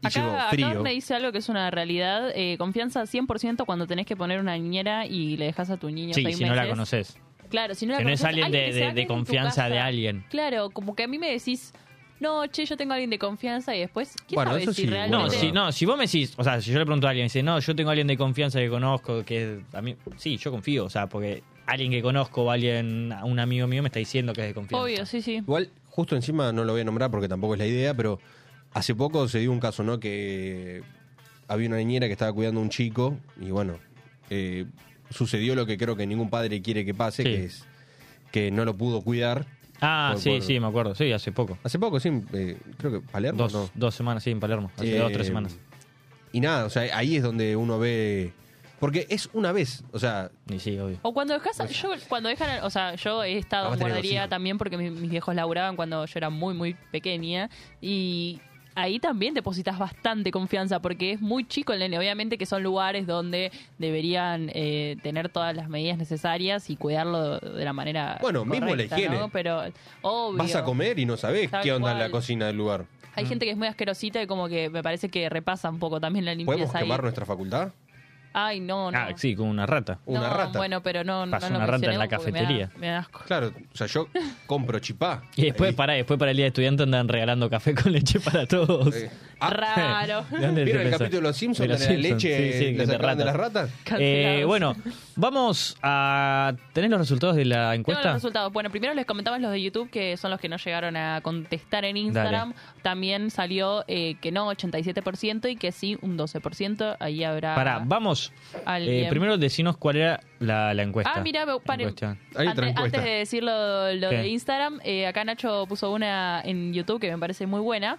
Speaker 6: Y llegó
Speaker 5: Acá,
Speaker 6: frío.
Speaker 5: acá me dice algo que es una realidad. eh, confianza 100% cuando tenés que poner una niñera y le dejas a tu niño
Speaker 4: Sí,
Speaker 5: seis
Speaker 4: si no la
Speaker 5: meses.
Speaker 4: conoces.
Speaker 5: Claro, si no la
Speaker 4: Que no es
Speaker 5: conoces,
Speaker 4: alguien de,
Speaker 5: que sea
Speaker 4: de- de
Speaker 5: en tu
Speaker 4: confianza de
Speaker 5: casa.
Speaker 4: alguien.
Speaker 5: Claro, como que a mí me decís, no, che, yo tengo a alguien de confianza y después, ¿qué
Speaker 6: Bueno,
Speaker 5: sabes
Speaker 6: eso
Speaker 5: si
Speaker 6: sí,
Speaker 5: realmente?
Speaker 4: No,
Speaker 6: Bueno.
Speaker 4: si, no, si vos me decís, o sea, si yo le pregunto a alguien, dice, no, yo tengo a alguien de confianza que conozco, que es- a mí, sí, yo confío, o sea, porque alguien que conozco o alguien, un amigo mío me está diciendo que es de confianza.
Speaker 5: Obvio, sí, sí.
Speaker 6: Igual, justo encima no lo voy a nombrar porque tampoco es la idea, pero hace poco se dio un caso, ¿no? Que había una niñera que estaba cuidando a un chico y bueno, eh, sucedió lo que creo que ningún padre quiere que pase,
Speaker 4: Sí.
Speaker 6: que es que no lo pudo cuidar.
Speaker 4: Ah,
Speaker 6: Por-
Speaker 4: sí,
Speaker 6: por-
Speaker 4: sí, me acuerdo, sí, hace poco.
Speaker 6: Hace poco, sí, eh, creo que Palermo,
Speaker 4: Dos,
Speaker 6: ¿no?
Speaker 4: dos semanas, sí, en Palermo, hace
Speaker 6: Eh,
Speaker 4: dos, tres semanas.
Speaker 6: Y nada, o sea, ahí es donde uno ve... Porque es una vez, o sea,
Speaker 4: Y sí, obvio.
Speaker 5: O cuando dejas, yo cuando dejan, o sea, yo he estado en
Speaker 6: Pues Además tenés dos
Speaker 5: guardería
Speaker 6: hijos.
Speaker 5: también porque mis, mis viejos laburaban cuando yo era muy, muy pequeña y ahí también depositas bastante confianza porque es muy chico el nene. Obviamente que son lugares donde deberían eh, tener todas las medidas necesarias y cuidarlo de la manera
Speaker 6: Bueno, mismo la
Speaker 5: correcta,
Speaker 6: higiene.
Speaker 5: ¿no? Pero obvio.
Speaker 6: vas a comer y no sabés
Speaker 5: Tal
Speaker 6: qué onda es
Speaker 5: cual.
Speaker 6: la cocina del lugar.
Speaker 4: Mm.
Speaker 5: Hay gente que es muy asquerosita y como que me parece que repasa un poco también la limpieza
Speaker 6: ¿Podemos
Speaker 5: ahí.
Speaker 6: quemar nuestra facultad?
Speaker 5: Ay, no, no.
Speaker 4: Ah, sí, como una rata.
Speaker 6: Una
Speaker 5: No,
Speaker 6: rata.
Speaker 5: Bueno, pero no, no
Speaker 4: Pasó
Speaker 5: lo
Speaker 4: una rata en la
Speaker 5: mencionemos porque me da-
Speaker 4: cafetería.
Speaker 5: me da asco.
Speaker 6: Claro, o sea, yo compro chipá.
Speaker 4: Y después,
Speaker 6: Ahí.
Speaker 4: para después para el día de estudiante andan regalando café con leche para todos.
Speaker 6: Eh, ah,
Speaker 5: Raro.
Speaker 4: ¿De dónde
Speaker 6: ¿Vieron
Speaker 4: se pensó?
Speaker 6: el capítulo de los Simpsons?
Speaker 4: De los
Speaker 6: donde la
Speaker 4: Simpsons,
Speaker 6: leche
Speaker 4: sí, sí,
Speaker 6: la
Speaker 4: de
Speaker 6: sacaban de las
Speaker 4: ratas.
Speaker 6: ratas.
Speaker 5: Cancelados.
Speaker 4: Eh, bueno, vamos a... ¿Tenés los resultados de la
Speaker 5: Tengo los
Speaker 4: encuesta?
Speaker 5: resultados. Bueno, primero les comentaba los de YouTube, que son los que no llegaron a contestar en Instagram. También salió eh, que no, 87%, y que sí, un 12%. Ahí habrá...
Speaker 4: Pará, vamos.
Speaker 5: Alguien.
Speaker 4: Eh, primero decinos cuál era la, la encuesta.
Speaker 5: Ah, mira,
Speaker 4: en
Speaker 5: paren.
Speaker 4: cuestión.
Speaker 6: Hay otra
Speaker 5: Antes,
Speaker 6: encuesta.
Speaker 5: antes de decir lo, lo
Speaker 4: ¿Qué?
Speaker 5: de Instagram, eh, acá Nacho puso una en YouTube que me parece muy buena.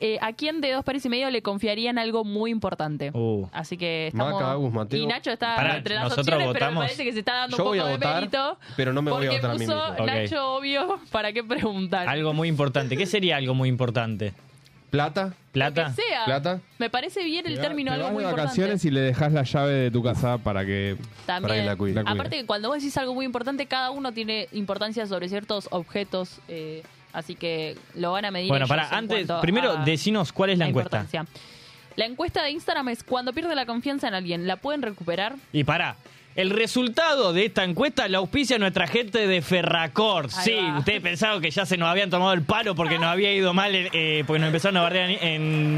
Speaker 5: Eh, ¿A quién de dos pares y medio le confiarían algo muy importante?
Speaker 4: Uh.
Speaker 5: Así que estamos...
Speaker 6: Maca, Agus, Mateo.
Speaker 5: Y Nacho está
Speaker 4: Pará,
Speaker 5: entre las
Speaker 4: nosotros
Speaker 5: opciones, pero me
Speaker 4: votamos.
Speaker 5: parece que se está dando
Speaker 6: Yo
Speaker 5: un
Speaker 6: voy
Speaker 5: poco
Speaker 6: a
Speaker 5: de
Speaker 6: votar,
Speaker 5: mérito.
Speaker 6: pero no me voy a
Speaker 5: porque
Speaker 6: votar a mí
Speaker 5: puso
Speaker 6: mismo.
Speaker 4: Ok.
Speaker 5: Nacho, obvio, ¿para qué preguntar?
Speaker 4: Algo muy importante. ¿Qué sería algo muy importante?
Speaker 6: Plata.
Speaker 4: ¿Plata?
Speaker 5: Que sea.
Speaker 6: Plata.
Speaker 5: Me parece bien el
Speaker 7: Te
Speaker 5: término,
Speaker 7: vas
Speaker 5: algo
Speaker 7: de
Speaker 5: muy importante.
Speaker 7: vacaciones y le dejas la llave de tu casa para que...
Speaker 5: También.
Speaker 6: Para que la cuide.
Speaker 7: La cuide.
Speaker 5: Aparte que cuando vos decís algo muy importante, cada uno tiene importancia sobre ciertos objetos, eh, así que lo van a medir.
Speaker 4: Bueno,
Speaker 5: ellos
Speaker 4: para
Speaker 5: en
Speaker 4: antes,
Speaker 5: cuanto
Speaker 4: primero
Speaker 5: a
Speaker 4: decinos cuál es la encuesta.
Speaker 5: importancia. La encuesta de Instagram es cuando pierde la confianza en alguien, ¿la pueden recuperar?
Speaker 4: Y pará, El resultado de esta encuesta la auspicia nuestra gente de Ferracor.
Speaker 5: Ahí
Speaker 4: Sí,
Speaker 5: va.
Speaker 4: ustedes pensaron que ya se nos habían tomado el palo porque nos había ido mal, eh, porque nos empezaron a bardear en,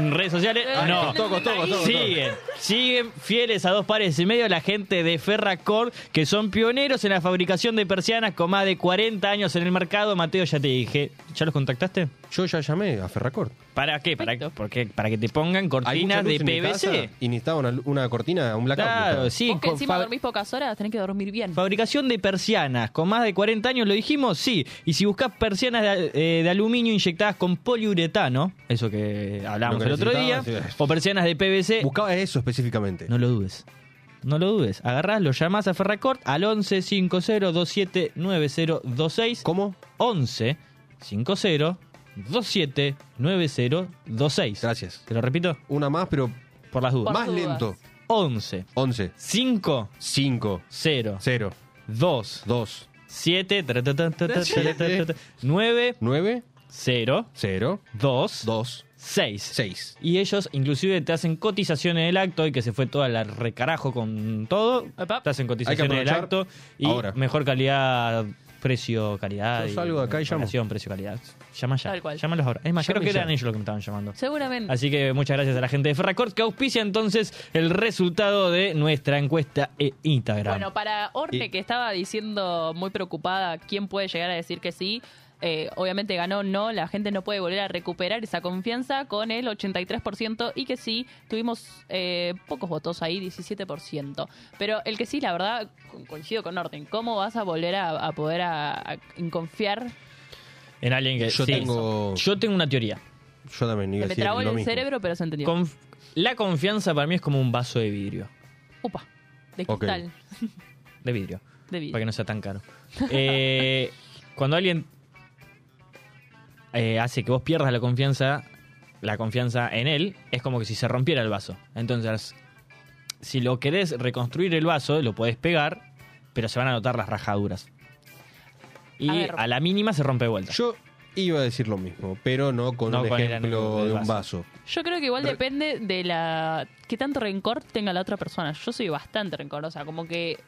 Speaker 4: en redes sociales.
Speaker 5: Eh,
Speaker 4: No, eh.
Speaker 5: costó, costó, costó, costó.
Speaker 4: siguen, siguen fieles a dos pares y medio la gente de Ferracor, que son pioneros en la fabricación de persianas con más de 40 años en el mercado. Mateo, ya te dije, ¿ya los contactaste?
Speaker 6: Yo ya llamé a Ferracort.
Speaker 4: ¿Para qué? ¿Para, porque, para que te pongan
Speaker 6: Hay mucha
Speaker 4: cortinas
Speaker 6: luz
Speaker 4: de
Speaker 6: en mi casa
Speaker 4: PVC.
Speaker 6: Y necesitaba una, lu- una cortina, un blackout.
Speaker 4: Claro,
Speaker 6: necesitaba.
Speaker 4: sí.
Speaker 5: Vos que
Speaker 4: con
Speaker 5: encima
Speaker 4: fa-
Speaker 5: dormís pocas horas, tenés que dormir bien.
Speaker 4: Fabricación de persianas. Con más de 40 años, lo dijimos, sí. Y si buscas persianas de, al- eh, de aluminio inyectadas con poliuretano, eso que hablamos
Speaker 6: Lo que
Speaker 4: el otro día,
Speaker 6: necesitaba, sí.
Speaker 4: o persianas de PVC,
Speaker 6: Buscaba eso específicamente.
Speaker 4: no lo dudes. No lo dudes. Agarrás, lo llamás a Ferracort al 11 50 27 9026.
Speaker 6: ¿Cómo?
Speaker 4: 11 50 27 9026.
Speaker 6: Gracias.
Speaker 4: Te lo repito,
Speaker 6: Una más, pero
Speaker 4: por las dudas.
Speaker 5: Por-
Speaker 6: más
Speaker 5: dudas.
Speaker 6: lento.
Speaker 4: 11
Speaker 6: 11,
Speaker 4: 5
Speaker 6: 5,
Speaker 4: 0
Speaker 6: 0,
Speaker 4: 2
Speaker 6: 2,
Speaker 4: 7
Speaker 6: Siete.
Speaker 4: 9
Speaker 6: 9,
Speaker 4: 0
Speaker 6: 0,
Speaker 4: 2
Speaker 6: 2,
Speaker 4: 6
Speaker 6: 6.
Speaker 4: y ellos inclusive te hacen cotizaciones del acto y que se fue toda la recarajo con todo
Speaker 5: Epa.
Speaker 4: te hacen cotizaciones del
Speaker 6: aprovechar
Speaker 4: acto y
Speaker 6: ahora.
Speaker 4: mejor calidad precio calidad
Speaker 6: Yo
Speaker 4: y
Speaker 6: salgo de acá y llamo.
Speaker 4: relación, precio calidad llama ya
Speaker 5: Tal cual.
Speaker 4: llámalos ahora es más creo
Speaker 6: Llame
Speaker 4: que
Speaker 6: ya.
Speaker 4: eran ellos los que me estaban llamando
Speaker 5: Seguramente.
Speaker 4: Así que muchas gracias a la gente de Ferracort que auspicia entonces el resultado de nuestra encuesta en Instagram.
Speaker 5: Bueno, para Orne,
Speaker 6: Y-
Speaker 5: que estaba diciendo muy preocupada quién puede llegar a decir que sí, eh, obviamente ganó no, la gente no puede volver a recuperar esa confianza con el 83% y que sí, tuvimos eh, pocos votos ahí, 17%. Pero el que sí, la verdad, co- coincido con Orten, ¿cómo vas a volver a, a poder a, a confiar?
Speaker 4: en alguien que
Speaker 6: Yo
Speaker 4: sí.
Speaker 6: tengo-
Speaker 4: yo tengo una teoría.
Speaker 6: Yo también iba
Speaker 5: Se
Speaker 6: a
Speaker 5: me
Speaker 6: decir
Speaker 5: trabó
Speaker 6: lo
Speaker 5: el
Speaker 6: mismo.
Speaker 5: cerebro, pero se entendió.
Speaker 4: Conf- la confianza para mí es como un vaso de vidrio.
Speaker 5: Upa, de
Speaker 6: Ok.
Speaker 5: cristal,
Speaker 4: De vidrio. Para
Speaker 5: de
Speaker 4: que
Speaker 5: vida.
Speaker 4: no sea tan caro. Eh, cuando alguien eh, hace que vos pierdas la confianza, la confianza en él, es como que si se rompiera el vaso. Entonces, si lo querés reconstruir el vaso, lo podés pegar, pero se van a notar las rajaduras. Y
Speaker 5: A
Speaker 4: a,
Speaker 5: ver.
Speaker 4: la mínima se rompe de vuelta.
Speaker 6: Yo iba a decir lo mismo, pero no con
Speaker 4: No
Speaker 6: un
Speaker 4: con el
Speaker 6: ejemplo
Speaker 4: del
Speaker 6: de un
Speaker 4: vaso.
Speaker 6: vaso.
Speaker 5: Yo creo que igual
Speaker 6: Re-
Speaker 5: depende de la qué tanto rencor tenga la otra persona. Yo soy bastante rencorosa, como que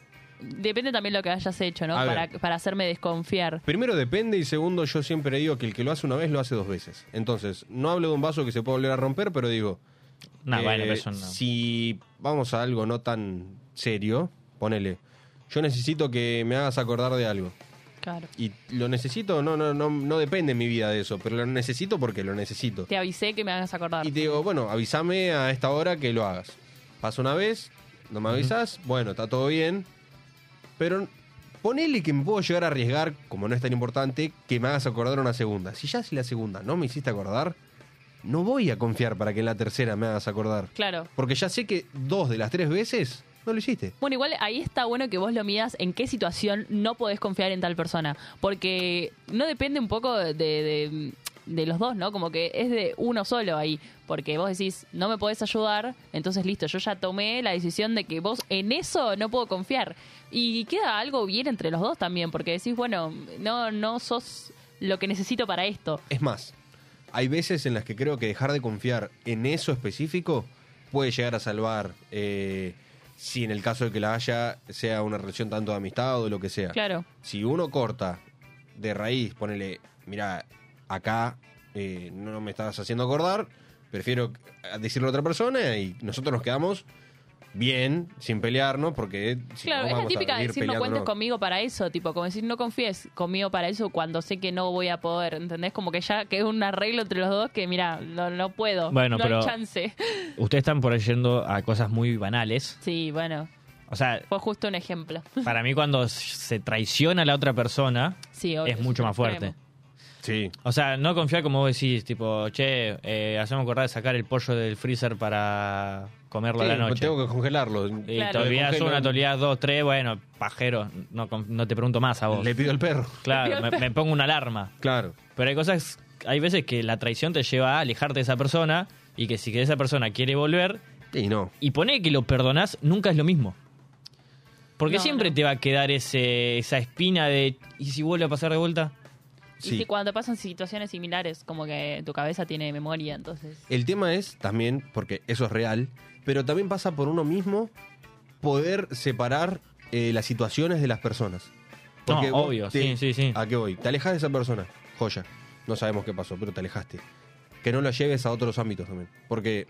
Speaker 5: depende también lo que hayas hecho, ¿no?
Speaker 6: A ver.
Speaker 5: Para, para hacerme desconfiar.
Speaker 6: Primero depende y segundo yo siempre digo que el que lo hace una vez lo hace dos veces. Entonces, no hablo de un vaso que se puede volver a romper, pero digo,
Speaker 4: No,
Speaker 6: eh,
Speaker 4: bueno, pero eso no.
Speaker 6: si vamos a algo no tan serio, ponele, yo necesito que me hagas acordar de algo.
Speaker 5: Claro.
Speaker 6: Y lo necesito, no, no, no, no depende mi vida de eso, pero lo necesito porque lo necesito.
Speaker 5: Te avisé que me hagas acordar.
Speaker 6: Y te digo, bueno, avísame a esta hora que lo hagas. Pasa una vez, no me avisas, bueno, está todo bien. Pero ponele que me puedo llegar a arriesgar, como no es tan importante, que me hagas acordar una segunda. Si ya si la segunda no me hiciste acordar, no voy a confiar para que en la tercera me hagas acordar.
Speaker 5: Claro.
Speaker 6: Porque ya sé que dos de las tres veces no lo hiciste.
Speaker 5: Bueno, igual ahí está bueno que vos lo midas en qué situación no podés confiar en tal persona. Porque no depende un poco de, de- de los dos, ¿no? Como que es de uno solo ahí. Porque vos decís, no me podés ayudar, entonces listo, yo ya tomé la decisión de que vos en eso no puedo confiar. Y queda algo bien entre los dos también, porque decís, bueno, no, no sos lo que necesito para esto.
Speaker 6: Es más, hay veces en las que creo que dejar de confiar en eso específico puede llegar a salvar eh, si en el caso de que la haya sea una relación tanto de amistad o de lo que sea.
Speaker 5: Claro.
Speaker 6: Si uno corta de raíz, ponele, mira, acá eh, no me estás haciendo acordar, prefiero decirlo a otra persona y nosotros nos quedamos bien, sin pelearnos, porque si
Speaker 5: Claro,
Speaker 6: no,
Speaker 5: es la
Speaker 6: vamos a
Speaker 5: típica
Speaker 6: vivir
Speaker 5: decir no cuentes
Speaker 6: peleándonos".
Speaker 5: conmigo para eso, tipo, como decir no confíes conmigo para eso cuando sé que no voy a poder, ¿entendés? Como que ya que es un arreglo entre los dos que, mira, no, no puedo,
Speaker 4: Bueno,
Speaker 5: no
Speaker 4: pero-
Speaker 5: hay chance.
Speaker 4: Ustedes están por ahí yendo a cosas muy banales.
Speaker 5: Sí, bueno,
Speaker 4: O sea,
Speaker 5: fue justo un ejemplo.
Speaker 4: para mí cuando se traiciona a la otra persona,
Speaker 5: Sí, obvio,
Speaker 4: es mucho
Speaker 5: un
Speaker 4: más fuerte.
Speaker 5: extremo.
Speaker 6: Sí,
Speaker 4: O sea, no confiar como vos decís, tipo, che, eh, hacemos acordar de sacar el pollo del freezer para comerlo
Speaker 6: Sí, pues
Speaker 4: a la noche.
Speaker 6: tengo que congelarlo.
Speaker 4: Y
Speaker 5: Claro.
Speaker 4: te olvidás
Speaker 6: Congelo.
Speaker 4: una, te olvidás dos, tres, bueno, pajero, no, con- no te pregunto más a vos.
Speaker 6: Le pido al perro.
Speaker 4: Claro, me, me pongo una alarma.
Speaker 6: Claro.
Speaker 4: Pero hay cosas, hay veces que la traición te lleva a alejarte de esa persona y que si que esa persona quiere volver
Speaker 6: Y no.
Speaker 4: y pone que lo perdonás, nunca es lo mismo. Porque
Speaker 5: No,
Speaker 4: siempre
Speaker 5: no.
Speaker 4: te va a quedar ese, esa espina de, ¿y si vuelve a pasar de vuelta?
Speaker 5: Y
Speaker 6: Sí.
Speaker 5: si cuando pasan situaciones similares, como que tu cabeza tiene memoria, entonces...
Speaker 6: El tema es también, porque eso es real, pero también pasa por uno mismo poder separar eh, las situaciones de las personas.
Speaker 4: No,
Speaker 6: vos
Speaker 4: obvio,
Speaker 6: te-
Speaker 4: sí, sí, sí.
Speaker 6: ¿A qué voy? Te alejas de esa persona, joya. No sabemos qué pasó, pero te alejaste. Que no lo lleves a otros ámbitos también. Porque.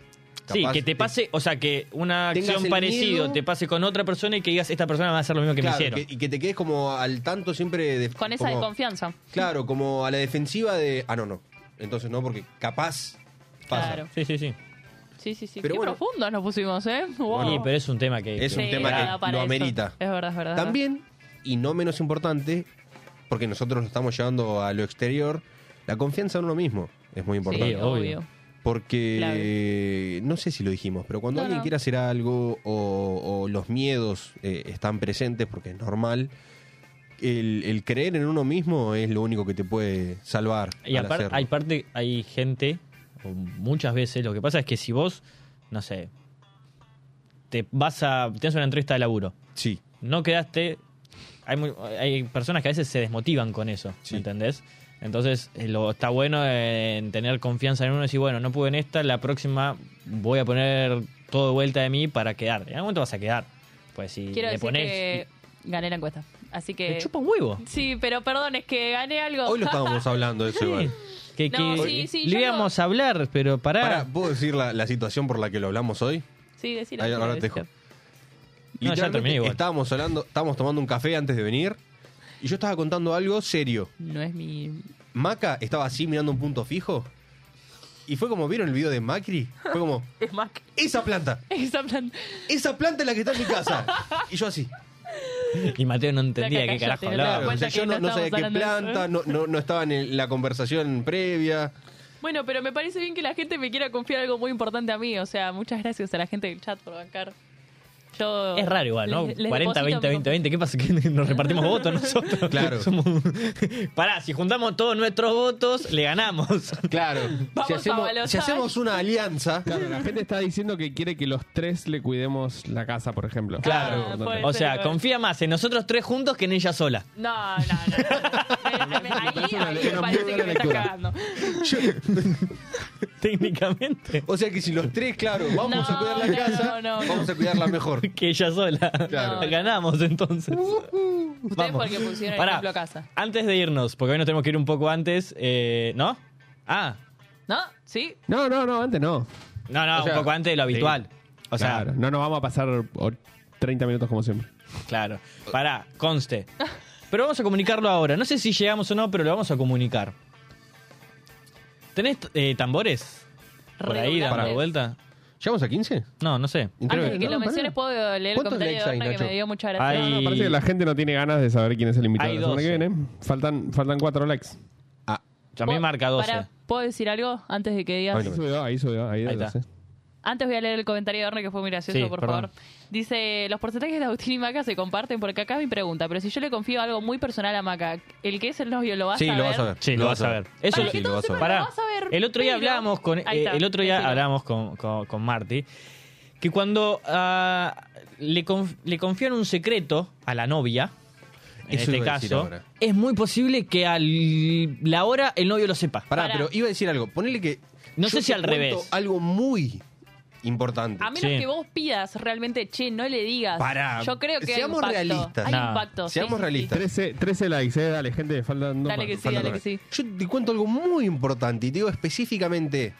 Speaker 4: Sí,
Speaker 6: capaz
Speaker 4: que te pase, o sea, que una
Speaker 6: Tengas
Speaker 4: acción
Speaker 6: el
Speaker 4: parecido
Speaker 6: miedo.
Speaker 4: te pase con otra persona y que digas, esta persona va a hacer lo mismo que
Speaker 6: claro,
Speaker 4: me hicieron.
Speaker 6: que- y que te quedes como al tanto siempre de.
Speaker 5: Con esa
Speaker 6: como-
Speaker 5: desconfianza.
Speaker 6: Claro, como a la defensiva de. Ah, no, no. Entonces no, porque capaz pasa.
Speaker 5: Claro.
Speaker 4: Sí, sí, sí.
Speaker 5: Sí, sí, sí.
Speaker 6: Pero
Speaker 5: Qué
Speaker 6: bueno.
Speaker 5: profundos nos pusimos, ¿eh? Wow.
Speaker 4: Y, pero es un tema que...
Speaker 6: Es
Speaker 4: que-
Speaker 6: un tema
Speaker 5: da
Speaker 6: que
Speaker 5: para
Speaker 6: lo
Speaker 5: eso.
Speaker 6: amerita.
Speaker 5: Es verdad, es verdad.
Speaker 6: También, y no menos importante, porque nosotros lo estamos llevando a lo exterior, la confianza en uno mismo es
Speaker 5: Sí,
Speaker 6: muy importante.
Speaker 5: obvio.
Speaker 6: Porque no sé si lo dijimos, pero cuando
Speaker 5: No,
Speaker 6: alguien
Speaker 5: no.
Speaker 6: quiere hacer algo o, o los miedos eh, están presentes, porque es normal, el, el creer en uno mismo es lo único que te puede salvar.
Speaker 4: Y
Speaker 6: al
Speaker 4: aparte,
Speaker 6: hacerlo.
Speaker 4: hay parte, hay gente, o muchas veces, lo que pasa es que si vos, no sé, te vas a, tienes una entrevista de laburo,
Speaker 6: Sí,
Speaker 4: no quedaste, hay, mu- hay personas que a veces se desmotivan con eso,
Speaker 6: Sí.
Speaker 4: ¿entendés? Entonces, eh, lo, está bueno eh, en tener confianza en uno y decir, bueno, no pude en esta, la próxima voy a poner todo de vuelta de mí para quedar. En algún momento vas a quedar. Pues si
Speaker 5: Quiero
Speaker 4: le
Speaker 5: decir
Speaker 4: pones...
Speaker 5: que eh, gané la encuesta. Así
Speaker 4: y-
Speaker 5: que.
Speaker 4: le chupa un huevo.
Speaker 5: Sí, pero perdón, es que gané algo.
Speaker 6: hoy lo estábamos hablando de eso. igual.
Speaker 4: Que,
Speaker 5: No,
Speaker 4: que
Speaker 5: sí, sí, yo
Speaker 4: le
Speaker 5: lo-
Speaker 4: íbamos a hablar, pero pará.
Speaker 6: Pará, ¿Puedo decir la, la situación por la que lo hablamos hoy?
Speaker 5: Sí, decilo.
Speaker 6: Ahí,
Speaker 5: decilo,
Speaker 6: ahora te
Speaker 5: decilo.
Speaker 6: dejo.
Speaker 4: No, ya terminé igual.
Speaker 6: Estábamos hablando, estábamos tomando un café antes de venir y yo estaba contando algo serio.
Speaker 5: No es mi.
Speaker 6: Maca estaba así mirando un punto fijo y fue como vieron el video de Macri, fue como
Speaker 5: Es más que-
Speaker 6: esa planta,
Speaker 5: Esa plan-
Speaker 6: esa planta es la que está en mi casa. Y yo así,
Speaker 4: Y Mateo no entendía
Speaker 5: Flaca,
Speaker 4: qué carajo
Speaker 5: cállate, no te das
Speaker 4: hablaba.
Speaker 6: claro, o
Speaker 5: cuenta
Speaker 6: sea, yo
Speaker 5: que
Speaker 6: no,
Speaker 5: no
Speaker 6: no sabía
Speaker 5: estábamos
Speaker 6: qué
Speaker 5: hablando de eso.
Speaker 6: planta, no, no, no estaba en la conversación previa.
Speaker 5: Bueno, pero me parece bien que la gente me quiera confiar algo muy importante a mí. O sea, muchas gracias a la gente del chat por bancar. Yo
Speaker 4: Es raro igual, ¿no?
Speaker 5: les- les
Speaker 4: 40,
Speaker 5: deposito
Speaker 4: 20,
Speaker 5: mi
Speaker 4: 20, 20. ¿Qué pasa? ¿Que nos repartimos votos nosotros?
Speaker 6: Claro.
Speaker 4: Somos... Pará, si juntamos todos nuestros votos, le ganamos.
Speaker 6: Claro,
Speaker 5: Vamos
Speaker 6: si
Speaker 5: a
Speaker 6: hacemos,
Speaker 5: balotar.
Speaker 6: si hacemos una alianza,
Speaker 7: Claro, la gente está diciendo que quiere que los tres le cuidemos la casa, por ejemplo.
Speaker 4: Claro.
Speaker 7: Importante.
Speaker 5: Ah, puede
Speaker 4: O
Speaker 5: ser,
Speaker 4: sea,
Speaker 5: igual.
Speaker 4: confía más en nosotros tres juntos que en ella sola.
Speaker 5: No, no, no. no. Me- me- Ahí,
Speaker 7: una-
Speaker 5: ahí me
Speaker 7: una
Speaker 5: parece
Speaker 7: muy
Speaker 5: que
Speaker 7: buena
Speaker 5: me está
Speaker 7: lectura.
Speaker 5: cagando.
Speaker 4: Técnicamente.
Speaker 6: o sea que si los tres, claro, vamos a
Speaker 5: No,
Speaker 6: cuidar la
Speaker 5: no, no,
Speaker 6: casa,
Speaker 5: no.
Speaker 6: vamos a cuidarla mejor.
Speaker 4: Que ella sola.
Speaker 6: Claro. Uh.
Speaker 4: Ganamos entonces.
Speaker 5: Ustedes porque pusieron el
Speaker 4: Pará,
Speaker 5: ejemplo a casa.
Speaker 4: Antes de irnos, porque hoy nos tenemos que ir un poco antes, eh, ¿no? Ah,
Speaker 5: ¿No? ¿Sí?
Speaker 7: No, no, no, antes no.
Speaker 4: no, no,
Speaker 6: O sea,
Speaker 4: un poco antes de lo habitual. O sea,
Speaker 7: Claro, no nos vamos a pasar o- 30 minutos como siempre.
Speaker 4: Claro. Pará, conste. Pero vamos a comunicarlo ahora. No sé si llegamos o no, pero lo vamos a comunicar. ¿Tenés eh, tambores? Por ahí, dando
Speaker 5: Redoblantes.
Speaker 4: vuelta.
Speaker 6: ¿Llegamos a 15?
Speaker 4: No, no sé.
Speaker 5: Antes de
Speaker 6: Increíble.
Speaker 5: que lo
Speaker 6: No,
Speaker 5: menciones,
Speaker 6: pará.
Speaker 5: puedo leer el
Speaker 6: ¿Cuántos
Speaker 5: comentario de
Speaker 6: likes hay,
Speaker 5: Berna que
Speaker 6: Nacho?
Speaker 5: me dio mucha gracia.
Speaker 4: Hay-
Speaker 7: No, parece que la gente no tiene ganas de saber quién es el invitado
Speaker 4: Hay
Speaker 7: la semana que
Speaker 4: 12.
Speaker 7: viene. Faltan, faltan cuatro likes.
Speaker 6: Ah,
Speaker 4: A mí
Speaker 5: ¿Puedo-
Speaker 4: marca 12.
Speaker 5: pará, ¿Puedo decir algo antes de que digas?
Speaker 6: Ay,
Speaker 7: Ahí subió, ahí subió, ahí,
Speaker 4: Ahí está.
Speaker 7: doce.
Speaker 5: Antes voy a leer el comentario de Orne que fue muy gracioso,
Speaker 4: Sí,
Speaker 5: por
Speaker 4: perdón.
Speaker 5: favor. Dice, los porcentajes de Agustín y Maca se comparten porque acá es mi pregunta, pero si yo le confío algo muy personal a Maca, el que es el novio lo va a
Speaker 6: Sí,
Speaker 5: saber.
Speaker 6: Ah, lo vas a ver.
Speaker 4: Sí, lo vas a ver. Eso
Speaker 5: Para
Speaker 4: sí,
Speaker 5: que
Speaker 6: lo
Speaker 5: todos
Speaker 6: vas a
Speaker 5: sepan, lo
Speaker 6: ver.
Speaker 4: Pará.
Speaker 5: vas a ver.
Speaker 4: El otro día
Speaker 5: pero-
Speaker 4: hablamos con,
Speaker 5: Ahí
Speaker 4: eh,
Speaker 5: está,
Speaker 4: el otro día
Speaker 5: decilo.
Speaker 4: hablamos con, con, con Marty que cuando ah, le, conf- le confían un secreto a la novia, en
Speaker 6: Eso
Speaker 4: este
Speaker 6: iba a decir
Speaker 4: caso,
Speaker 6: ahora.
Speaker 4: es muy posible que a la hora el novio lo sepa.
Speaker 6: Pará,
Speaker 5: Pará.
Speaker 6: pero iba a decir algo. Ponele que.
Speaker 4: No
Speaker 6: yo
Speaker 4: sé si
Speaker 6: te
Speaker 4: al
Speaker 6: cuento
Speaker 4: revés.
Speaker 6: Algo muy importante.
Speaker 5: A menos
Speaker 4: Sí.
Speaker 5: que vos pidas realmente, che, no le digas.
Speaker 6: Pará.
Speaker 5: Yo creo que
Speaker 6: Seamos
Speaker 5: hay impacto.
Speaker 6: realistas.
Speaker 5: Hay
Speaker 4: Nah.
Speaker 5: impacto. sí,
Speaker 6: Seamos
Speaker 5: sí, sí.
Speaker 6: realistas.
Speaker 7: 13, 13 likes, eh, dale, gente, faltan dos
Speaker 5: Dale
Speaker 7: más.
Speaker 5: que sí,
Speaker 6: Falta
Speaker 5: dale
Speaker 6: otra
Speaker 5: que sí.
Speaker 6: vez. Yo te cuento algo muy importante y te digo específicamente.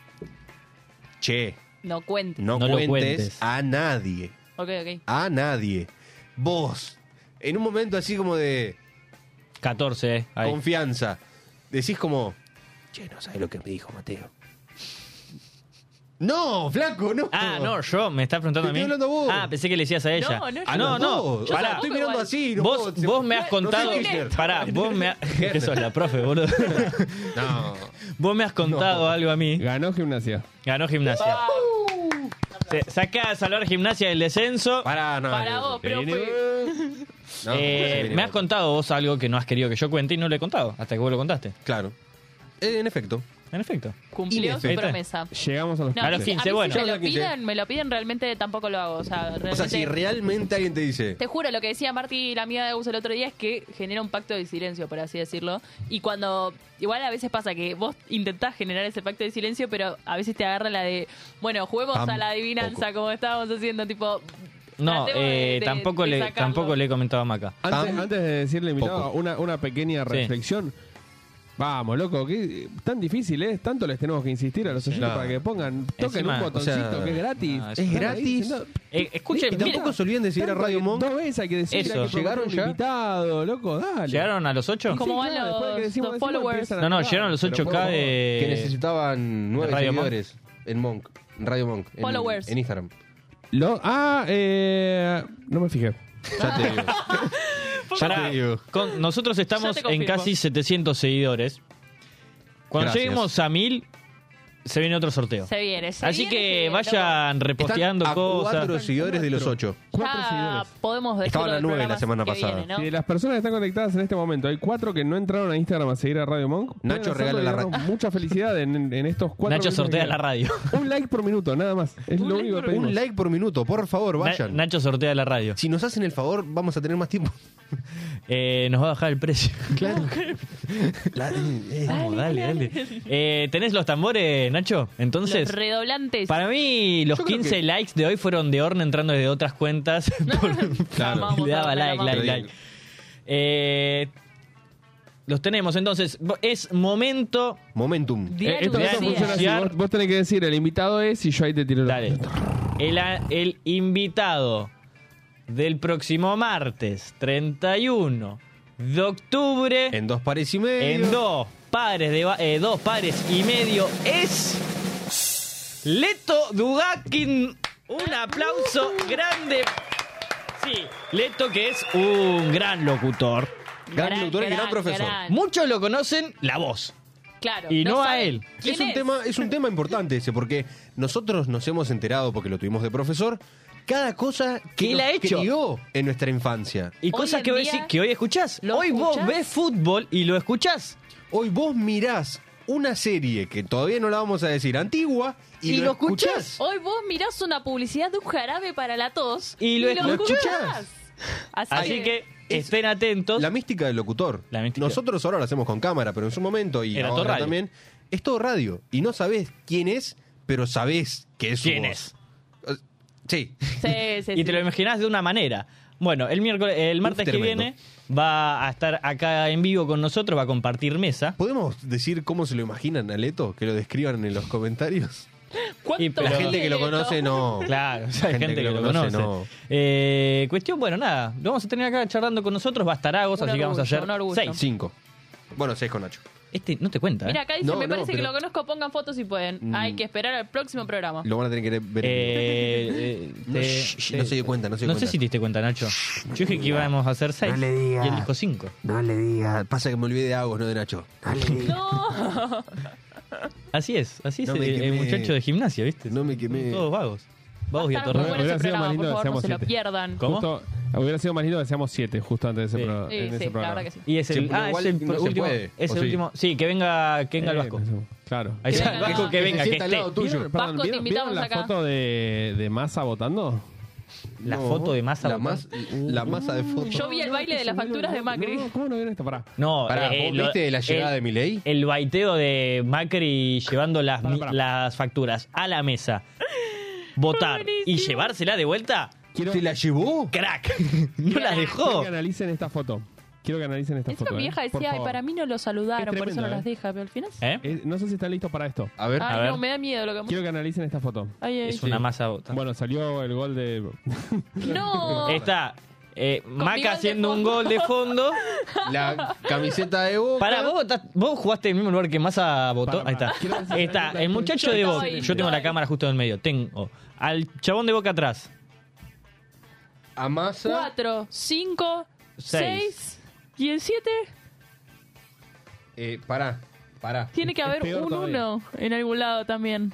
Speaker 6: Che,
Speaker 5: No cuentes.
Speaker 6: no,
Speaker 4: No lo
Speaker 6: cuentes,
Speaker 4: cuentes.
Speaker 6: a nadie.
Speaker 5: Ok, ok.
Speaker 6: A nadie. Vos, en un momento así como de
Speaker 4: 14, eh, ahí.
Speaker 6: confianza, decís como. Che, no sabes lo que me dijo Mateo. No, flaco, no.
Speaker 4: Ah, no, yo, me estás preguntando
Speaker 6: Te
Speaker 4: a mí.
Speaker 6: estoy hablando a vos.
Speaker 4: Ah, pensé que le decías a ella.
Speaker 5: No, no, yo
Speaker 4: ah, no,
Speaker 6: los
Speaker 4: no.
Speaker 6: dos.
Speaker 5: Yo
Speaker 4: Pará,
Speaker 6: estoy
Speaker 5: tampoco
Speaker 6: mirando
Speaker 5: igual.
Speaker 6: así. no
Speaker 4: vos,
Speaker 6: puedo-
Speaker 4: vos me has
Speaker 6: no soy
Speaker 4: contado.
Speaker 6: Kirchner.
Speaker 4: pará, vos me has. que sos la profe, boludo.
Speaker 6: No.
Speaker 4: vos me has contado
Speaker 6: No.
Speaker 4: algo a mí.
Speaker 7: Ganó gimnasia.
Speaker 4: Ganó gimnasia. Se- Sacá a salvar gimnasia del descenso.
Speaker 6: Uh. Pará, no.
Speaker 5: Para vos,
Speaker 6: Pero
Speaker 5: profe.
Speaker 6: No,
Speaker 4: Eh,
Speaker 6: no, no,
Speaker 4: me has
Speaker 6: no.
Speaker 4: contado vos algo que no has querido que yo cuente y no lo he contado hasta que vos lo contaste.
Speaker 6: Claro. Eh, en efecto.
Speaker 4: En efecto.
Speaker 5: Cumplió su
Speaker 4: Ahí está.
Speaker 5: promesa.
Speaker 7: Llegamos a los
Speaker 5: No,
Speaker 4: A los
Speaker 5: si-
Speaker 4: 15,
Speaker 5: mí
Speaker 4: bueno.
Speaker 5: Si
Speaker 6: Yo
Speaker 5: me
Speaker 6: a
Speaker 5: lo
Speaker 6: los 15.
Speaker 5: piden, me lo piden, realmente tampoco lo hago. O sea, realmente,
Speaker 6: O sea, si realmente alguien te dice.
Speaker 5: Te juro, lo que decía Marty, la amiga de Gus el otro día, es que genera un pacto de silencio, por así decirlo. Y cuando. Igual a veces pasa que vos intentás generar ese pacto de silencio, pero a veces te agarra la de. Bueno, juguemos a la adivinanza, como estábamos haciendo, tipo.
Speaker 4: No,
Speaker 5: Tratemos
Speaker 4: eh,
Speaker 5: de- de-
Speaker 4: tampoco,
Speaker 5: de
Speaker 4: le,
Speaker 5: sacarlo.
Speaker 4: tampoco le he comentado a Maca.
Speaker 7: Antes,
Speaker 6: Tam-
Speaker 7: antes de decirle, invitado,
Speaker 6: Poco.
Speaker 7: una, una pequeña
Speaker 4: Sí.
Speaker 7: reflexión. Vamos, loco, qué tan difícil es. Tanto les tenemos que insistir a los oyentes
Speaker 6: No.
Speaker 7: para que pongan, toquen
Speaker 4: Encima,
Speaker 7: un botoncito
Speaker 6: o sea,
Speaker 7: que es gratis.
Speaker 4: no, es
Speaker 7: Están ahí
Speaker 6: gratis.
Speaker 7: sentados.
Speaker 4: Eh, escuchen,
Speaker 7: Y
Speaker 6: tampoco
Speaker 4: miren,
Speaker 6: se olviden de seguir a
Speaker 7: Tanto
Speaker 6: Radio
Speaker 7: que
Speaker 6: Monk.
Speaker 7: Dos veces hay que decir
Speaker 4: Eso.
Speaker 6: ¿Llegaron
Speaker 7: llegaron
Speaker 6: ya?
Speaker 7: ya. Invitado, loco, dale.
Speaker 4: ¿llegaron a los 8?
Speaker 5: ¿Cómo van los-
Speaker 7: después que decimos-
Speaker 5: los
Speaker 7: decimos,
Speaker 5: followers?
Speaker 7: empiezan
Speaker 4: No, no,
Speaker 7: grabar.
Speaker 4: llegaron los
Speaker 7: Pero
Speaker 4: 8K
Speaker 7: por-
Speaker 4: de...
Speaker 6: que necesitaban nueve
Speaker 4: Eh, Radio Monk.
Speaker 6: seguidores en Monk, en Radio Monk, en,
Speaker 5: Followers.
Speaker 6: en Instagram.
Speaker 7: Lo- ah, eh, no me fijé.
Speaker 6: Ya te digo.
Speaker 4: Pará,
Speaker 6: te digo.
Speaker 4: con- nosotros
Speaker 5: Ya
Speaker 4: estamos
Speaker 5: te
Speaker 4: en
Speaker 5: confirmo.
Speaker 4: casi 700 seguidores. Cuando
Speaker 6: Gracias.
Speaker 4: lleguemos a 1000, se viene otro sorteo.
Speaker 5: Se viene. se
Speaker 4: Así
Speaker 5: viene, se
Speaker 4: que
Speaker 5: viene,
Speaker 4: vayan
Speaker 6: Están
Speaker 4: reposteando
Speaker 6: a
Speaker 4: cosas.
Speaker 6: cuatro seguidores de los ocho.
Speaker 5: loco.
Speaker 7: Cuatro
Speaker 5: Ya
Speaker 7: seguidores.
Speaker 5: podemos decirlo
Speaker 6: Estaban a
Speaker 5: del
Speaker 6: nueve la
Speaker 5: programa
Speaker 6: semana
Speaker 5: que
Speaker 6: pasada.
Speaker 5: viene, ¿no?
Speaker 7: Si de las personas que están conectadas en este momento, hay cuatro que no entraron a Instagram a seguir a Radio Monk. pueden
Speaker 6: Nacho
Speaker 7: hacerlo
Speaker 6: regala
Speaker 7: y
Speaker 6: la
Speaker 7: darnos
Speaker 6: ra-
Speaker 7: Mucha felicidad en, en- en estos cuatro.
Speaker 4: Nacho
Speaker 7: minutos
Speaker 4: sortea
Speaker 7: que
Speaker 4: la radio.
Speaker 7: quedan. Un like por minuto, nada más. Es lo único que pedimos.
Speaker 6: Un like por minuto, por favor,
Speaker 4: Na-
Speaker 6: vayan.
Speaker 4: Nacho sortea la radio.
Speaker 6: si nos hacen el favor, vamos a tener más tiempo.
Speaker 4: Eh, nos va a bajar el precio.
Speaker 6: Claro. La- eh,
Speaker 4: Vamos, dale, dale. Eh, ¿Tenés los tambores, Nacho? Entonces,
Speaker 5: Los redoblantes.
Speaker 4: para mí, los
Speaker 6: Yo creo
Speaker 4: 15
Speaker 6: que-
Speaker 4: likes de hoy fueron de Orne entrando desde otras cuentas. por-
Speaker 6: Claro.
Speaker 5: Vamos,
Speaker 4: Le daba
Speaker 5: vamos,
Speaker 4: like,
Speaker 5: vamos.
Speaker 4: like, like. Eh, los tenemos, entonces. Es momento.
Speaker 6: Momentum.
Speaker 5: Diario,
Speaker 4: Eh, esto- esto
Speaker 5: diario.
Speaker 4: funciona
Speaker 7: Funciona así,
Speaker 4: Anunciar-
Speaker 7: vos, vos tenés que decir, el invitado es y yo ahí te tiro la
Speaker 4: Dale. El, a- el invitado del próximo martes 31 de octubre en,
Speaker 6: En dos pares y medio.
Speaker 4: dos pares de ba- eh, dos pares y medio es Leto Dugakin. Un aplauso grande. Sí, Leto que es un gran locutor.
Speaker 6: Gran locutor y gran profesor.
Speaker 4: Muchos lo conocen la voz.
Speaker 5: Claro,
Speaker 4: Y no a
Speaker 5: saben
Speaker 4: él.
Speaker 5: quién
Speaker 6: Es un, tema, es un tema importante ese, porque nosotros nos hemos enterado, porque lo tuvimos de profesor, cada cosa que
Speaker 4: Que él
Speaker 6: nos
Speaker 4: ha hecho.
Speaker 6: crió en nuestra infancia.
Speaker 4: Y
Speaker 5: Hoy
Speaker 4: cosas
Speaker 5: en
Speaker 4: que, hoy
Speaker 5: día
Speaker 4: sí- que hoy escuchás.
Speaker 5: lo
Speaker 4: Hoy vos
Speaker 5: escuchás.
Speaker 4: ves fútbol y lo escuchás.
Speaker 6: Hoy vos mirás una serie que todavía no la vamos a decir antigua y, lo, escuchás.
Speaker 5: Hoy vos mirás una publicidad de un jarabe para la tos
Speaker 4: Y lo escuchás.
Speaker 5: Así,
Speaker 4: Así que
Speaker 6: Es-
Speaker 4: estén atentos.
Speaker 6: La mística del locutor.
Speaker 4: La mística.
Speaker 6: Nosotros ahora lo hacemos con cámara, pero en su momento y
Speaker 4: Era todo
Speaker 6: ahora
Speaker 4: radio.
Speaker 6: también es todo radio y no sabés quién es, pero sabés que es su
Speaker 4: ¿Quién
Speaker 6: voz.
Speaker 4: es?
Speaker 6: Eh, Sí.
Speaker 5: Sí, sí,
Speaker 4: y te
Speaker 5: sí.
Speaker 4: lo imaginás de una manera. Bueno, el miércoles, el martes que
Speaker 6: tremendo.
Speaker 4: viene va a estar acá en vivo con nosotros, va a compartir mesa.
Speaker 6: ¿Podemos decir cómo se lo imaginan a Leto? Que lo describan en los comentarios.
Speaker 5: ¿Cuánto
Speaker 4: Y pero-
Speaker 6: La
Speaker 5: vale
Speaker 6: gente que lo
Speaker 5: esto?
Speaker 6: conoce ¿eh? no.
Speaker 4: Claro, o sea, hay gente, que, lo conoce.
Speaker 6: no.
Speaker 4: Eh, cuestión, bueno, nada, lo vamos a tener acá charlando con nosotros, va a estar Agos,
Speaker 5: Un
Speaker 4: así que vamos a
Speaker 5: orgullo,
Speaker 4: hacer
Speaker 5: un orgullo.
Speaker 4: seis.
Speaker 6: Cinco. Bueno, seis con Nacho.
Speaker 4: Este no te cuenta, ¿eh?
Speaker 5: Mira, acá dice,
Speaker 6: No,
Speaker 5: me
Speaker 6: no,
Speaker 5: parece que
Speaker 6: pero-
Speaker 5: lo conozco, pongan fotos si pueden. Hay que esperar al próximo programa.
Speaker 6: Lo van a tener que ver.
Speaker 4: Eh, eh,
Speaker 6: No,
Speaker 4: te-
Speaker 6: shh, shh,
Speaker 4: te-
Speaker 6: no se dio cuenta, no se dio
Speaker 4: sé
Speaker 6: cuenta.
Speaker 4: si te diste cuenta, Nacho. Yo dije que íbamos a hacer seis.
Speaker 8: No le digas.
Speaker 4: Y él dijo cinco.
Speaker 8: No le digas,
Speaker 6: Pasa que me olvidé de Agos, no de Nacho.
Speaker 8: no le digas.
Speaker 5: No,
Speaker 4: Así es, así es
Speaker 6: No
Speaker 4: el,
Speaker 6: me
Speaker 4: el
Speaker 6: quemé.
Speaker 4: muchacho de gimnasia, ¿viste?
Speaker 6: No me quemé.
Speaker 4: Todos vagos. Vagos y
Speaker 5: Va a estar muy
Speaker 4: atorrados.
Speaker 5: bueno
Speaker 7: Hubiera
Speaker 5: ese
Speaker 7: sido más
Speaker 5: programa, por
Speaker 7: lindo
Speaker 5: favor, no se
Speaker 7: que
Speaker 5: lo
Speaker 7: seamos siete.
Speaker 5: pierdan.
Speaker 4: ¿Cómo?
Speaker 7: Justo, hubiera sido más lindo que seamos siete, justo antes de ese,
Speaker 4: Sí.
Speaker 7: pro-
Speaker 5: Sí,
Speaker 7: en ese
Speaker 5: sí, la
Speaker 7: programa.
Speaker 5: verdad que sí.
Speaker 4: Y es el,
Speaker 6: Sí,
Speaker 4: ah, es
Speaker 6: igual
Speaker 4: el
Speaker 6: no se
Speaker 4: último.
Speaker 6: puede,
Speaker 4: es
Speaker 6: ¿o
Speaker 4: el
Speaker 6: sí?
Speaker 4: último. Sí, que venga, que venga el
Speaker 7: Eh,
Speaker 4: Vasco.
Speaker 7: no sé, Claro.
Speaker 4: Ahí está,
Speaker 5: Que
Speaker 4: el
Speaker 5: venga
Speaker 4: Vasco que
Speaker 5: Vasco.
Speaker 4: venga, que
Speaker 6: sienta al
Speaker 4: esté.
Speaker 6: lado tuyo.
Speaker 7: ¿Vieron, perdón,
Speaker 5: Vasco, te
Speaker 7: ¿vieron
Speaker 5: invitamos
Speaker 7: la
Speaker 5: acá.
Speaker 7: foto de, de Massa votando?
Speaker 4: La foto de masa.
Speaker 6: La,
Speaker 4: botón.
Speaker 6: mas- la masa de fotos.
Speaker 5: Yo vi el baile de las facturas de Macri.
Speaker 7: No, ¿Cómo no vieron esto? Pará.
Speaker 4: No,
Speaker 6: Pará,
Speaker 4: eh,
Speaker 6: ¿vos
Speaker 4: lo-
Speaker 6: viste la llegada de Milei?
Speaker 4: El baiteo de Macri llevando las,
Speaker 7: Pará,
Speaker 4: mi-
Speaker 7: pará.
Speaker 4: las facturas a la mesa. Votar y llevársela de vuelta,
Speaker 7: Quiero,
Speaker 6: ¿Te la llevó?
Speaker 4: crack. No las
Speaker 7: quiero
Speaker 4: dejó.
Speaker 7: que analicen esta foto. Quiero que analicen esta
Speaker 5: Es
Speaker 7: foto.
Speaker 5: una
Speaker 7: eh,
Speaker 5: vieja
Speaker 7: por
Speaker 5: decía, ay,
Speaker 7: favor.
Speaker 5: para mí no lo saludaron,
Speaker 7: Es
Speaker 5: por eso no
Speaker 7: tremendo,
Speaker 5: las
Speaker 7: eh.
Speaker 5: deja, pero al final...
Speaker 4: ¿Eh?
Speaker 7: Eh, no sé si están listos para esto.
Speaker 6: A ver.
Speaker 5: Ay,
Speaker 4: ver.
Speaker 5: no, me da miedo lo que...
Speaker 7: Quiero que analicen esta foto.
Speaker 5: Ay, ay.
Speaker 4: Es una masa. botón.
Speaker 7: Bueno, salió el gol de.
Speaker 5: No,
Speaker 4: Está eh,
Speaker 5: mi
Speaker 4: Maca
Speaker 5: gol de
Speaker 4: haciendo un
Speaker 5: fondo.
Speaker 4: gol de fondo.
Speaker 6: La camiseta de Boca.
Speaker 4: Pará, vos, votás- vos jugaste en el mismo lugar que Massa votó.
Speaker 7: Pará, pará.
Speaker 4: Ahí
Speaker 7: Quiero
Speaker 4: está.
Speaker 7: decir-
Speaker 4: Está el muchacho
Speaker 5: Yo
Speaker 4: de
Speaker 5: estaba
Speaker 4: Boca.
Speaker 5: ahí,
Speaker 4: Yo tengo la
Speaker 5: estaba
Speaker 4: cámara justo en el medio. Tengo al chabón de Boca atrás.
Speaker 6: A masa.
Speaker 5: cuatro, cinco,
Speaker 4: Seis.
Speaker 5: seis... Y el siete
Speaker 6: Eh, pará, pará.
Speaker 5: tiene que
Speaker 7: Es
Speaker 5: haber
Speaker 7: peor
Speaker 5: un
Speaker 7: todavía.
Speaker 5: uno en algún lado también.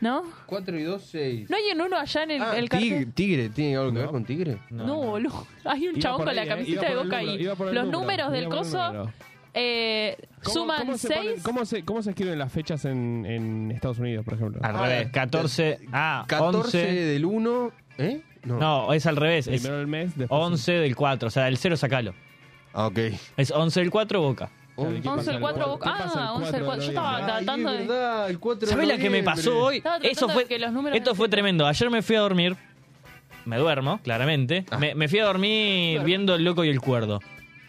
Speaker 5: ¿No?
Speaker 6: 4 y 2, 6.
Speaker 5: ¿No hay un uno allá en el, el
Speaker 6: Ah, tigre,
Speaker 5: cartel?
Speaker 6: tigre, ¿tiene algo que ver con tigre?
Speaker 5: No, boludo. Hay un
Speaker 7: Iba
Speaker 5: chabón
Speaker 7: por
Speaker 5: con
Speaker 7: ahí,
Speaker 5: la
Speaker 7: eh,
Speaker 5: camiseta
Speaker 7: iba
Speaker 5: de
Speaker 7: por el
Speaker 5: boca
Speaker 7: número,
Speaker 5: ahí.
Speaker 7: iba por el
Speaker 5: Los
Speaker 7: número,
Speaker 5: números del
Speaker 7: iba por el
Speaker 5: coso
Speaker 7: número.
Speaker 5: eh,
Speaker 7: ¿Cómo-
Speaker 5: suman
Speaker 7: cómo se ponen-
Speaker 5: seis.
Speaker 7: ¿cómo, se, ¿Cómo se escriben las fechas en, en Estados Unidos, por ejemplo?
Speaker 4: Al revés. 14. Ah,
Speaker 6: 14
Speaker 4: 11.
Speaker 6: del 1. ¿Eh?
Speaker 4: No, es al revés. Es
Speaker 7: Ah, Primero el mes, después.
Speaker 4: 11 del 4. O sea, el 0 sacalo.
Speaker 6: Ah, ok.
Speaker 4: Es 11 del 4 Boca.
Speaker 7: Once,
Speaker 6: Ah,
Speaker 5: 11 el
Speaker 7: ¿Qué
Speaker 5: 4
Speaker 7: pasa
Speaker 5: Boca.
Speaker 7: el
Speaker 5: Ah,
Speaker 7: cuatro? ¿Qué
Speaker 5: 11
Speaker 7: pasa
Speaker 5: el 4.
Speaker 7: el
Speaker 5: Yo
Speaker 7: cuatro de
Speaker 5: estaba
Speaker 6: y es
Speaker 5: tratando de.
Speaker 6: verdad, el 4 de
Speaker 4: ¿Sabés la que me
Speaker 6: noviembre.
Speaker 4: pasó hoy?
Speaker 5: Estaba tratando
Speaker 4: Eso fue,
Speaker 5: de que los números
Speaker 4: esto
Speaker 5: no
Speaker 4: fue
Speaker 5: sepan.
Speaker 4: tremendo. Ayer me fui a dormir. me duermo, claramente.
Speaker 6: Ah.
Speaker 4: Me, me fui a dormir viendo El Loco y el Cuerdo,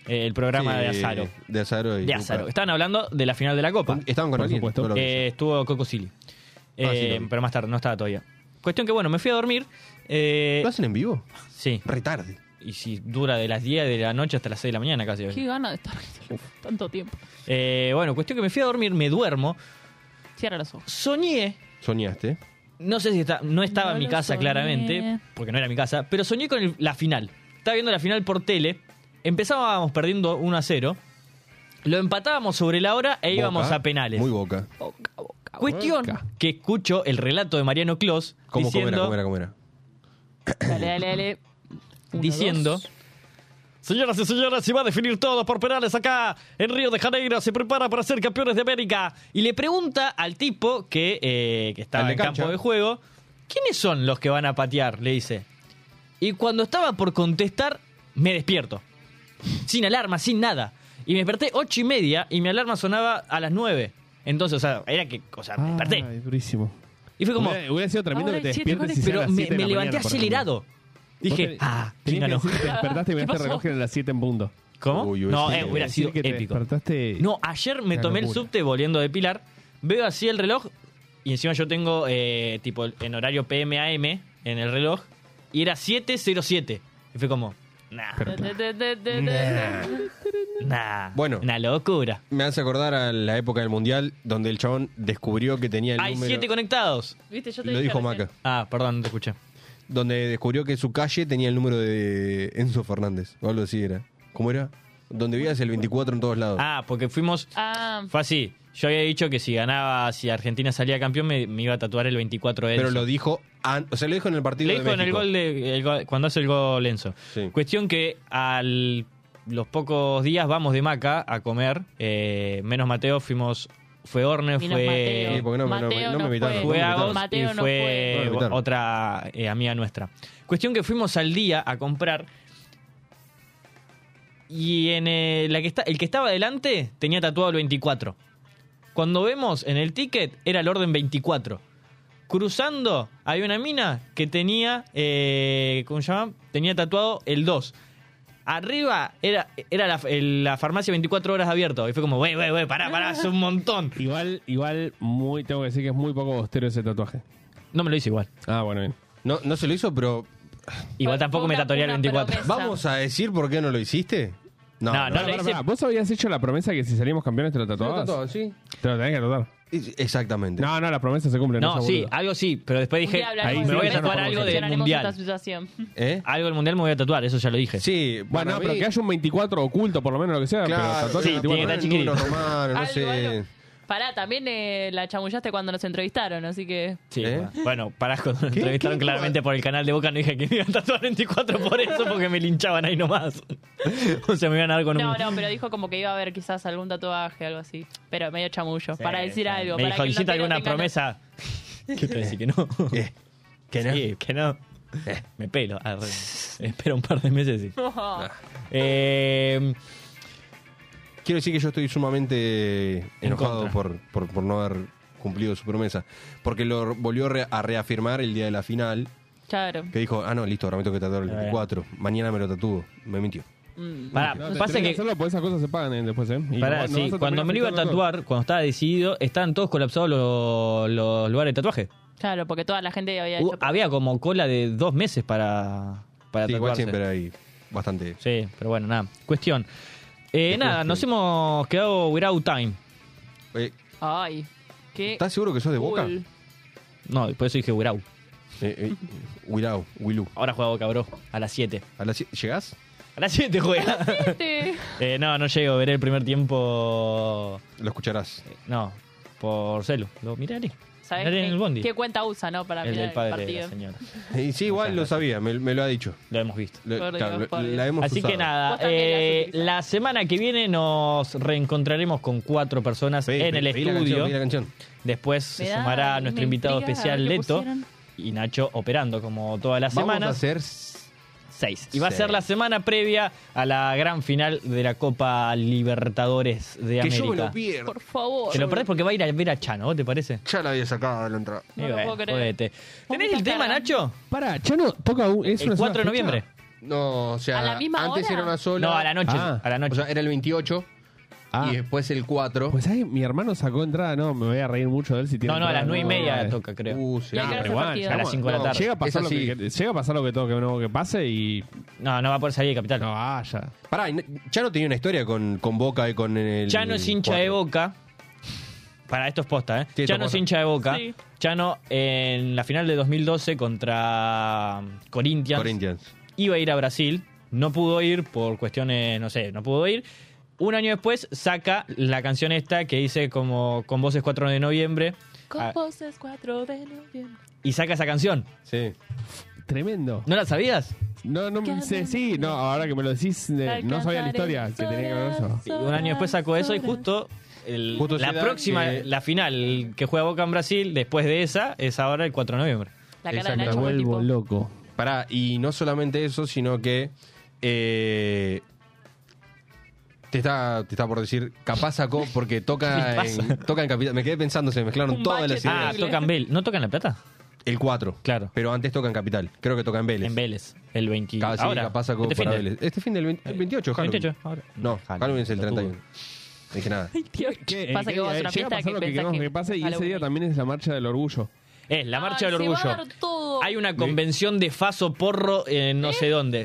Speaker 4: eh, el programa de
Speaker 6: Sí,
Speaker 4: Azaro.
Speaker 6: De Azaro y
Speaker 4: De Azaro.
Speaker 6: Luca.
Speaker 4: Estaban hablando de la final de la Copa.
Speaker 6: Estaban con
Speaker 7: Por
Speaker 6: alguien,
Speaker 7: supuesto.
Speaker 6: todo lo que
Speaker 4: Eh, estuvo Coco Silly.
Speaker 6: Ah, sí,
Speaker 4: Eh,
Speaker 6: lo vi.
Speaker 4: pero más tarde, no estaba todavía. Cuestión que, bueno, me fui a dormir. eh,
Speaker 6: hizo. ¿Lo hacen en vivo?
Speaker 4: sí.
Speaker 6: Retarde.
Speaker 4: Y si dura de las 10 de la noche hasta las 6 de la mañana casi.
Speaker 5: Qué gana de estar tanto tiempo.
Speaker 4: Eh, bueno, cuestión que me fui a dormir, me duermo.
Speaker 5: Cierra los ojos.
Speaker 4: Soñé
Speaker 6: Soñaste.
Speaker 4: No sé si está, no estaba
Speaker 5: No
Speaker 4: en mi
Speaker 5: lo
Speaker 4: casa,
Speaker 5: soñé.
Speaker 4: claramente, porque no era mi casa, pero soñé con el- la final. Estaba viendo la final por tele, empezábamos perdiendo 1 a 0, lo empatábamos sobre la hora e íbamos
Speaker 6: Boca.
Speaker 4: a penales.
Speaker 6: Muy boca.
Speaker 5: Boca, boca.
Speaker 4: Cuestión
Speaker 6: Boca.
Speaker 4: que escucho el relato de Mariano Clos
Speaker 6: ¿Cómo, cómo era,
Speaker 4: diciendo,
Speaker 6: cómo era, cómo era?
Speaker 5: Dale, dale, dale. Uno,
Speaker 4: diciendo
Speaker 5: dos.
Speaker 4: Señoras y señores, se va a definir todo por penales acá en Río de Janeiro. Se prepara para ser campeones de América. Y le pregunta al tipo que, eh, que
Speaker 6: Al
Speaker 4: estaba
Speaker 6: de
Speaker 4: en
Speaker 6: cancha.
Speaker 4: campo de juego: ¿Quiénes son los que van a patear? Le dice. Y cuando estaba por contestar, me despierto. Sin alarma, sin nada. Y me desperté ocho y media y mi alarma sonaba a las nueve. Entonces, o sea, era que, o sea, me desperté.
Speaker 7: Ay, Ah, durísimo.
Speaker 4: Y fue como,
Speaker 7: Hubiera, hubiera sido tremendo
Speaker 5: Ahora
Speaker 7: que te
Speaker 5: hay siete
Speaker 7: despiertes y sea
Speaker 4: pero
Speaker 7: a las
Speaker 4: me,
Speaker 7: siete de
Speaker 4: me
Speaker 7: la
Speaker 4: levanté
Speaker 7: mañana, por
Speaker 4: acelerado.
Speaker 7: ejemplo.
Speaker 4: Dije,
Speaker 7: Vos te-
Speaker 4: ah,
Speaker 7: tenías que
Speaker 4: chingalo.
Speaker 7: decir que te despertaste y
Speaker 5: ¿Qué
Speaker 7: miraste el
Speaker 5: pasó?
Speaker 7: reloj y era las 7 en punto.
Speaker 4: ¿Cómo?
Speaker 6: Uy, hubiera
Speaker 4: no,
Speaker 6: sido-
Speaker 4: eh, hubiera
Speaker 7: Decir
Speaker 4: sido
Speaker 7: que te
Speaker 4: épico.
Speaker 7: despertaste-
Speaker 4: No, ayer me
Speaker 7: Una
Speaker 4: tomé el
Speaker 7: locura.
Speaker 4: subte volviendo de Pilar, veo así el reloj y encima yo tengo eh, tipo en horario PMAM en el reloj y era 707. Y fue como, nah,
Speaker 7: Pero claro.
Speaker 5: De, de, de, de, de.
Speaker 4: nah,
Speaker 6: Bueno.
Speaker 4: una locura.
Speaker 6: Me hace acordar a la época del mundial donde el chabón descubrió que tenía el
Speaker 4: Hay
Speaker 6: número.
Speaker 4: siete conectados.
Speaker 5: Viste, yo te
Speaker 6: Lo
Speaker 5: dije
Speaker 6: dijo
Speaker 5: recién.
Speaker 6: Maca.
Speaker 4: Ah, perdón, no te escuché.
Speaker 6: Donde descubrió que su calle tenía el número de Enzo Fernández. O algo así era. ¿Cómo era? Donde vivías el 24 en todos lados.
Speaker 4: Ah, porque fuimos,
Speaker 5: Ah,
Speaker 4: fue así. Yo había dicho que si ganaba, si Argentina salía campeón, me, me iba a tatuar el 24 de
Speaker 6: Pero
Speaker 4: Enzo.
Speaker 6: lo dijo. an- o sea, lo dijo en el partido
Speaker 4: Le
Speaker 6: de
Speaker 4: dijo en el
Speaker 6: México.
Speaker 4: gol de el gol- cuando hace el gol Enzo.
Speaker 6: Sí.
Speaker 4: Cuestión que a los pocos días vamos de Maca a comer. eh, menos Mateo fuimos fue Orne,
Speaker 5: menos
Speaker 4: fue
Speaker 5: Mateo.
Speaker 6: Sí, porque no me- no me-
Speaker 5: Mateo
Speaker 6: no me invitaron,
Speaker 5: Eh, fue.
Speaker 6: no me
Speaker 4: fue Agos y
Speaker 5: Mateo no
Speaker 4: fue
Speaker 6: No me invitaron.
Speaker 4: otra eh, amiga nuestra. Cuestión que fuimos al día a comprar y en eh, la que está, el que estaba adelante tenía tatuado el 24. Cuando vemos en el ticket era el orden 24. Cruzando había una mina que tenía, eh, ¿cómo se llama? Tenía tatuado el 2. Arriba era, era la, el- la farmacia 24 horas abierta. Y fue como, wey, wey, wey, pará, pará, es un montón.
Speaker 7: Igual, igual muy, tengo que decir que es muy poco bostero ese tatuaje.
Speaker 4: No me lo hice igual.
Speaker 7: Ah, bueno, bien.
Speaker 6: No, no se lo hizo, pero.
Speaker 4: Igual
Speaker 5: Fue-
Speaker 4: tampoco
Speaker 5: fue
Speaker 4: me
Speaker 5: una-
Speaker 4: tatuaría el
Speaker 5: una
Speaker 4: 24.
Speaker 5: promesa.
Speaker 6: ¿Vamos a decir por qué no lo hiciste?
Speaker 4: No,
Speaker 6: No,
Speaker 7: Pará,
Speaker 4: le
Speaker 7: pará,
Speaker 4: hice-
Speaker 7: pará. ¿Vos habías hecho la promesa que si salimos campeones te lo
Speaker 6: Lo
Speaker 7: tatuabas?
Speaker 6: tatuaba, sí.
Speaker 7: Te lo tenés que tatuar.
Speaker 6: Es- Exactamente.
Speaker 7: No, no, la promesa se cumple. No,
Speaker 4: No,
Speaker 7: seas
Speaker 4: sí, ah,
Speaker 7: boludo.
Speaker 4: algo sí, pero después dije,
Speaker 7: Ahí
Speaker 4: me
Speaker 7: sí,
Speaker 4: voy a
Speaker 7: ya no
Speaker 4: tatuar
Speaker 7: podemos
Speaker 4: algo del
Speaker 7: solucionar.
Speaker 4: mundial.
Speaker 5: situación.
Speaker 6: ¿Eh?
Speaker 4: Algo del mundial me voy a tatuar, eso ya lo dije.
Speaker 6: Sí,
Speaker 7: Bueno,
Speaker 6: para
Speaker 7: no, pero
Speaker 6: mí-
Speaker 7: que haya un 24 oculto, por lo menos lo que sea.
Speaker 6: Claro,
Speaker 7: pero tatuaje
Speaker 4: sí,
Speaker 7: 24.
Speaker 4: tiene que estar chiquitito.
Speaker 6: número romano, no
Speaker 5: Algo,
Speaker 6: sé.
Speaker 5: algo. Pará, también eh, la chamullaste cuando nos entrevistaron, así que.
Speaker 4: Sí,
Speaker 6: ¿Eh?
Speaker 4: Bueno, pará, cuando me entrevistaron claramente por el canal de Boca, no dije que me iban a tatuar 24 por eso, porque me linchaban ahí nomás. o sea, me iban a dar con un...
Speaker 5: No, no, pero dijo como que iba a haber quizás algún tatuaje, algo así. Pero medio chamullo, para decir algo.
Speaker 4: Me
Speaker 5: para
Speaker 4: dijo,
Speaker 5: que el
Speaker 4: ¿hiciste
Speaker 5: notero
Speaker 4: alguna
Speaker 5: tenga-
Speaker 4: promesa? ¿Qué te decís que no?
Speaker 6: Eh, ¿Que no?
Speaker 4: Sí, que no. Me pelo. Ah, re- Espera un par de meses, sí.
Speaker 5: No.
Speaker 4: Eh,
Speaker 6: Quiero decir que yo estoy sumamente enojado
Speaker 4: contra.
Speaker 6: por, por, por no haber cumplido su promesa. Porque lo volvió re- a reafirmar el día de la final,
Speaker 5: Claro.
Speaker 6: que dijo, ah, no, listo, ahora me tengo que tatuar el
Speaker 4: Eh.
Speaker 6: 24. Mañana me lo tatúo. Me mintió.
Speaker 4: pará,
Speaker 7: No, te
Speaker 4: pasa
Speaker 7: tenés
Speaker 4: que...
Speaker 7: hacerlo, porque esas cosas se pagan eh, después, ¿eh? Y
Speaker 4: Pará,
Speaker 7: no- no
Speaker 4: sí,
Speaker 7: vas a
Speaker 4: cuando
Speaker 7: terminar
Speaker 4: me lo iba a
Speaker 7: afectando todo.
Speaker 4: tatuar, cuando estaba decidido, estaban todos colapsados los, los lugares de tatuaje.
Speaker 5: Claro, porque toda la gente había
Speaker 6: Uh,
Speaker 4: Hubo-
Speaker 5: hecho.
Speaker 4: había como cola de dos meses para, para
Speaker 6: Sí, igual
Speaker 4: tatuarse.
Speaker 6: siempre hay bastante.
Speaker 4: Sí, pero bueno, nada. Cuestión. Eh,
Speaker 6: ¿Qué
Speaker 4: nada,
Speaker 6: cuestión?
Speaker 4: nos hemos quedado without time.
Speaker 6: Eh,
Speaker 5: Ay, qué.
Speaker 6: ¿Estás seguro que sos de Boca?
Speaker 5: cool.
Speaker 4: No, por eso dije without.
Speaker 6: Eh, eh, Wilao, Wilú.
Speaker 4: Ahora juega Boca, bro. A las 7.
Speaker 6: ¿A las sie- ¿Llegás?
Speaker 4: A las 7 juega.
Speaker 5: Este,
Speaker 4: Eh, no, no llego. Veré el primer tiempo.
Speaker 6: Lo escucharás.
Speaker 4: No, por celu. Lo miraré.
Speaker 5: ¿Sabes
Speaker 4: Miraré en el
Speaker 5: qué,
Speaker 4: bondi.
Speaker 5: qué cuenta usa, no? Para
Speaker 4: El
Speaker 5: mirar
Speaker 4: del padre de
Speaker 5: partido.
Speaker 4: la señora.
Speaker 6: Y sí, igual lo sabía, me, me lo ha dicho.
Speaker 4: Lo hemos visto.
Speaker 6: Lo-
Speaker 5: Por
Speaker 6: claro,
Speaker 5: Dios,
Speaker 6: lo-
Speaker 5: por Dios.
Speaker 6: la hemos
Speaker 4: Así que
Speaker 6: usado.
Speaker 4: nada,
Speaker 5: Vos también la has
Speaker 4: eh,
Speaker 5: utilizado.
Speaker 4: la semana que viene nos reencontraremos con cuatro personas
Speaker 6: Pedí-
Speaker 4: en el
Speaker 6: pedí la canción,
Speaker 4: estudio.
Speaker 6: pedí la canción.
Speaker 4: Después se
Speaker 5: Me da-
Speaker 4: sumará
Speaker 5: me
Speaker 4: nuestro invitado
Speaker 5: intriga,
Speaker 4: especial
Speaker 5: ¿qué
Speaker 4: Leto
Speaker 5: pusieron?
Speaker 4: y Nacho operando como todas las
Speaker 6: Vamos a
Speaker 4: semanas.
Speaker 6: hacer
Speaker 4: 6. Y va a
Speaker 6: Sí.
Speaker 4: ser la semana previa a la gran final de la Copa Libertadores de
Speaker 6: Que
Speaker 4: América.
Speaker 6: yo me lo pierdo.
Speaker 5: Por favor.
Speaker 4: Te lo perdés porque va a ir a ver a Chano, ¿vos te parece?
Speaker 6: Ya la había sacado de la entrada.
Speaker 5: No
Speaker 4: Y
Speaker 5: lo puedo creer.
Speaker 4: jodete. ¿Tenés el
Speaker 5: Poquita
Speaker 4: tema,
Speaker 5: cara.
Speaker 4: Nacho?
Speaker 7: Para, Chano toca un. Es
Speaker 4: El
Speaker 7: una sola
Speaker 4: 4 de
Speaker 7: fecha?
Speaker 4: noviembre.
Speaker 6: No, o sea,
Speaker 5: ¿A la misma
Speaker 6: antes
Speaker 5: hora?
Speaker 6: era una sola.
Speaker 4: No, a la noche.
Speaker 7: Ah.
Speaker 4: a la noche.
Speaker 6: O sea, era el 28
Speaker 7: Ah.
Speaker 6: y después el 4.
Speaker 7: Pues ¿sabes? mi hermano sacó entrada, no, me voy a reír mucho de él si tiene.
Speaker 4: no, no, a las
Speaker 7: entrada,
Speaker 4: 9 y
Speaker 7: no,
Speaker 4: media
Speaker 7: vale.
Speaker 4: toca, creo.
Speaker 6: Uh, sí.
Speaker 5: No,
Speaker 7: pero
Speaker 5: pero
Speaker 7: igual,
Speaker 5: partido.
Speaker 4: a las 5 de la
Speaker 6: no,
Speaker 4: tarde.
Speaker 7: Llega a pasar
Speaker 6: Es
Speaker 7: lo que,
Speaker 6: así.
Speaker 7: que- llega a pasar lo que todo que nuevo que pase y
Speaker 4: No, no va a poder salir de Capital.
Speaker 7: no vaya.
Speaker 6: Pará, y no- Chano tenía una historia con, con Boca y con el.
Speaker 4: Chano es hincha
Speaker 6: cuatro.
Speaker 4: de Boca. Para, esto es posta, ¿eh?
Speaker 6: Sí, esto
Speaker 4: Chano es
Speaker 6: es posta.
Speaker 4: hincha de Boca.
Speaker 5: Sí.
Speaker 4: Chano en la final de 2012 contra Corinthians,
Speaker 6: Corinthians.
Speaker 4: iba a ir a Brasil. No pudo ir por cuestiones, no sé, no pudo ir. Un año después saca la canción esta que dice como con voces 4 de noviembre
Speaker 5: Con
Speaker 4: Ah,
Speaker 5: voces 4 de noviembre.
Speaker 4: y saca esa canción.
Speaker 6: Sí.
Speaker 7: Tremendo.
Speaker 4: ¿No la sabías?
Speaker 7: No, no me sé, sí, no, ahora que me lo decís, eh, no sabía la historia que tenía que ver eso.
Speaker 4: Y un año después sacó eso y justo, el-
Speaker 6: Justo se
Speaker 4: la
Speaker 6: da
Speaker 4: próxima,
Speaker 6: que-
Speaker 4: la final que juega Boca en Brasil, después de esa, es ahora el 4 de noviembre.
Speaker 5: La cara de
Speaker 6: Exacto.
Speaker 7: Me
Speaker 5: Nacho fue
Speaker 7: vuelvo
Speaker 5: tipo,
Speaker 7: loco.
Speaker 6: Pará, y no solamente eso, sino que. eh, te está, te está por decir, capaz sacó porque
Speaker 4: ¿Qué
Speaker 6: toca
Speaker 4: pasa?
Speaker 6: en, toca en Capital. Me quedé pensando, se me mezclaron
Speaker 5: Un
Speaker 6: todas las
Speaker 5: bache
Speaker 6: ideas.
Speaker 4: Ah,
Speaker 5: Terrible.
Speaker 4: tocan Bell. ¿No tocan La Plata?
Speaker 6: El 4.
Speaker 4: Claro.
Speaker 6: Pero antes toca en Capital. Creo que toca en Vélez.
Speaker 4: En Vélez. El 20.
Speaker 6: Capaz, sí,
Speaker 4: ahora.
Speaker 6: capaz sacó
Speaker 4: este fin
Speaker 6: para
Speaker 4: de-
Speaker 6: Vélez. Este fin del 20 el 28, Halloween.
Speaker 4: 28, ahora. Ah,
Speaker 6: No, Halloween, es el
Speaker 4: pelotudo.
Speaker 6: 31. No dije nada.
Speaker 7: ¿Qué?
Speaker 5: Pasa
Speaker 7: ¿Qué
Speaker 5: que vos
Speaker 7: día
Speaker 5: vas a
Speaker 7: es?
Speaker 5: una
Speaker 7: Eh, Llega a
Speaker 5: fiesta
Speaker 7: pasar
Speaker 5: que
Speaker 7: lo que
Speaker 5: pensás
Speaker 7: queremos
Speaker 5: que
Speaker 7: que pase y ese
Speaker 5: Halloween.
Speaker 7: día también es la marcha del orgullo.
Speaker 4: Es la marcha
Speaker 5: Ay,
Speaker 4: del
Speaker 5: se va a
Speaker 4: orgullo.
Speaker 5: dar todo.
Speaker 4: Hay una convención de Faso Porro en no sé dónde.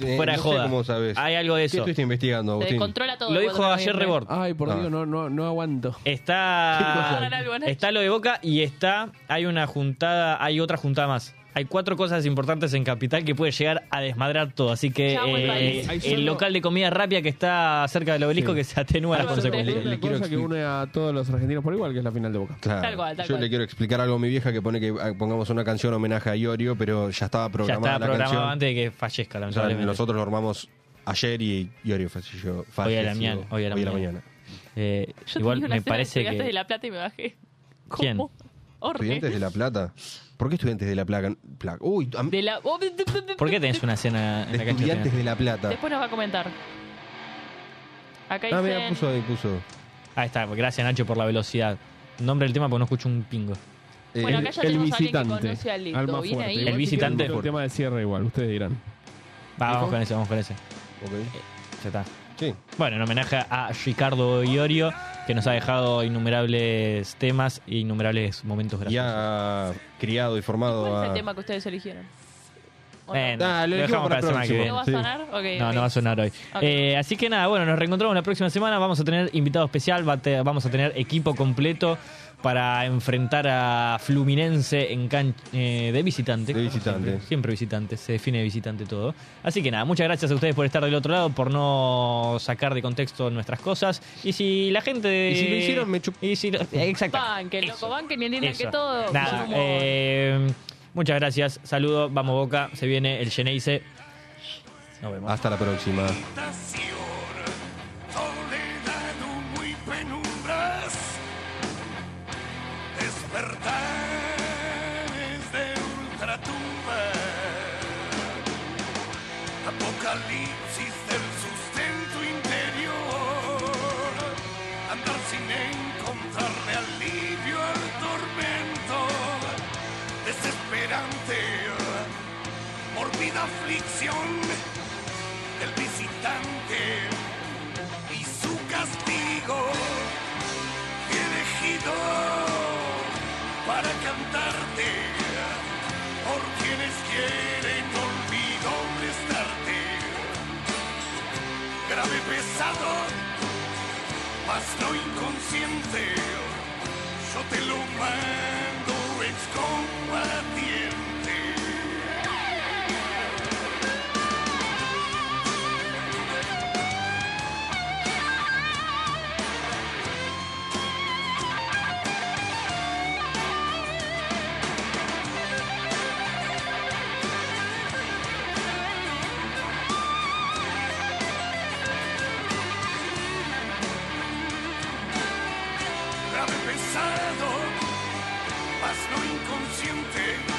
Speaker 6: Eh,
Speaker 4: Fuera de
Speaker 6: no sé
Speaker 4: joda.
Speaker 6: cómo sabes.
Speaker 4: Hay algo de
Speaker 6: ¿Qué
Speaker 4: eso.
Speaker 6: estuviste investigando,
Speaker 5: Te
Speaker 6: Agustín?
Speaker 5: descontrola todo.
Speaker 4: Lo
Speaker 5: el
Speaker 4: dijo
Speaker 5: cuatro de
Speaker 4: ayer
Speaker 5: noviembre.
Speaker 4: Rebord.
Speaker 7: Ay, por
Speaker 6: Ah.
Speaker 7: Dios, no, no, no aguanto.
Speaker 4: Está,
Speaker 5: Pasaron algo, Nacho.
Speaker 4: está lo de Boca y está. Hay una juntada, hay otra juntada más. Hay cuatro cosas importantes en Capital que puede llegar a desmadrar todo. Así que
Speaker 5: Chau, el
Speaker 4: eh,
Speaker 5: país.
Speaker 7: Hay
Speaker 4: el
Speaker 7: solo-
Speaker 4: local de comida rápida que está cerca del obelisco
Speaker 7: Sí.
Speaker 4: que se atenúa la
Speaker 5: Hay solo-
Speaker 4: consecuencia.
Speaker 6: Le- le
Speaker 7: Una
Speaker 6: quiero
Speaker 7: cosa que
Speaker 6: explicar.
Speaker 7: une a todos los argentinos por igual, que es la final de Boca.
Speaker 6: Claro.
Speaker 5: Tal cual, tal
Speaker 6: Yo
Speaker 5: cual.
Speaker 6: le quiero explicar algo a mi vieja que pone que ah, pongamos una canción homenaje a Iorio, pero ya estaba
Speaker 4: Ya
Speaker 6: programada
Speaker 4: está
Speaker 6: la
Speaker 4: programado
Speaker 6: canción.
Speaker 4: antes de que fallezca,
Speaker 6: O sea,
Speaker 4: lamentablemente.
Speaker 6: nosotros lo armamos ayer y Iorio falleció.
Speaker 4: Hoy a la
Speaker 6: falleció
Speaker 4: mañana, hoy a la mañana. Eh,
Speaker 5: Yo
Speaker 4: igual
Speaker 5: tenía una
Speaker 4: me
Speaker 5: cena
Speaker 4: parece
Speaker 5: de
Speaker 4: que.
Speaker 5: estudiantes de La Plata y me bajé. ¿Cómo?
Speaker 4: ¿Quién?
Speaker 5: Orne.
Speaker 6: ¿Estudiantes de La Plata? ¿Por qué estudiantes de La Plata? Pla- Uy, a mí-
Speaker 5: De la... oh, de- de- de- de-
Speaker 4: ¿Por qué tenés una cena en
Speaker 6: de
Speaker 4: la cancha? de
Speaker 6: estudiantes de La Plata.
Speaker 5: Después nos va a comentar. Acá
Speaker 6: Ah,
Speaker 5: dicen...
Speaker 6: mira, puso ahí, puso.
Speaker 4: teatro? Ahí está, gracias Nacho por la velocidad. Nombre del tema porque no escucho un pingo.
Speaker 6: Eh,
Speaker 5: Bueno, acá ya
Speaker 7: el
Speaker 5: tenemos a alguien que
Speaker 7: visitante.
Speaker 5: conoce al Lito.
Speaker 7: Alma
Speaker 5: Viene
Speaker 7: fuerte.
Speaker 5: ahí.
Speaker 7: Igual
Speaker 4: El
Speaker 7: si
Speaker 4: visitante.
Speaker 7: quieren, El tema de cierre igual, ustedes dirán.
Speaker 4: Va, vamos
Speaker 6: ¿Dijo?
Speaker 4: con ese, vamos con ese.
Speaker 6: ok.
Speaker 4: Ya está.
Speaker 6: Sí.
Speaker 4: Bueno, en homenaje a Ricardo Iorio, que nos ha dejado innumerables temas e innumerables momentos
Speaker 6: Y
Speaker 4: graciosos.
Speaker 6: ha criado y formado
Speaker 5: ¿Cuál es el
Speaker 6: a-
Speaker 5: tema que ustedes eligieron? ¿O no?
Speaker 4: Eh, no,
Speaker 6: Dale,
Speaker 4: lo
Speaker 6: lo
Speaker 4: dejamos
Speaker 6: dejamos
Speaker 4: para la semana
Speaker 6: para
Speaker 4: que viene.
Speaker 6: próxima.
Speaker 5: ¿No va a
Speaker 7: sí.
Speaker 5: sonar? Ok,
Speaker 4: No,
Speaker 5: ok.
Speaker 4: no va a sonar hoy.
Speaker 5: Ok.
Speaker 4: Eh, así que nada, bueno, nos reencontramos la próxima semana. Vamos a tener invitado especial, va a te- vamos a tener equipo completo para enfrentar a Fluminense en can- eh, de visitante.
Speaker 6: De visitante.
Speaker 4: Siempre, siempre visitante, se define de visitante todo. Así que nada, muchas gracias a ustedes por estar del otro lado, por no sacar de contexto nuestras cosas. Y si la gente... de-
Speaker 6: Y si lo hicieron, me chup-
Speaker 4: Y si lo- Exacto.
Speaker 5: Banquen,
Speaker 4: Eso.
Speaker 5: loco, banquen y entiendan
Speaker 4: Eso.
Speaker 5: que todo...
Speaker 4: Nada,
Speaker 5: Vamos.
Speaker 4: eh, muchas gracias, saludo, vamos Boca, se viene el Geneise. Nos vemos.
Speaker 6: Hasta la próxima.
Speaker 10: soledad muy penumbras despertares de ultratumba apocalipsis del sustento interior andar sin encontrarle alivio al tormento desesperante morbida aflicción del visitante y su castigo he elegido para cantarte por quienes quieren olvido prestarte grave pesado mas no inconsciente yo te lo mando excombatiente grave pesado, mas no inconsciente.